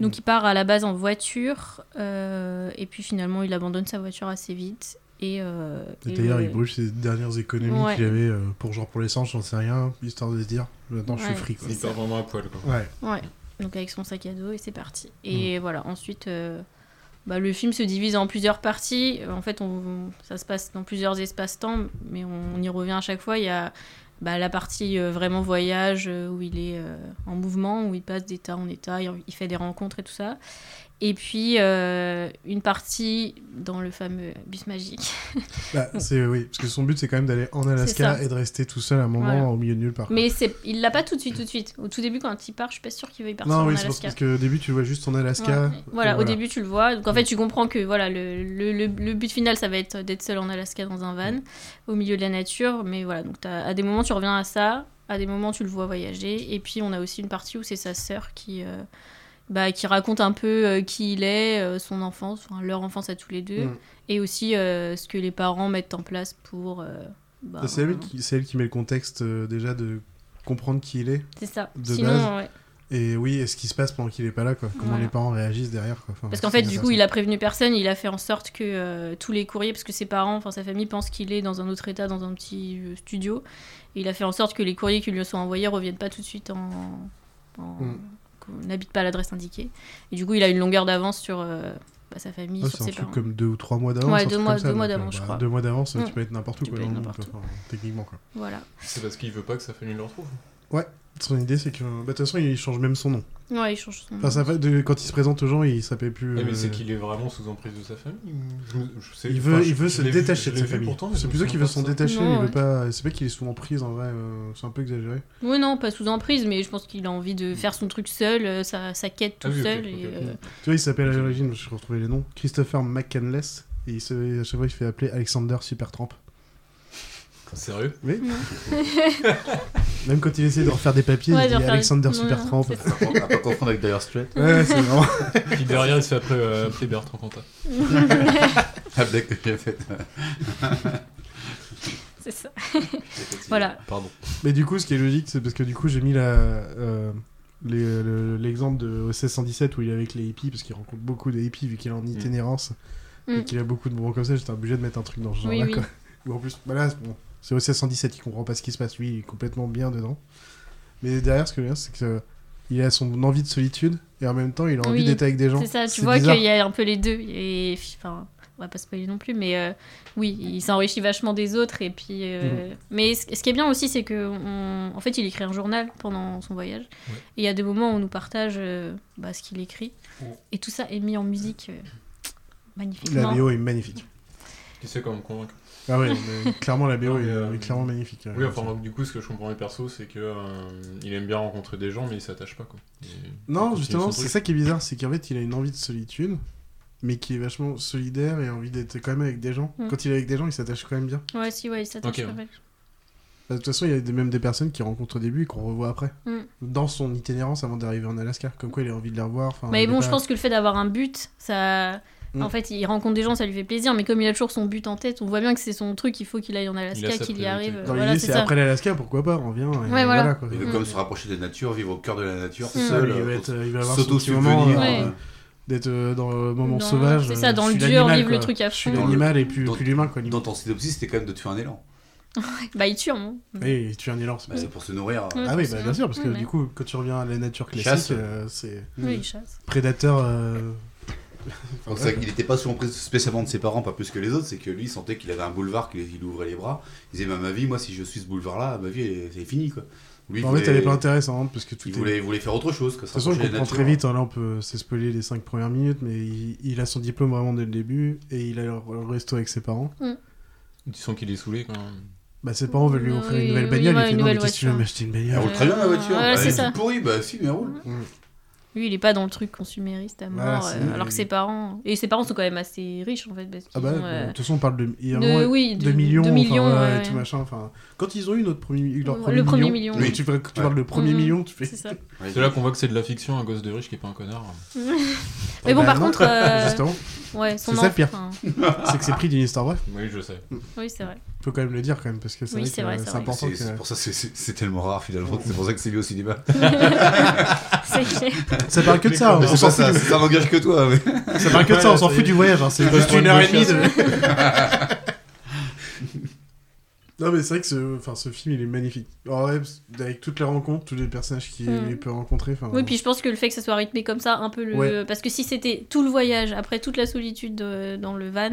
Speaker 2: Donc il part à la base en voiture, euh, et puis finalement il abandonne sa voiture assez vite. Et, euh,
Speaker 1: Et
Speaker 2: et
Speaker 1: D'ailleurs,
Speaker 2: le-
Speaker 1: il brûle ses dernières économies
Speaker 2: Ouais.
Speaker 1: qu'il avait euh, pour genre pour l'essence, j'en sais rien, histoire de se dire maintenant je suis
Speaker 2: Ouais,
Speaker 1: free. quoi.
Speaker 4: Il part vraiment à poil quoi.
Speaker 1: Ouais.
Speaker 2: Ouais, donc avec son sac à dos et c'est parti. Et
Speaker 1: Mm.
Speaker 2: voilà, ensuite, euh, bah, le film se divise en plusieurs parties. En fait, on, ça se passe dans plusieurs espaces-temps, mais on, y revient à chaque fois. Il y a bah, la partie euh, vraiment voyage, euh, où il est euh, en mouvement, où il passe d'état en état, il, il fait des rencontres et tout ça. Et puis euh, une partie dans le fameux bus magique.
Speaker 1: Bah, c'est oui, parce que son but c'est quand même d'aller en Alaska
Speaker 2: ça.
Speaker 1: et de rester tout seul à un moment
Speaker 2: Voilà.
Speaker 1: au milieu de nulle part.
Speaker 2: Mais c'est, il l'a pas tout de suite, tout de suite. Au tout début, quand il part, je suis pas sûre qu'il veuille partir
Speaker 1: non,
Speaker 2: en
Speaker 1: oui, c'est parce-
Speaker 2: Alaska.
Speaker 1: parce que au début tu vois juste en Alaska.
Speaker 2: Ouais. Voilà, au début tu le vois.
Speaker 1: Mm.
Speaker 2: Donc en fait tu comprends que voilà le, le, le- le but final ça va être d'être seul en Alaska dans un
Speaker 1: Mm.
Speaker 2: van au milieu de la nature. Mais voilà, donc t'as- à des moments tu reviens à ça, à des moments tu le vois voyager. Et puis on a aussi une partie où c'est sa sœur qui, euh, bah, qui raconte un peu euh, qui il est, euh, son enfance, enfin, leur enfance à tous les deux.
Speaker 1: Mm.
Speaker 2: Et aussi euh, ce que les parents mettent en place pour... euh, bah,
Speaker 1: Et c'est elle, qui- c'est elle qui met le contexte euh, déjà de comprendre qui il est.
Speaker 2: C'est ça.
Speaker 1: De
Speaker 2: Sinon,
Speaker 1: base.
Speaker 2: ouais.
Speaker 1: Et oui, et ce qui se passe pendant qu'il est pas là, quoi. Comment
Speaker 2: Voilà.
Speaker 1: les parents réagissent derrière, quoi. Enfin,
Speaker 2: Parce qu'en
Speaker 1: c'est
Speaker 2: fait, du coup,
Speaker 1: intéressant.
Speaker 2: il a prévenu personne, il a fait en sorte que euh, tous les courriers, parce que ses parents, enfin sa famille, pensent qu'il est dans un autre état, dans un petit euh, studio, et il a fait en sorte que les courriers qui lui sont envoyés reviennent pas tout de suite en. en-
Speaker 1: Mm.
Speaker 2: qu'on n'habite pas à l'adresse indiquée. Et du coup, il a une longueur d'avance sur euh, bah, sa famille,
Speaker 1: Ah,
Speaker 2: sur
Speaker 1: c'est un
Speaker 2: ses
Speaker 1: truc
Speaker 2: parents.
Speaker 1: comme deux ou trois mois d'avance.
Speaker 2: Ouais,
Speaker 1: un
Speaker 2: deux
Speaker 1: truc
Speaker 2: mois-
Speaker 1: comme ça,
Speaker 2: deux mois
Speaker 1: donc, euh,
Speaker 2: d'avance, je
Speaker 1: bah,
Speaker 2: crois.
Speaker 1: Deux mois d'avance,
Speaker 2: Mm.
Speaker 1: tu peux être n'importe où,
Speaker 2: Tu
Speaker 1: quoi,
Speaker 2: peux être
Speaker 1: dans le monde,
Speaker 2: n'importe
Speaker 1: quoi. Enfin, techniquement, quoi.
Speaker 2: Voilà.
Speaker 4: C'est parce qu'il veut pas que sa famille le retrouve.
Speaker 1: Ouais, son idée, c'est que. bah, De toute façon, il change même son nom.
Speaker 2: Ouais, il change son nom.
Speaker 1: Enfin, Ah, ça va- de- quand il se présente aux gens, il s'appelle plus.
Speaker 4: Eh, mais
Speaker 1: euh,
Speaker 4: c'est qu'il est vraiment sous emprise de sa famille ou- je me- je sais-
Speaker 1: Il veut,
Speaker 4: enfin, je-
Speaker 1: il veut
Speaker 4: je
Speaker 1: se
Speaker 4: l'ai vu-
Speaker 1: détacher
Speaker 4: je
Speaker 1: de sa
Speaker 4: l'ai vu
Speaker 1: famille.
Speaker 4: pourtant, mais je
Speaker 1: C'est
Speaker 4: me
Speaker 1: plutôt qu'il
Speaker 4: souviens
Speaker 1: veut
Speaker 4: pas
Speaker 1: s'en
Speaker 4: de ça.
Speaker 1: détacher,
Speaker 2: Non,
Speaker 1: mais il
Speaker 2: ouais.
Speaker 1: veut pas. C'est pas qu'il est souvent prise en vrai, euh, c'est un peu exagéré.
Speaker 2: Oui, non, pas sous emprise, mais je pense qu'il a envie de faire son truc seul, euh, sa, sa quête tout
Speaker 1: Hmm. Ah oui, ok,
Speaker 2: seul.
Speaker 1: ok,
Speaker 2: et,
Speaker 1: ok.
Speaker 2: euh,
Speaker 1: Tu vois, il s'appelle à l'origine, je vais retrouver les noms, Christopher McCandless, et il se, à chaque fois il se fait appeler Alexander Supertramp.
Speaker 4: Sérieux
Speaker 1: Oui. Même quand il essaie de refaire des papiers,
Speaker 2: Ouais, de
Speaker 1: il dit
Speaker 2: refaire des-
Speaker 1: Alexander
Speaker 2: Ouais,
Speaker 1: Supertramp.
Speaker 2: c'est ça.
Speaker 3: À pas confondre avec Dire Straits.
Speaker 1: Ouais, c'est vraiment.
Speaker 4: Puis derrière, il se fait appeler, euh, appeler Bertrand Cantat.
Speaker 3: La blague que j'ai faite.
Speaker 2: c'est ça. voilà.
Speaker 4: Pardon.
Speaker 1: Mais du coup, ce qui est logique, c'est parce que du coup, j'ai mis la. euh, les- le- L'exemple de 1617 où il est avec les hippies, parce qu'il rencontre beaucoup des hippies vu qu'il est en itinérance
Speaker 2: Mm.
Speaker 1: et qu'il a beaucoup de bourreaux comme ça, j'étais obligé de mettre un truc dans ce genre-là.
Speaker 2: Oui, oui.
Speaker 1: quoi. Ou en plus, voilà, c'est bon, c'est au 1617 qui comprend pas ce qui se passe, lui, il est complètement bien dedans. Mais derrière, ce que je veux dire, c'est qu'il a son envie de solitude et en même temps, il a envie
Speaker 2: Oui,
Speaker 1: d'être avec des gens.
Speaker 2: C'est ça, tu vois
Speaker 1: bizarre.
Speaker 2: qu'il y a un peu les deux. Et enfin, on va pas spoiler non plus, mais euh, oui, il s'enrichit vachement des autres. Et puis, euh, mais ce, ce qui est bien aussi, c'est que on- en fait, il écrit un journal pendant son voyage.
Speaker 4: Ouais.
Speaker 2: Et il y a des moments où on nous partage euh, bah, ce qu'il écrit.
Speaker 4: Ouais.
Speaker 2: Et tout ça est mis en musique euh,
Speaker 1: La
Speaker 2: magnifiquement.
Speaker 1: BO est magnifique.
Speaker 4: Tu sais comment me convaincre.
Speaker 1: Ah ouais, mais clairement, la BO
Speaker 4: Non,
Speaker 1: est,
Speaker 4: mais, euh,
Speaker 1: est clairement magnifique.
Speaker 4: Oui, enfin, moi, du coup, ce que je comprends les persos, c'est que euh, il aime bien rencontrer des gens, mais il s'attache pas, quoi. Il- il
Speaker 1: Non,
Speaker 4: continue son
Speaker 1: justement, c'est
Speaker 4: truc.
Speaker 1: ça qui est bizarre, c'est qu'en fait, il a une envie de solitude, mais qui est vachement solidaire et a envie d'être quand même avec des gens.
Speaker 2: Mm.
Speaker 1: Quand il est avec des gens, il s'attache quand même bien.
Speaker 2: Ouais, si, ouais, il s'attache
Speaker 4: Ok,
Speaker 2: pas
Speaker 4: ouais.
Speaker 2: mal.
Speaker 1: Bah, De toute façon, il y a des- même des personnes qu'il rencontre au début et qu'on revoit après.
Speaker 2: Mm.
Speaker 1: Dans son itinérance avant d'arriver en Alaska. Comme quoi, il a envie de les revoir. enfin,
Speaker 2: mais
Speaker 1: il est
Speaker 2: bon,
Speaker 1: pas-
Speaker 2: je pense que le fait d'avoir un but, ça.
Speaker 1: Mm.
Speaker 2: En fait, il rencontre des gens, ça lui fait plaisir, mais comme il a toujours son but en tête, on voit bien que c'est son truc, il faut qu'il aille en Alaska,
Speaker 4: sa
Speaker 2: qu'il y
Speaker 4: priorité.
Speaker 2: arrive.
Speaker 1: Dans
Speaker 2: voilà,
Speaker 1: l'idée,
Speaker 2: c'est
Speaker 1: c'est
Speaker 2: ça.
Speaker 1: après l'Alaska, pourquoi pas On vient. Et
Speaker 2: Ouais, voilà.
Speaker 1: quoi.
Speaker 3: Il veut comme se rapprocher de la nature, vivre au cœur de la nature,
Speaker 1: C'est ça,
Speaker 3: seul.
Speaker 1: lui, il va
Speaker 3: euh,
Speaker 1: être- il va avoir son petit
Speaker 3: s'auto-subvenir,
Speaker 1: moment euh,
Speaker 2: Ouais.
Speaker 1: euh, d'être euh, dans le moment
Speaker 2: Dans-
Speaker 1: sauvage.
Speaker 2: c'est
Speaker 1: euh,
Speaker 2: ça, dans
Speaker 1: je
Speaker 2: le
Speaker 1: suis
Speaker 2: dur,
Speaker 1: l'animal,
Speaker 2: vivre le
Speaker 1: quoi.
Speaker 2: truc à
Speaker 1: Je suis
Speaker 2: fond.
Speaker 1: l'animal et puis
Speaker 3: Dans-
Speaker 1: puis l'humain, quoi.
Speaker 3: Dans ton synopsis, c'était quand même de tuer un élan.
Speaker 2: Bah, il tue, hein.
Speaker 1: Et Eh, tu es un élan, c'est
Speaker 3: Bah,
Speaker 2: Mm.
Speaker 3: c'est pour se nourrir.
Speaker 2: Ouais,
Speaker 1: Ah oui,
Speaker 2: c'est
Speaker 1: bah,
Speaker 2: ça.
Speaker 1: bien sûr, parce que
Speaker 2: Oui, mais-
Speaker 1: du coup, quand tu reviens à la nature
Speaker 3: Chasse.
Speaker 1: classique, euh, c'est
Speaker 2: Oui, il chasse.
Speaker 1: prédateur. euh,
Speaker 3: C'est pour ça qu'il n'était pas sous emprise spécialement de ses parents, pas plus que les autres, c'est que lui il sentait qu'il avait un boulevard, qu'il il ouvrait les bras. Il disait, bah, ma vie, moi, si je suis ce boulevard-là, ma vie, elle- c'est fini, quoi. Lui, il
Speaker 1: Bah, en fait,
Speaker 3: voulait-
Speaker 1: elle est pas intéressante hein, parce que tout
Speaker 3: il
Speaker 1: est-
Speaker 3: voulait, il voulait faire autre chose. quoi,
Speaker 1: De
Speaker 3: se
Speaker 1: toute façon, je
Speaker 3: rapprocher de la
Speaker 1: comprends très
Speaker 3: nature.
Speaker 1: vite, hein, là on peut se spoiler les 5 premières minutes, mais il, il a son diplôme vraiment dès le début et il a le le resto avec ses parents.
Speaker 4: Tu sens qu'il est saoulé, quand même.
Speaker 1: Bah, ses parents veulent lui
Speaker 2: Oui,
Speaker 1: offrir une
Speaker 2: oui,
Speaker 1: nouvelle
Speaker 2: oui,
Speaker 1: bagnole,
Speaker 2: ouais,
Speaker 1: il fait
Speaker 2: une
Speaker 1: non, mais
Speaker 2: nouvelle
Speaker 1: qu'est-ce que tu veux
Speaker 2: voiture.
Speaker 1: m'acheter une
Speaker 3: Elle
Speaker 1: bagnole
Speaker 3: roule très bien la
Speaker 2: Ouais,
Speaker 3: voiture. Bah,
Speaker 2: c'est
Speaker 3: elle
Speaker 2: ça.
Speaker 3: est pourrie, bah si, mais elle roule.
Speaker 2: Lui, il est pas dans le truc consumériste à mort,
Speaker 1: Voilà, c'est-
Speaker 2: euh, alors que ses parents. Et ses parents sont quand même assez riches en fait. Parce qu'ils
Speaker 1: Ah bah,
Speaker 2: ont,
Speaker 1: bon,
Speaker 2: euh,
Speaker 1: de toute façon, on parle de, il y a
Speaker 2: de-
Speaker 1: vraiment
Speaker 2: oui, de-
Speaker 1: deux millions,
Speaker 2: de
Speaker 1: enfin,
Speaker 2: millions,
Speaker 1: voilà,
Speaker 2: ouais,
Speaker 1: et tout
Speaker 2: ouais.
Speaker 1: machin. Enfin, quand ils ont eu notre premier, leur
Speaker 2: Le
Speaker 1: premier
Speaker 2: premier
Speaker 1: million,
Speaker 2: million, oui.
Speaker 1: tu, tu parles de premier
Speaker 2: Mhm,
Speaker 1: million, tu fais.
Speaker 2: C'est ça.
Speaker 4: C'est là qu'on voit que c'est de la fiction, un gosse de riche qui est pas un connard.
Speaker 2: Mais bon,
Speaker 1: Bah,
Speaker 2: par
Speaker 1: non,
Speaker 2: contre. euh,
Speaker 1: Justement.
Speaker 2: Ouais, son
Speaker 1: C'est ça le pire.
Speaker 2: enfant,
Speaker 1: c'est que c'est pris d'une histoire vraie.
Speaker 4: Oui, je sais.
Speaker 2: Oui, c'est vrai.
Speaker 1: Faut quand même le dire quand même parce que c'est
Speaker 2: Oui,
Speaker 1: vrai
Speaker 2: c'est
Speaker 1: que,
Speaker 2: vrai,
Speaker 1: euh,
Speaker 2: c'est
Speaker 1: c'est
Speaker 2: vrai.
Speaker 4: hein,
Speaker 1: important.
Speaker 3: C'est-
Speaker 1: que-
Speaker 3: C'est pour ça que c'est- c'est c'est tellement rare finalement, c'est pour ça que c'est mis au cinéma.
Speaker 2: C'est vrai.
Speaker 1: Ça parle que de ça. hein.
Speaker 3: Mais
Speaker 1: On
Speaker 3: c'est
Speaker 1: s'en
Speaker 3: pas
Speaker 1: fout.
Speaker 3: ça,
Speaker 1: du-
Speaker 3: ça n'engage que toi. mais-
Speaker 1: Ça parle que de ça. On s'en fout du voyage. hein, C'est juste une heure et demie de. Non mais c'est vrai que ce, enfin, ce film il est magnifique. En vrai, avec toutes les rencontres, tous les personnages qu'il
Speaker 2: Mm.
Speaker 1: peut rencontrer. enfin,
Speaker 2: Oui, puis je pense que le fait que ça soit rythmé comme ça, un peu le.
Speaker 1: Ouais.
Speaker 2: Parce que si c'était tout le voyage, après toute la solitude euh, dans le van,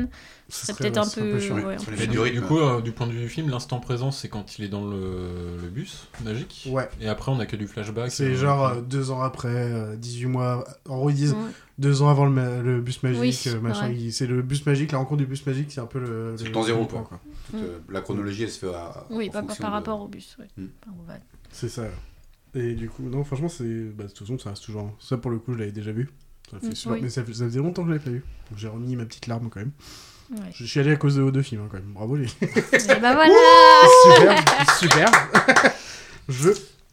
Speaker 2: ce serait
Speaker 1: serait-
Speaker 2: peut-être un
Speaker 1: ce serait un
Speaker 2: peu.
Speaker 1: peu chiant.
Speaker 2: ouais,
Speaker 3: Sur
Speaker 2: on-
Speaker 3: les mètres du rythme.
Speaker 4: Du coup, euh, du point de vue du film, l'instant présent, c'est quand il est dans le, le bus magique.
Speaker 1: Ouais.
Speaker 4: Et après, on a que du flashback.
Speaker 1: C'est
Speaker 4: euh,
Speaker 1: genre euh, deux ans après, euh, 18 mois. En gros, ils disent
Speaker 2: Ouais.
Speaker 1: deux ans avant le, ma- le bus magique,
Speaker 2: Hmm. Oui,
Speaker 1: euh, machin.
Speaker 2: ouais.
Speaker 1: il- C'est le bus magique, la rencontre du bus magique, c'est un peu le.
Speaker 3: C'est
Speaker 1: le-
Speaker 3: le temps zéro,
Speaker 1: le
Speaker 3: quoi.
Speaker 1: point,
Speaker 3: Toute, euh, La chronologie, elle se fait à.
Speaker 2: Oui,
Speaker 3: en
Speaker 2: pas, pas
Speaker 3: fonction
Speaker 2: par
Speaker 3: de-
Speaker 2: rapport au bus. ouais.
Speaker 3: Mm.
Speaker 2: Enfin, au van.
Speaker 1: C'est ça. Et du coup, non, franchement, c'est. Bah, de toute façon, ça reste toujours. Ça, pour le coup, je l'avais déjà vu. Ça fait
Speaker 2: Mm,
Speaker 1: super-
Speaker 2: oui.
Speaker 1: Mais ça, ça faisait longtemps que je l'avais pas vu. Donc, j'ai remis ma petite larme quand même.
Speaker 2: Ouais.
Speaker 1: Je suis allé à cause de vos deux films, hein, quand même. Bravo les.
Speaker 2: Eh ben voilà
Speaker 1: super, super. je.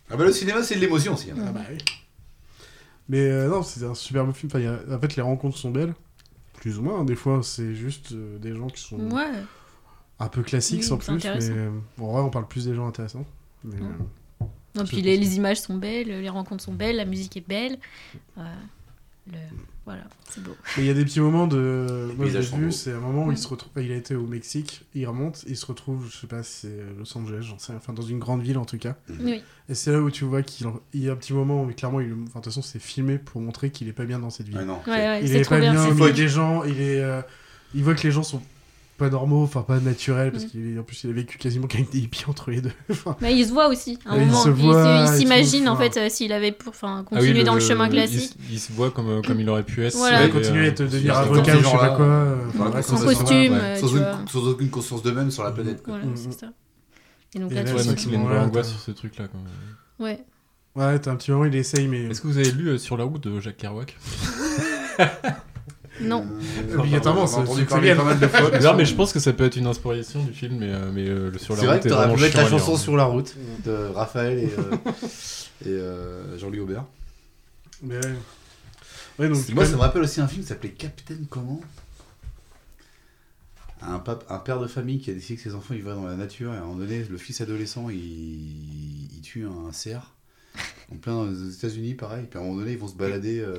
Speaker 3: Ah bah le cinéma, c'est de l'émotion aussi. hein.
Speaker 1: Ah bah oui. Mais euh, non, c'est un superbe film. Enfin, il y a- En fait, les rencontres sont belles, plus ou moins. hein. Des fois, c'est juste euh, des gens qui sont
Speaker 2: Ouais.
Speaker 1: un peu classiques
Speaker 2: Oui,
Speaker 1: sans
Speaker 2: c'est
Speaker 1: plus. Mais
Speaker 2: intéressant. Mm.
Speaker 1: euh, en vrai, on parle plus des gens intéressants. Mais, euh,
Speaker 2: Non,
Speaker 1: je
Speaker 2: puis
Speaker 1: pense
Speaker 2: les,
Speaker 1: que-
Speaker 2: les images sont belles, les rencontres sont belles, la musique est belle. Euh, le... Voilà, c'est beau.
Speaker 1: Mais il y a des petits moments de. Moi, je l'ai
Speaker 3: paysages sont
Speaker 1: vu,
Speaker 3: beaux.
Speaker 1: c'est un moment où
Speaker 2: Mm.
Speaker 1: il se retrouve. Il a été au Mexique, il remonte, il se retrouve, je sais pas, si c'est Los Angeles, j'en sais rien, enfin dans une grande ville en tout cas.
Speaker 3: Mm.
Speaker 2: Oui.
Speaker 1: Et c'est là où tu vois qu'il en- il y a un petit moment où clairement, il... enfin, de toute façon, c'est filmé pour montrer qu'il est pas bien dans cette ville.
Speaker 3: Ah non,
Speaker 2: Mm. Ouais, ouais,
Speaker 1: il
Speaker 2: c'est
Speaker 1: est
Speaker 2: trop
Speaker 1: pas
Speaker 2: bien,
Speaker 1: bien,
Speaker 2: c'est
Speaker 1: il voit
Speaker 2: fake.
Speaker 1: des gens, il est. euh, Il voit que les gens sont pas normaux, enfin pas naturels, parce
Speaker 2: Mm.
Speaker 1: qu'en plus il a vécu quasiment qu'avec des hippies entre les deux. Enfin,
Speaker 2: Mais il se voit aussi, à un
Speaker 1: Et il
Speaker 2: moment.
Speaker 1: se
Speaker 2: Il se-
Speaker 1: voit et
Speaker 2: il
Speaker 1: tout,
Speaker 2: s'imagine, en
Speaker 1: enfin.
Speaker 2: fait, euh, s'il avait pour, enfin,
Speaker 4: Ah oui,
Speaker 2: continué dans le chemin classique.
Speaker 4: Il, s- il se voit comme, euh, comme il aurait pu être.
Speaker 2: Voilà.
Speaker 4: s'il
Speaker 2: Ouais,
Speaker 4: avait,
Speaker 1: continuer à
Speaker 4: euh,
Speaker 1: être-
Speaker 4: s'il
Speaker 1: devenir
Speaker 4: avait-
Speaker 1: avocat,
Speaker 3: Comme ces
Speaker 1: je sais
Speaker 3: gens-là,
Speaker 1: pas quoi, euh,
Speaker 3: dans la
Speaker 1: voilà,
Speaker 3: conscience
Speaker 2: En
Speaker 3: de-
Speaker 2: costume,
Speaker 3: ouais.
Speaker 2: euh,
Speaker 3: sans,
Speaker 2: tu
Speaker 3: une-
Speaker 2: vois.
Speaker 3: sans aucune conscience d'eux-mêmes sur la planète. quoi.
Speaker 2: Voilà, c'est ça. Et donc
Speaker 1: Mm, Et
Speaker 2: là,
Speaker 1: là,
Speaker 2: tu
Speaker 4: Ouais,
Speaker 1: ce
Speaker 4: donc il a une
Speaker 1: moment-là,
Speaker 4: vraie angoisse
Speaker 1: t'as-
Speaker 4: sur ce truc-là. quand même.
Speaker 2: Ouais.
Speaker 1: Ouais, t'as un petit moment, il essaye, mais.
Speaker 4: Est-ce que vous avez lu euh, Sur la route de Jacques Kerouac
Speaker 2: Non.
Speaker 1: Obligatoirement,
Speaker 3: J'en ai
Speaker 1: c'est
Speaker 3: Euh, entendu
Speaker 1: c'est
Speaker 3: parler
Speaker 1: bien.
Speaker 3: pas mal de fois.
Speaker 4: Non, mais je pense que ça peut être une inspiration du film, mais, euh, mais euh, le Sur la
Speaker 3: C'est vrai
Speaker 4: route
Speaker 3: que
Speaker 4: est
Speaker 3: t'aurais
Speaker 4: vraiment
Speaker 3: pu mettre la
Speaker 4: chiant à
Speaker 3: chanson
Speaker 4: lire.
Speaker 3: sur la route de Raphaël et, euh, et euh, Jean-Louis Aubert.
Speaker 1: Mais ouais. Ouais, donc,
Speaker 3: C'est- Moi, ça me rappelle aussi un film qui s'appelait Capitaine Comment un, pape, un père de famille qui a décidé que ses enfants ils vivraient dans la nature et à un moment donné, le fils adolescent il, il tue un cerf en plein aux États-Unis, pareil. Puis à un moment donné, ils vont se balader. euh,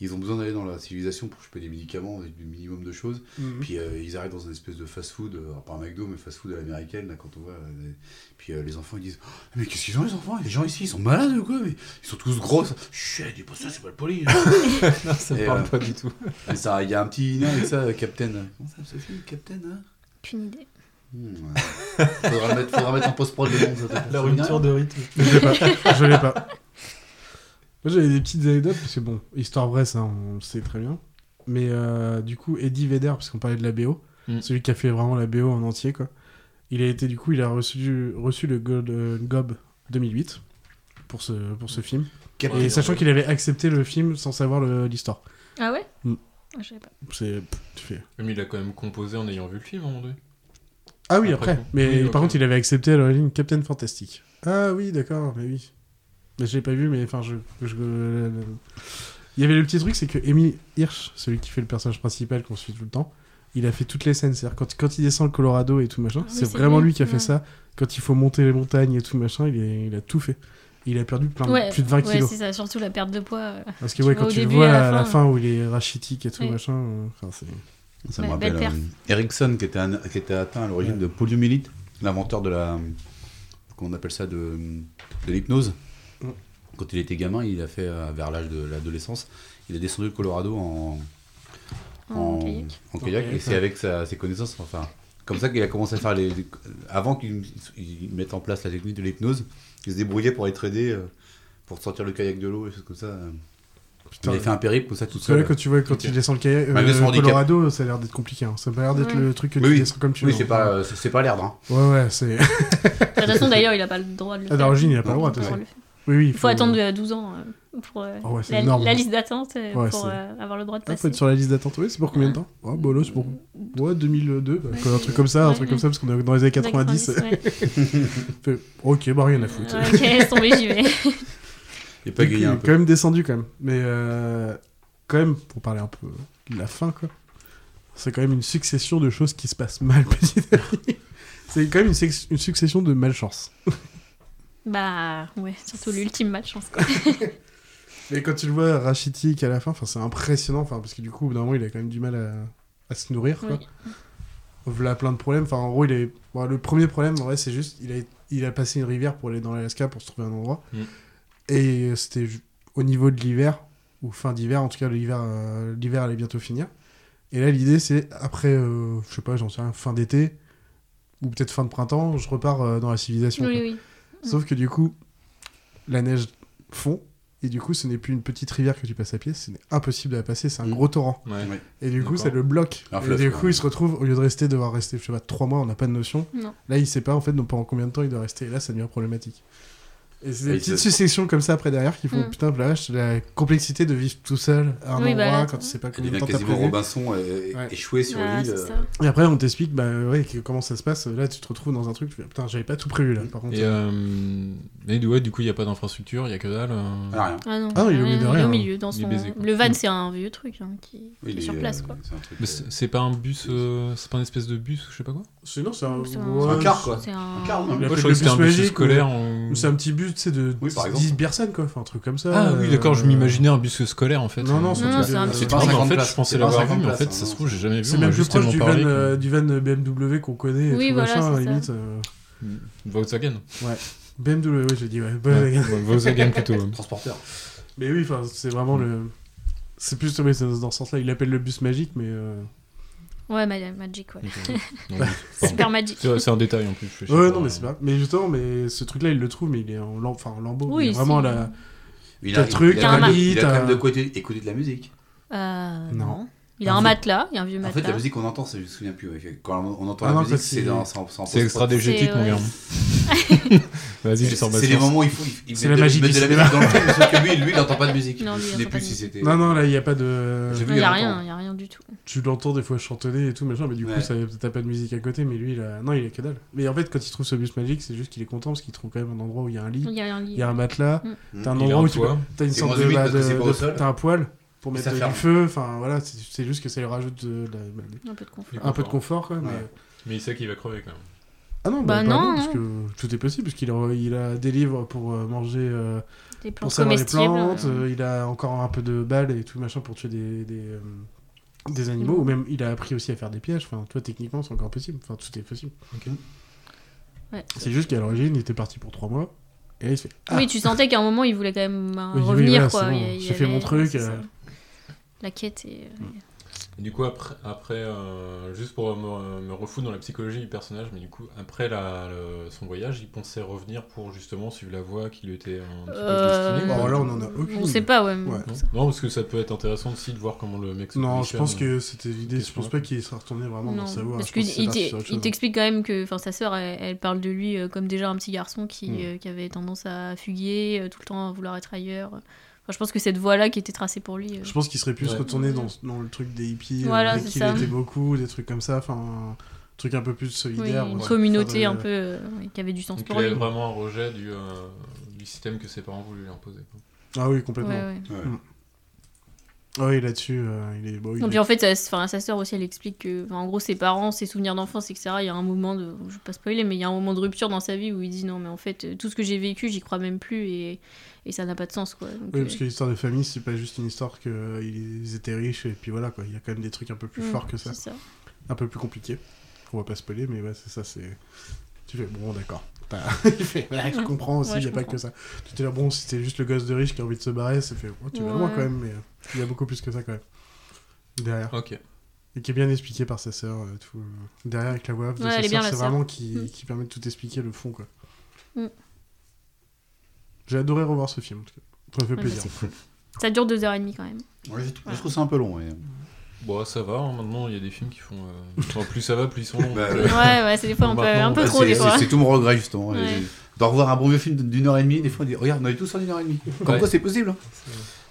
Speaker 3: ils ont besoin d'aller dans la civilisation pour choper des médicaments, des- du minimum de choses.
Speaker 1: Mhm.
Speaker 3: Puis euh, ils arrivent dans une espèce de fast-food, euh, alors pas un McDo, mais fast-food à l'américaine, là, quand on voit. euh, des- Puis euh, les enfants, ils disent Oh, Mais qu'est-ce qu'ils ont, les enfants Les gens ici, ils sont malades ou quoi Mais ils sont tous gros. ça. Chut, ah, dis pas ça, c'est pas le poli.
Speaker 4: Non, ça me
Speaker 3: Et,
Speaker 4: parle
Speaker 3: euh,
Speaker 4: pas du tout.
Speaker 3: mais ça, il y a un petit lien avec ça, euh, Captain. Comment ça se film, Captain hein
Speaker 2: Aucune idée.
Speaker 3: Hmm, ouais. faudra, le mettre, faudra mettre en post-prod le nom. ça, t'as
Speaker 4: La
Speaker 3: pas souvenir
Speaker 4: rupture de rythme.
Speaker 1: Je l'ai pas. Je l'ai pas. Moi, j'avais des petites anecdotes, parce que bon, histoire vraie, ça, on le sait très bien. Mais euh, du coup, Eddie Vedder, parce qu'on parlait de la BO,
Speaker 4: Mm.
Speaker 1: celui qui a fait vraiment la BO en entier, quoi. Il a été, du coup, il a reçu, reçu le Golden Globe 2008 pour ce, pour ce film.
Speaker 3: Captain.
Speaker 1: Et sachant qu'il avait accepté le film sans savoir le- l'histoire.
Speaker 2: Ah ouais
Speaker 1: Mm.
Speaker 2: Ah, Je savais pas.
Speaker 1: C'est. pff, Tu fais.
Speaker 4: Mais il a quand même composé en ayant vu le film, à un moment donné.
Speaker 1: Ah oui,
Speaker 4: Après
Speaker 1: après.
Speaker 4: coup.
Speaker 1: Mais
Speaker 4: Oui,
Speaker 1: par
Speaker 4: ok.
Speaker 1: contre, il avait accepté à l'origine Captain Fantastic. Ah oui, d'accord, mais oui. Mais je l'ai pas vu, mais enfin, je, je- euh, Il y avait le petit truc, c'est que Amy Hirsch, celui qui fait le personnage principal qu'on suit tout le temps, il a fait toutes les scènes. C'est-à-dire, quand, quand il descend le Colorado et tout machin,
Speaker 2: Ah oui,
Speaker 1: c'est
Speaker 2: c'est
Speaker 1: vraiment
Speaker 2: lui,
Speaker 1: lui qui a fait
Speaker 2: ouais.
Speaker 1: ça. Quand il faut monter les montagnes et tout machin, il, est- il a tout fait. Il a perdu plein, de-
Speaker 2: Ouais,
Speaker 1: plus de 20
Speaker 2: ouais,
Speaker 1: kilos.
Speaker 2: c'est ça, surtout la perte de poids. euh,
Speaker 1: Parce que, ouais,
Speaker 2: vois
Speaker 1: quand
Speaker 2: au
Speaker 1: tu
Speaker 2: début
Speaker 1: le vois
Speaker 2: et
Speaker 1: à la fin où il est rachitique et tout
Speaker 2: Ouais.
Speaker 1: machin, euh, enfin, c'est.
Speaker 3: Ça me
Speaker 2: Ouais,
Speaker 3: rappelle
Speaker 2: belle perf.
Speaker 3: euh, Ericsson qui était, un- qui était atteint à l'origine de poliomyélite, l'inventeur de la. Qu'on appelle ça de, de l'hypnose.
Speaker 1: Mm.
Speaker 3: Quand il était gamin, il a fait euh, vers l'âge de l'adolescence, il a descendu le Colorado
Speaker 2: En
Speaker 3: en.
Speaker 1: Oh.
Speaker 2: kayak.
Speaker 3: en kayak,
Speaker 1: En
Speaker 3: et
Speaker 1: kayak,
Speaker 3: c'est
Speaker 1: ouais.
Speaker 3: avec sa- ses connaissances, enfin. Comme ça qu'il a commencé à faire les. les- Avant qu'il il mette en place la technique de l'hypnose, il se débrouillait pour être aidé, euh, pour sortir le kayak de l'eau et choses comme ça. euh.
Speaker 1: Putain,
Speaker 3: il a fait un périple comme ça tout
Speaker 1: Parce que là,
Speaker 3: seul.
Speaker 1: quand tu vois, quand
Speaker 4: Ok.
Speaker 1: il descend le kayak,
Speaker 3: Malgré
Speaker 1: euh,
Speaker 3: son handicap.
Speaker 1: Colorado, ça a l'air d'être compliqué. hein. Ça a pas l'air d'être
Speaker 2: Ouais.
Speaker 1: le truc que
Speaker 3: Oui,
Speaker 1: tu
Speaker 3: oui.
Speaker 1: descends comme tu
Speaker 3: oui,
Speaker 1: veux.
Speaker 3: c'est pas, euh, c'est pas l'air, hein.
Speaker 1: Ouais, ouais, c'est.
Speaker 2: De toute façon, d'ailleurs, il a pas le droit de le
Speaker 1: À
Speaker 2: faire.
Speaker 1: l'origine, Ah, il a pas le droit, de toute
Speaker 2: le
Speaker 1: façon.
Speaker 2: le faire.
Speaker 1: Oui, Ah, oui.
Speaker 2: Il faut attendre euh, 12 ans euh, pour euh,
Speaker 1: Ah ouais, c'est
Speaker 2: la,
Speaker 1: énorme.
Speaker 2: la liste d'attente euh,
Speaker 1: Ouais,
Speaker 2: pour
Speaker 1: c'est-
Speaker 2: euh, avoir le droit de
Speaker 1: Ah, faut
Speaker 2: passer.
Speaker 1: être sur la liste d'attente. Ouais, c'est pour combien de temps Ouais, bah là, c'est pour. Ouais, 2002. bah, quoi, un truc comme ça, un
Speaker 2: Ouais,
Speaker 1: truc
Speaker 2: ouais.
Speaker 1: comme ça, parce qu'on est dans les années 90.
Speaker 2: 90, ouais.
Speaker 1: Fait, ok, bah rien à foutre.
Speaker 2: Ouais, ok, laisse tomber, j'y vais.
Speaker 3: Il est pas
Speaker 1: Donc, il
Speaker 3: grillé
Speaker 1: est
Speaker 3: un
Speaker 1: quand
Speaker 3: peu.
Speaker 1: même descendu, quand même. Mais euh, quand même, pour parler un peu de la fin, quoi. C'est quand même une succession de choses qui se passent mal, petit à petit. C'est quand même une, sex- une succession de malchance.
Speaker 2: Bah, ouais, surtout l'ultime malchance, quoi.
Speaker 1: Mais quand tu le vois rachitique à la fin, enfin, c'est impressionnant, enfin, parce que du coup, au bout d'un moment, il a quand même du mal à, à se nourrir. Quoi.
Speaker 2: Oui.
Speaker 1: Voilà plein de problèmes. Enfin, en gros, il est... bon, le premier problème, en vrai, c'est juste il a... il a passé une rivière pour aller dans l'Alaska pour se trouver un endroit.
Speaker 4: Mm.
Speaker 1: Et euh, c'était ju- au niveau de l'hiver, ou fin d'hiver, en tout cas, l'hiver euh, l'hiver allait bientôt finir. Et là, l'idée, c'est après, euh, je sais pas, j'en sais rien, fin d'été, ou peut-être fin de printemps,
Speaker 2: Ah,
Speaker 1: je repars euh, dans la civilisation. quoi.
Speaker 2: Oui, oui.
Speaker 1: Sauf que du coup, la neige fond, Et du coup, ce n'est plus une petite rivière que tu passes à pied, c'est impossible de la passer, c'est un gros torrent.
Speaker 3: Ouais. Ouais.
Speaker 1: Et du coup,
Speaker 3: Mm. D'accord.
Speaker 1: ça le bloque.
Speaker 3: Un
Speaker 1: et
Speaker 3: fleuve,
Speaker 1: du
Speaker 3: quoi.
Speaker 1: coup, il se retrouve, au lieu de rester, devoir rester, je sais pas, 3 mois, on n'a pas de notion.
Speaker 3: Non.
Speaker 1: Là, il sait pas en fait donc pendant combien de temps il doit rester. Et là, ça devient problématique. Et c'est des
Speaker 3: Et
Speaker 1: petites
Speaker 3: c'est-
Speaker 1: successions comme ça après derrière qui font
Speaker 2: Mm.
Speaker 1: putain, la vache, la complexité de vivre tout seul à un
Speaker 2: Oui, bah,
Speaker 1: endroit
Speaker 2: là,
Speaker 1: quand tu sais pas
Speaker 3: Il
Speaker 1: combien de
Speaker 3: devient
Speaker 1: temps t'as
Speaker 3: quasiment
Speaker 1: prévu.
Speaker 3: Robinson euh, échoué sur
Speaker 2: Ah,
Speaker 3: l'île.
Speaker 2: c'est
Speaker 3: euh,
Speaker 2: ça.
Speaker 1: Et après, on t'explique bah, ouais, que- comment ça se passe. Là, tu te retrouves dans un truc, tu fais, putain, j'avais pas tout prévu là. Par contre,
Speaker 4: Et, euh, et ouais, du coup, il n'y a pas d'infrastructure, il n'y a que dalle. euh.
Speaker 2: Ah non,
Speaker 1: Ah, il est au
Speaker 2: rien,
Speaker 1: milieu de
Speaker 2: il est
Speaker 1: rien.
Speaker 2: au milieu. Dans
Speaker 4: Il est
Speaker 2: son...
Speaker 4: baisé, quoi.
Speaker 2: Le van, c'est un vieux truc hein, qui,
Speaker 4: Oui,
Speaker 2: qui est
Speaker 4: il
Speaker 2: sur
Speaker 4: est,
Speaker 2: place.
Speaker 4: euh,
Speaker 2: quoi.
Speaker 4: Mais c'est c'est pas un bus, euh, c'est pas une espèce de bus ou je sais pas quoi
Speaker 1: Sinon, c'est un,
Speaker 2: C'est un-
Speaker 1: ouais,
Speaker 3: un car, quoi.
Speaker 2: c'est un-
Speaker 3: Un car, non
Speaker 1: Il
Speaker 4: Moi, je
Speaker 1: appelle
Speaker 4: croyais que c'était un bus
Speaker 1: magique,
Speaker 4: scolaire,
Speaker 1: ou-
Speaker 4: on-
Speaker 1: ou c'est un petit bus tu sais, de
Speaker 3: Oui, par
Speaker 1: 10 personnes, quoi. Enfin, un truc comme ça.
Speaker 4: Ah oui,
Speaker 1: euh,
Speaker 4: d'accord, je m'imaginais un bus scolaire en fait.
Speaker 1: Non, non, c'est un Non, truc c'est de- un
Speaker 4: c'est
Speaker 1: petit
Speaker 4: tout
Speaker 1: bus.
Speaker 4: con, mais en
Speaker 1: 50
Speaker 4: fait,
Speaker 1: places,
Speaker 4: je pensais
Speaker 1: c'est pas
Speaker 4: l'avoir vu,
Speaker 1: 50
Speaker 4: mais en fait,
Speaker 1: places,
Speaker 4: ça
Speaker 1: hein,
Speaker 4: se trouve, j'ai jamais vu.
Speaker 1: C'est
Speaker 4: on m'a
Speaker 1: même plus
Speaker 4: juste
Speaker 1: proche du
Speaker 4: tellement
Speaker 1: van,
Speaker 4: parlé,
Speaker 1: euh, du van BMW qu'on connaît, et
Speaker 2: Oui,
Speaker 1: tout
Speaker 2: voilà,
Speaker 1: machin,
Speaker 2: c'est ça.
Speaker 1: limite. euh,
Speaker 4: Volkswagen.
Speaker 1: Ouais. BMW, oui, j'ai dit, ouais.
Speaker 4: Ouais,
Speaker 1: Volkswagen.
Speaker 4: Volkswagen plutôt. ouais.
Speaker 3: Transporteur.
Speaker 1: Mais oui, enfin, c'est vraiment le. C'est plus oui, c'est dans ce sens-là. Il appelle le bus magique, mais. euh,
Speaker 2: Ouais, ma- Magic, ouais.
Speaker 4: Non, non, c'est
Speaker 2: Super
Speaker 4: pas-
Speaker 2: Magic.
Speaker 4: C'est c'est un détail en plus. je sais
Speaker 1: Ouais,
Speaker 4: pas.
Speaker 1: non, mais
Speaker 3: hein.
Speaker 1: c'est pas. Mais justement, mais ce truc-là, il le trouve, mais il est en, lam- enfin, en lambeau.
Speaker 2: Oui,
Speaker 1: il est vraiment
Speaker 2: si.
Speaker 1: la.
Speaker 3: Il
Speaker 1: t'as
Speaker 3: a,
Speaker 1: le truc,
Speaker 3: il a,
Speaker 1: t'as
Speaker 3: quand même de-
Speaker 1: lit,
Speaker 3: il a quand
Speaker 1: t'as-
Speaker 3: même de quoi écouter, écouter de la musique.
Speaker 2: Euh,
Speaker 1: Non.
Speaker 2: non. Il a
Speaker 1: En
Speaker 2: un
Speaker 1: fait-
Speaker 2: matelas, il y a un vieux
Speaker 3: En
Speaker 2: matelas.
Speaker 3: fait, la musique qu'on entend, ça, je me souviens plus. ouais. Quand on entend
Speaker 1: Ah
Speaker 3: la
Speaker 1: non,
Speaker 3: musique,
Speaker 1: ça, c'est-
Speaker 3: c'est dans- c'est en- c'est en
Speaker 4: C'est extra
Speaker 3: post-prod.
Speaker 4: dégétique,
Speaker 2: C'est-
Speaker 4: mon gars. Vas-y, j'ai
Speaker 3: C'est-
Speaker 4: sors ma
Speaker 3: C'est les
Speaker 4: science.
Speaker 3: moments où il faut. il- il
Speaker 1: C'est
Speaker 3: met
Speaker 1: la
Speaker 3: de-
Speaker 1: magie
Speaker 3: il met
Speaker 1: du
Speaker 3: de la
Speaker 1: cinéma.
Speaker 3: musique dans le film, sauf que lui, lui, il n'entend pas de musique.
Speaker 2: Non, lui, il
Speaker 3: je ne
Speaker 2: entend
Speaker 3: sais
Speaker 2: pas
Speaker 3: plus
Speaker 2: de
Speaker 3: si c'était.
Speaker 1: Non, non, là, il n'y a pas de.
Speaker 3: J'ai vu
Speaker 2: Il y a
Speaker 3: longtemps.
Speaker 2: rien, il y a rien du tout.
Speaker 1: Tu l'entends des fois chantonner et tout, machin, mais du coup,
Speaker 3: Ouais.
Speaker 1: ça- t'as pas de musique à côté, mais lui, il a... non, il a que dalle. Mais en fait, quand il trouve ce bus magique, c'est juste qu'il est content parce qu'il trouve quand même un endroit où il y a un lit,
Speaker 2: Il y a un
Speaker 1: il
Speaker 2: lit.
Speaker 1: y a un matelas,
Speaker 2: Mm.
Speaker 1: t'as un
Speaker 4: Il a
Speaker 1: endroit
Speaker 4: un
Speaker 1: où tu
Speaker 4: toit.
Speaker 1: peux- t'as une
Speaker 3: C'est
Speaker 1: sorte
Speaker 3: moins
Speaker 1: de.
Speaker 3: humide
Speaker 1: bah,
Speaker 3: parce que
Speaker 1: de-
Speaker 3: c'est pas au
Speaker 1: de-
Speaker 3: sol.
Speaker 1: T'as un poêle pour
Speaker 3: Et
Speaker 1: mettre
Speaker 3: ça
Speaker 1: du
Speaker 3: ferme.
Speaker 1: feu, enfin voilà, c'est c'est juste que ça lui rajoute de la-
Speaker 2: Un peu de confort.
Speaker 1: un peu de confort quand même.
Speaker 4: Ouais. Mais il sait qu'il va crever quand même.
Speaker 1: Ah non, bah, pas
Speaker 2: Bah non,
Speaker 1: parce
Speaker 2: hein.
Speaker 1: que tout est possible, parce qu'il a, il a des livres pour euh, manger, euh,
Speaker 2: Des plantes
Speaker 1: pour savoir les
Speaker 2: comestibles,
Speaker 1: plantes,
Speaker 2: hein.
Speaker 1: euh, il a encore un peu de balles et tout machin pour tuer des, des, euh, des animaux,
Speaker 2: Mm.
Speaker 1: ou même il a appris aussi à faire des pièges, enfin, toi techniquement c'est encore possible, enfin tout est possible.
Speaker 2: Ouais.
Speaker 1: C'est juste qu'à l'origine il était parti pour 3 mois, et là il se fait... Ah,
Speaker 2: Oui, tu sentais qu'à un moment, il voulait quand même euh,
Speaker 1: Oui, oui, voilà,
Speaker 2: revenir. quoi.
Speaker 1: c'est bon,
Speaker 2: Il y a- il y
Speaker 1: j'ai fait
Speaker 2: avait-
Speaker 1: mon truc,
Speaker 2: c'est ça.
Speaker 1: euh.
Speaker 2: La quête est.
Speaker 4: Et Du coup, après, après euh, juste pour me, me refouler dans la psychologie du personnage, mais du coup, après la, le- son voyage, il pensait revenir pour justement suivre la voie qui lui était un petit
Speaker 2: Euh,
Speaker 4: peu destinée.
Speaker 1: Bon,
Speaker 4: quoi.
Speaker 1: là, on en a aucune.
Speaker 2: On sait pas, ouais. mais-
Speaker 1: Ouais.
Speaker 4: Non, non, parce que ça peut être intéressant aussi de voir comment le mec se
Speaker 1: Non, je
Speaker 4: positionne.
Speaker 1: pense que c'était l'idée, je pense
Speaker 4: question-là.
Speaker 1: pas qu'il soit retourné vraiment
Speaker 2: Non,
Speaker 1: dans sa voie.
Speaker 2: parce
Speaker 1: je pense
Speaker 2: qu'il
Speaker 1: c'est parti
Speaker 2: t'est-
Speaker 1: sur autre
Speaker 2: il
Speaker 1: chose.
Speaker 2: t'explique quand même que enfin, sa sœur, elle, elle parle de lui euh, comme déjà un petit garçon qui,
Speaker 1: Mm.
Speaker 2: euh, qui avait tendance à fuguer, euh, tout le temps à vouloir être ailleurs. Enfin, je pense que cette voie-là qui était tracée pour lui. euh,
Speaker 1: Je pense qu'il serait plus
Speaker 4: Ouais.
Speaker 1: retourné dans, dans le truc des hippies,
Speaker 2: Voilà,
Speaker 1: euh,
Speaker 2: c'est
Speaker 1: qu'il
Speaker 2: ça.
Speaker 1: était beaucoup, des trucs comme ça, enfin, un truc un peu plus
Speaker 2: oui,
Speaker 1: solidaire.
Speaker 2: une
Speaker 1: ouais.
Speaker 2: communauté
Speaker 1: Faire
Speaker 2: un
Speaker 1: de-
Speaker 2: peu euh, ouais, qui avait du sens
Speaker 4: Donc,
Speaker 2: pour
Speaker 4: il
Speaker 2: lui.
Speaker 4: avait vraiment un rejet du, euh, du système que ses parents voulaient lui imposer. quoi.
Speaker 1: Ah oui, complètement.
Speaker 2: Ouais,
Speaker 3: ouais. Ouais.
Speaker 1: Mm. Ah oui, là-dessus, euh, il est. Bon, il
Speaker 2: Et
Speaker 1: est-
Speaker 2: puis en fait, sa, enfin, sa sœur aussi, elle explique que, enfin, en gros, ses parents, ses souvenirs d'enfance, etc. Il y a un moment de, je vais pas spoiler, mais il y a un moment de rupture dans sa vie où il dit non, mais en fait, euh, tout ce que j'ai vécu, j'y crois même plus et, et ça n'a pas de sens, quoi. Donc,
Speaker 1: Oui,
Speaker 2: euh,
Speaker 1: parce que l'histoire de famille, c'est pas juste une histoire que euh, ils étaient riches et puis voilà quoi. Il y a quand même des trucs un peu plus
Speaker 2: Mm,
Speaker 1: forts que ça.
Speaker 2: c'est ça.
Speaker 1: Un peu plus compliqués. On va pas spoiler, mais ouais, c'est ça, c'est. Tu fais bon, d'accord. T'as- il fait, ouais, je
Speaker 2: Ouais.
Speaker 1: comprends aussi,
Speaker 2: Mm. Ouais,
Speaker 1: il
Speaker 2: je
Speaker 1: y a pas
Speaker 2: comprends.
Speaker 1: que ça. Tu t'es là, bon, si t'es juste le gosse de riche qui a envie de se barrer, ça fait, oh, tu vas loin
Speaker 2: Ouais.
Speaker 1: quand même, mais il y a beaucoup plus que ça quand même. Derrière.
Speaker 4: Ok.
Speaker 1: Et qui est bien expliqué par sa sœur, euh, tout. euh, Derrière avec la voix off de
Speaker 2: Ouais,
Speaker 1: sa
Speaker 2: elle est bien,
Speaker 1: sœur,
Speaker 2: la
Speaker 1: c'est
Speaker 2: sœur.
Speaker 1: vraiment qui,
Speaker 2: Mm.
Speaker 1: qui permet de tout expliquer le fond, quoi.
Speaker 2: Mm.
Speaker 1: J'ai adoré revoir ce film, en tout cas. Ça me fait
Speaker 2: Ouais,
Speaker 1: plaisir.
Speaker 2: bah, c'est cool. Ça dure deux heures et demie quand même.
Speaker 3: Ouais, je, je trouve ça un peu long. ouais.
Speaker 4: Bon, ça va, hein, maintenant il y a des films qui font. euh, enfin, plus ça va, plus ils sont longs.
Speaker 3: Bah,
Speaker 4: Donc,
Speaker 3: ouais.
Speaker 4: euh,
Speaker 2: ouais, c'est des fois un
Speaker 4: bon,
Speaker 2: peu-
Speaker 1: bah,
Speaker 2: un
Speaker 4: maintenant,
Speaker 2: peu
Speaker 4: on va-
Speaker 2: trop, des
Speaker 4: c'est-
Speaker 2: fois.
Speaker 4: c'est-
Speaker 3: Bah, C'est tout mon regret, justement.
Speaker 2: Ouais.
Speaker 3: Et- D'en revoir un bon vieux film d'une heure et demie, des fois on dit Regarde, on a eu tout ça en une heure et demie. Comme
Speaker 4: Ouais.
Speaker 3: quoi c'est possible. hein.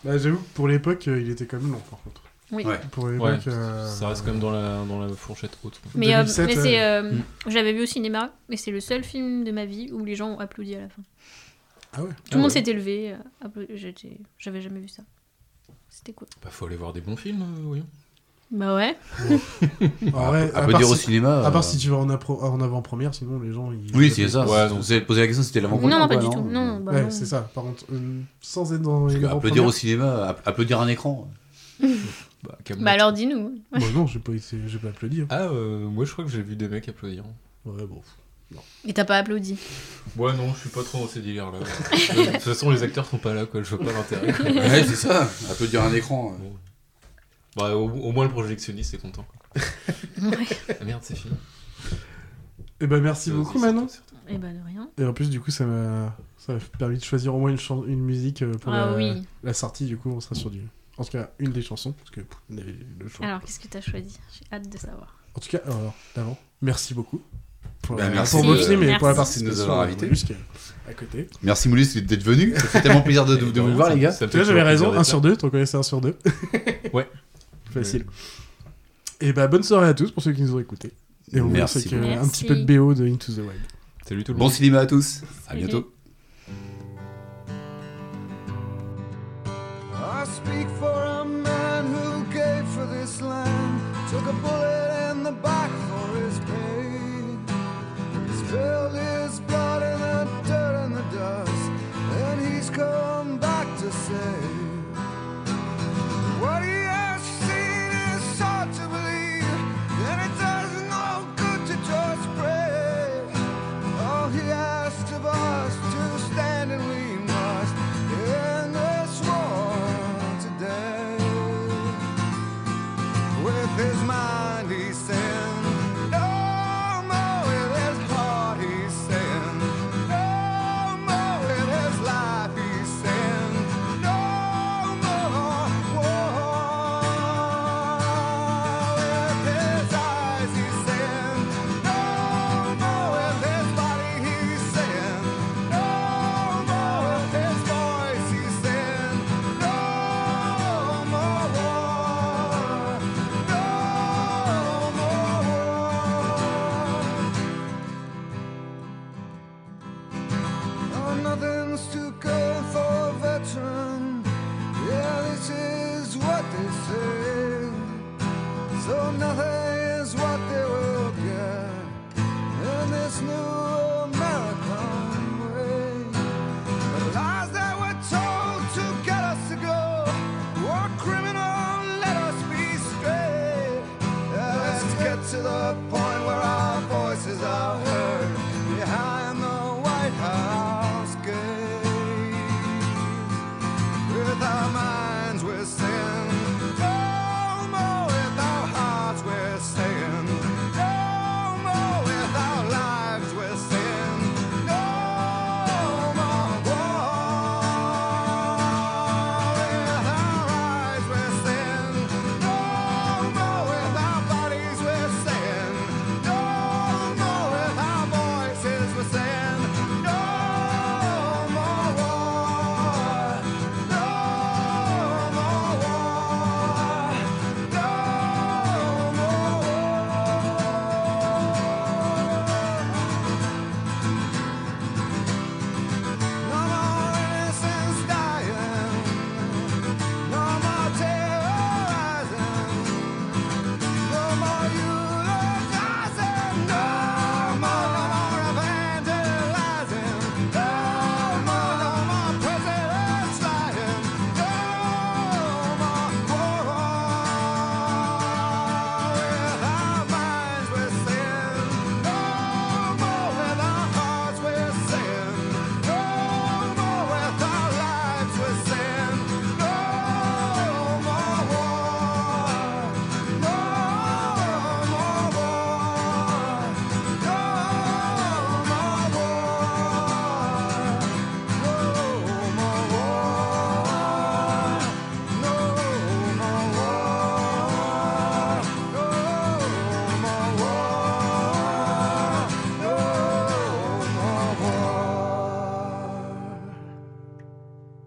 Speaker 1: Bah, j'avoue que pour l'époque, euh, il était quand même long, par contre.
Speaker 2: Oui.
Speaker 3: Ouais.
Speaker 1: Pour
Speaker 4: Ouais,
Speaker 1: l'époque. euh,
Speaker 4: ça reste quand même dans la, dans la fourchette haute. quoi.
Speaker 2: Mais, euh,
Speaker 1: 2007,
Speaker 2: mais
Speaker 1: ouais.
Speaker 2: c'est, euh,
Speaker 4: Mm.
Speaker 2: j'avais vu au cinéma, mais c'est le seul film de ma vie où les gens ont applaudi à la fin.
Speaker 1: Ah ouais.
Speaker 2: Tout le monde s'était levé, euh, applaudi- j'étais- j'avais jamais vu ça. C'était cool.
Speaker 4: Bah, faut aller voir des bons films, euh, voyons.
Speaker 2: Bah ouais.
Speaker 1: En
Speaker 3: À-
Speaker 1: vrai,
Speaker 3: à
Speaker 1: à
Speaker 3: peu
Speaker 1: part
Speaker 3: dire au
Speaker 1: si-
Speaker 3: cinéma,
Speaker 1: À
Speaker 3: euh,
Speaker 1: part si tu vas en, appro- en avant-première, sinon les gens. Ils...
Speaker 3: Oui, c'est ça.
Speaker 4: Ouais,
Speaker 3: Si
Speaker 4: donc-
Speaker 3: Vous avez posé la question, c'était l'avant-première.
Speaker 2: Non,
Speaker 3: ou
Speaker 2: pas du tout. Non, non, bah
Speaker 1: ouais,
Speaker 2: non.
Speaker 1: c'est ça. Par contre, euh, sans être dans les
Speaker 3: Parce que Applaudir au cinéma, app- applaudir un écran.
Speaker 4: Bah, Camelot.
Speaker 2: Bah alors dis-nous.
Speaker 1: Bah non, j'ai pas, été- j'ai pas applaudi. hein.
Speaker 4: Ah, euh, moi je crois que j'ai vu des mecs applaudir.
Speaker 3: Ah.
Speaker 1: Ouais, bon.
Speaker 2: Et t'as pas applaudi.
Speaker 4: Ouais, non, je suis pas trop dans ces délires là. de toute façon, les acteurs sont pas là, quoi. Je vois pas l'intérêt. quoi.
Speaker 3: Ouais, c'est ça. Applaudir un écran. euh.
Speaker 4: Bah, au, au moins le projectionniste est content. quoi. Ah, merde, c'est fini.
Speaker 1: Et ben merci
Speaker 4: Ça,
Speaker 1: beaucoup,
Speaker 4: c'est-
Speaker 1: Manon.
Speaker 4: c'est-
Speaker 2: Et bah, de rien.
Speaker 1: Et en plus, du coup, ça m'a ça m'a permis de choisir au moins une, chan- une musique euh, pour
Speaker 2: Ah
Speaker 1: la...
Speaker 2: oui.
Speaker 1: la sortie. Du coup, on sera sur du. En tout cas, une des chansons, parce que pff, on avait le choix.
Speaker 2: Alors, qu'est-ce que t'as choisi J'ai hâte de savoir.
Speaker 1: En tout cas, alors, d'avant, merci beaucoup. Pour,
Speaker 3: Bah,
Speaker 1: euh,
Speaker 3: merci,
Speaker 1: pour votre
Speaker 3: euh,
Speaker 1: film et pour la
Speaker 3: merci de nous
Speaker 1: participation
Speaker 3: avoir
Speaker 1: à
Speaker 3: invités.
Speaker 1: Mollusque, à côté.
Speaker 3: Merci Moulus d'être venu. Ça fait tellement plaisir de, de vous voir, les gars.
Speaker 1: Tu vois, j'avais raison, 1 sur 2, t'en connaissais 1 sur 2.
Speaker 4: ouais.
Speaker 1: Facile. Et bah, bonne soirée à tous pour ceux qui nous ont écoutés. Et on vous laisse
Speaker 3: Merci
Speaker 1: avec
Speaker 3: beaucoup.
Speaker 1: euh, un petit
Speaker 3: Merci.
Speaker 1: peu de BO de Into the Wild.
Speaker 4: Salut tout
Speaker 3: Bon cinéma à tous. À bientôt.
Speaker 14: I speak for a man who gave for this land, took a bullet in the back for his pay. Spilled his blood in the dirt and the dust, and he's come back to say what he has seen is hard to believe, and it does no good to just pray. All he asked of us to stand and we must end this war today. With his mind he's saying, no more with his heart he's saying, no more with his life he's saying, no more war. With his eyes he's saying, no more with his body he's saying, no more with his voice he's saying, no more war, no more Oh, nothing's too good for a veteran. Yeah, this is what they say. So nothing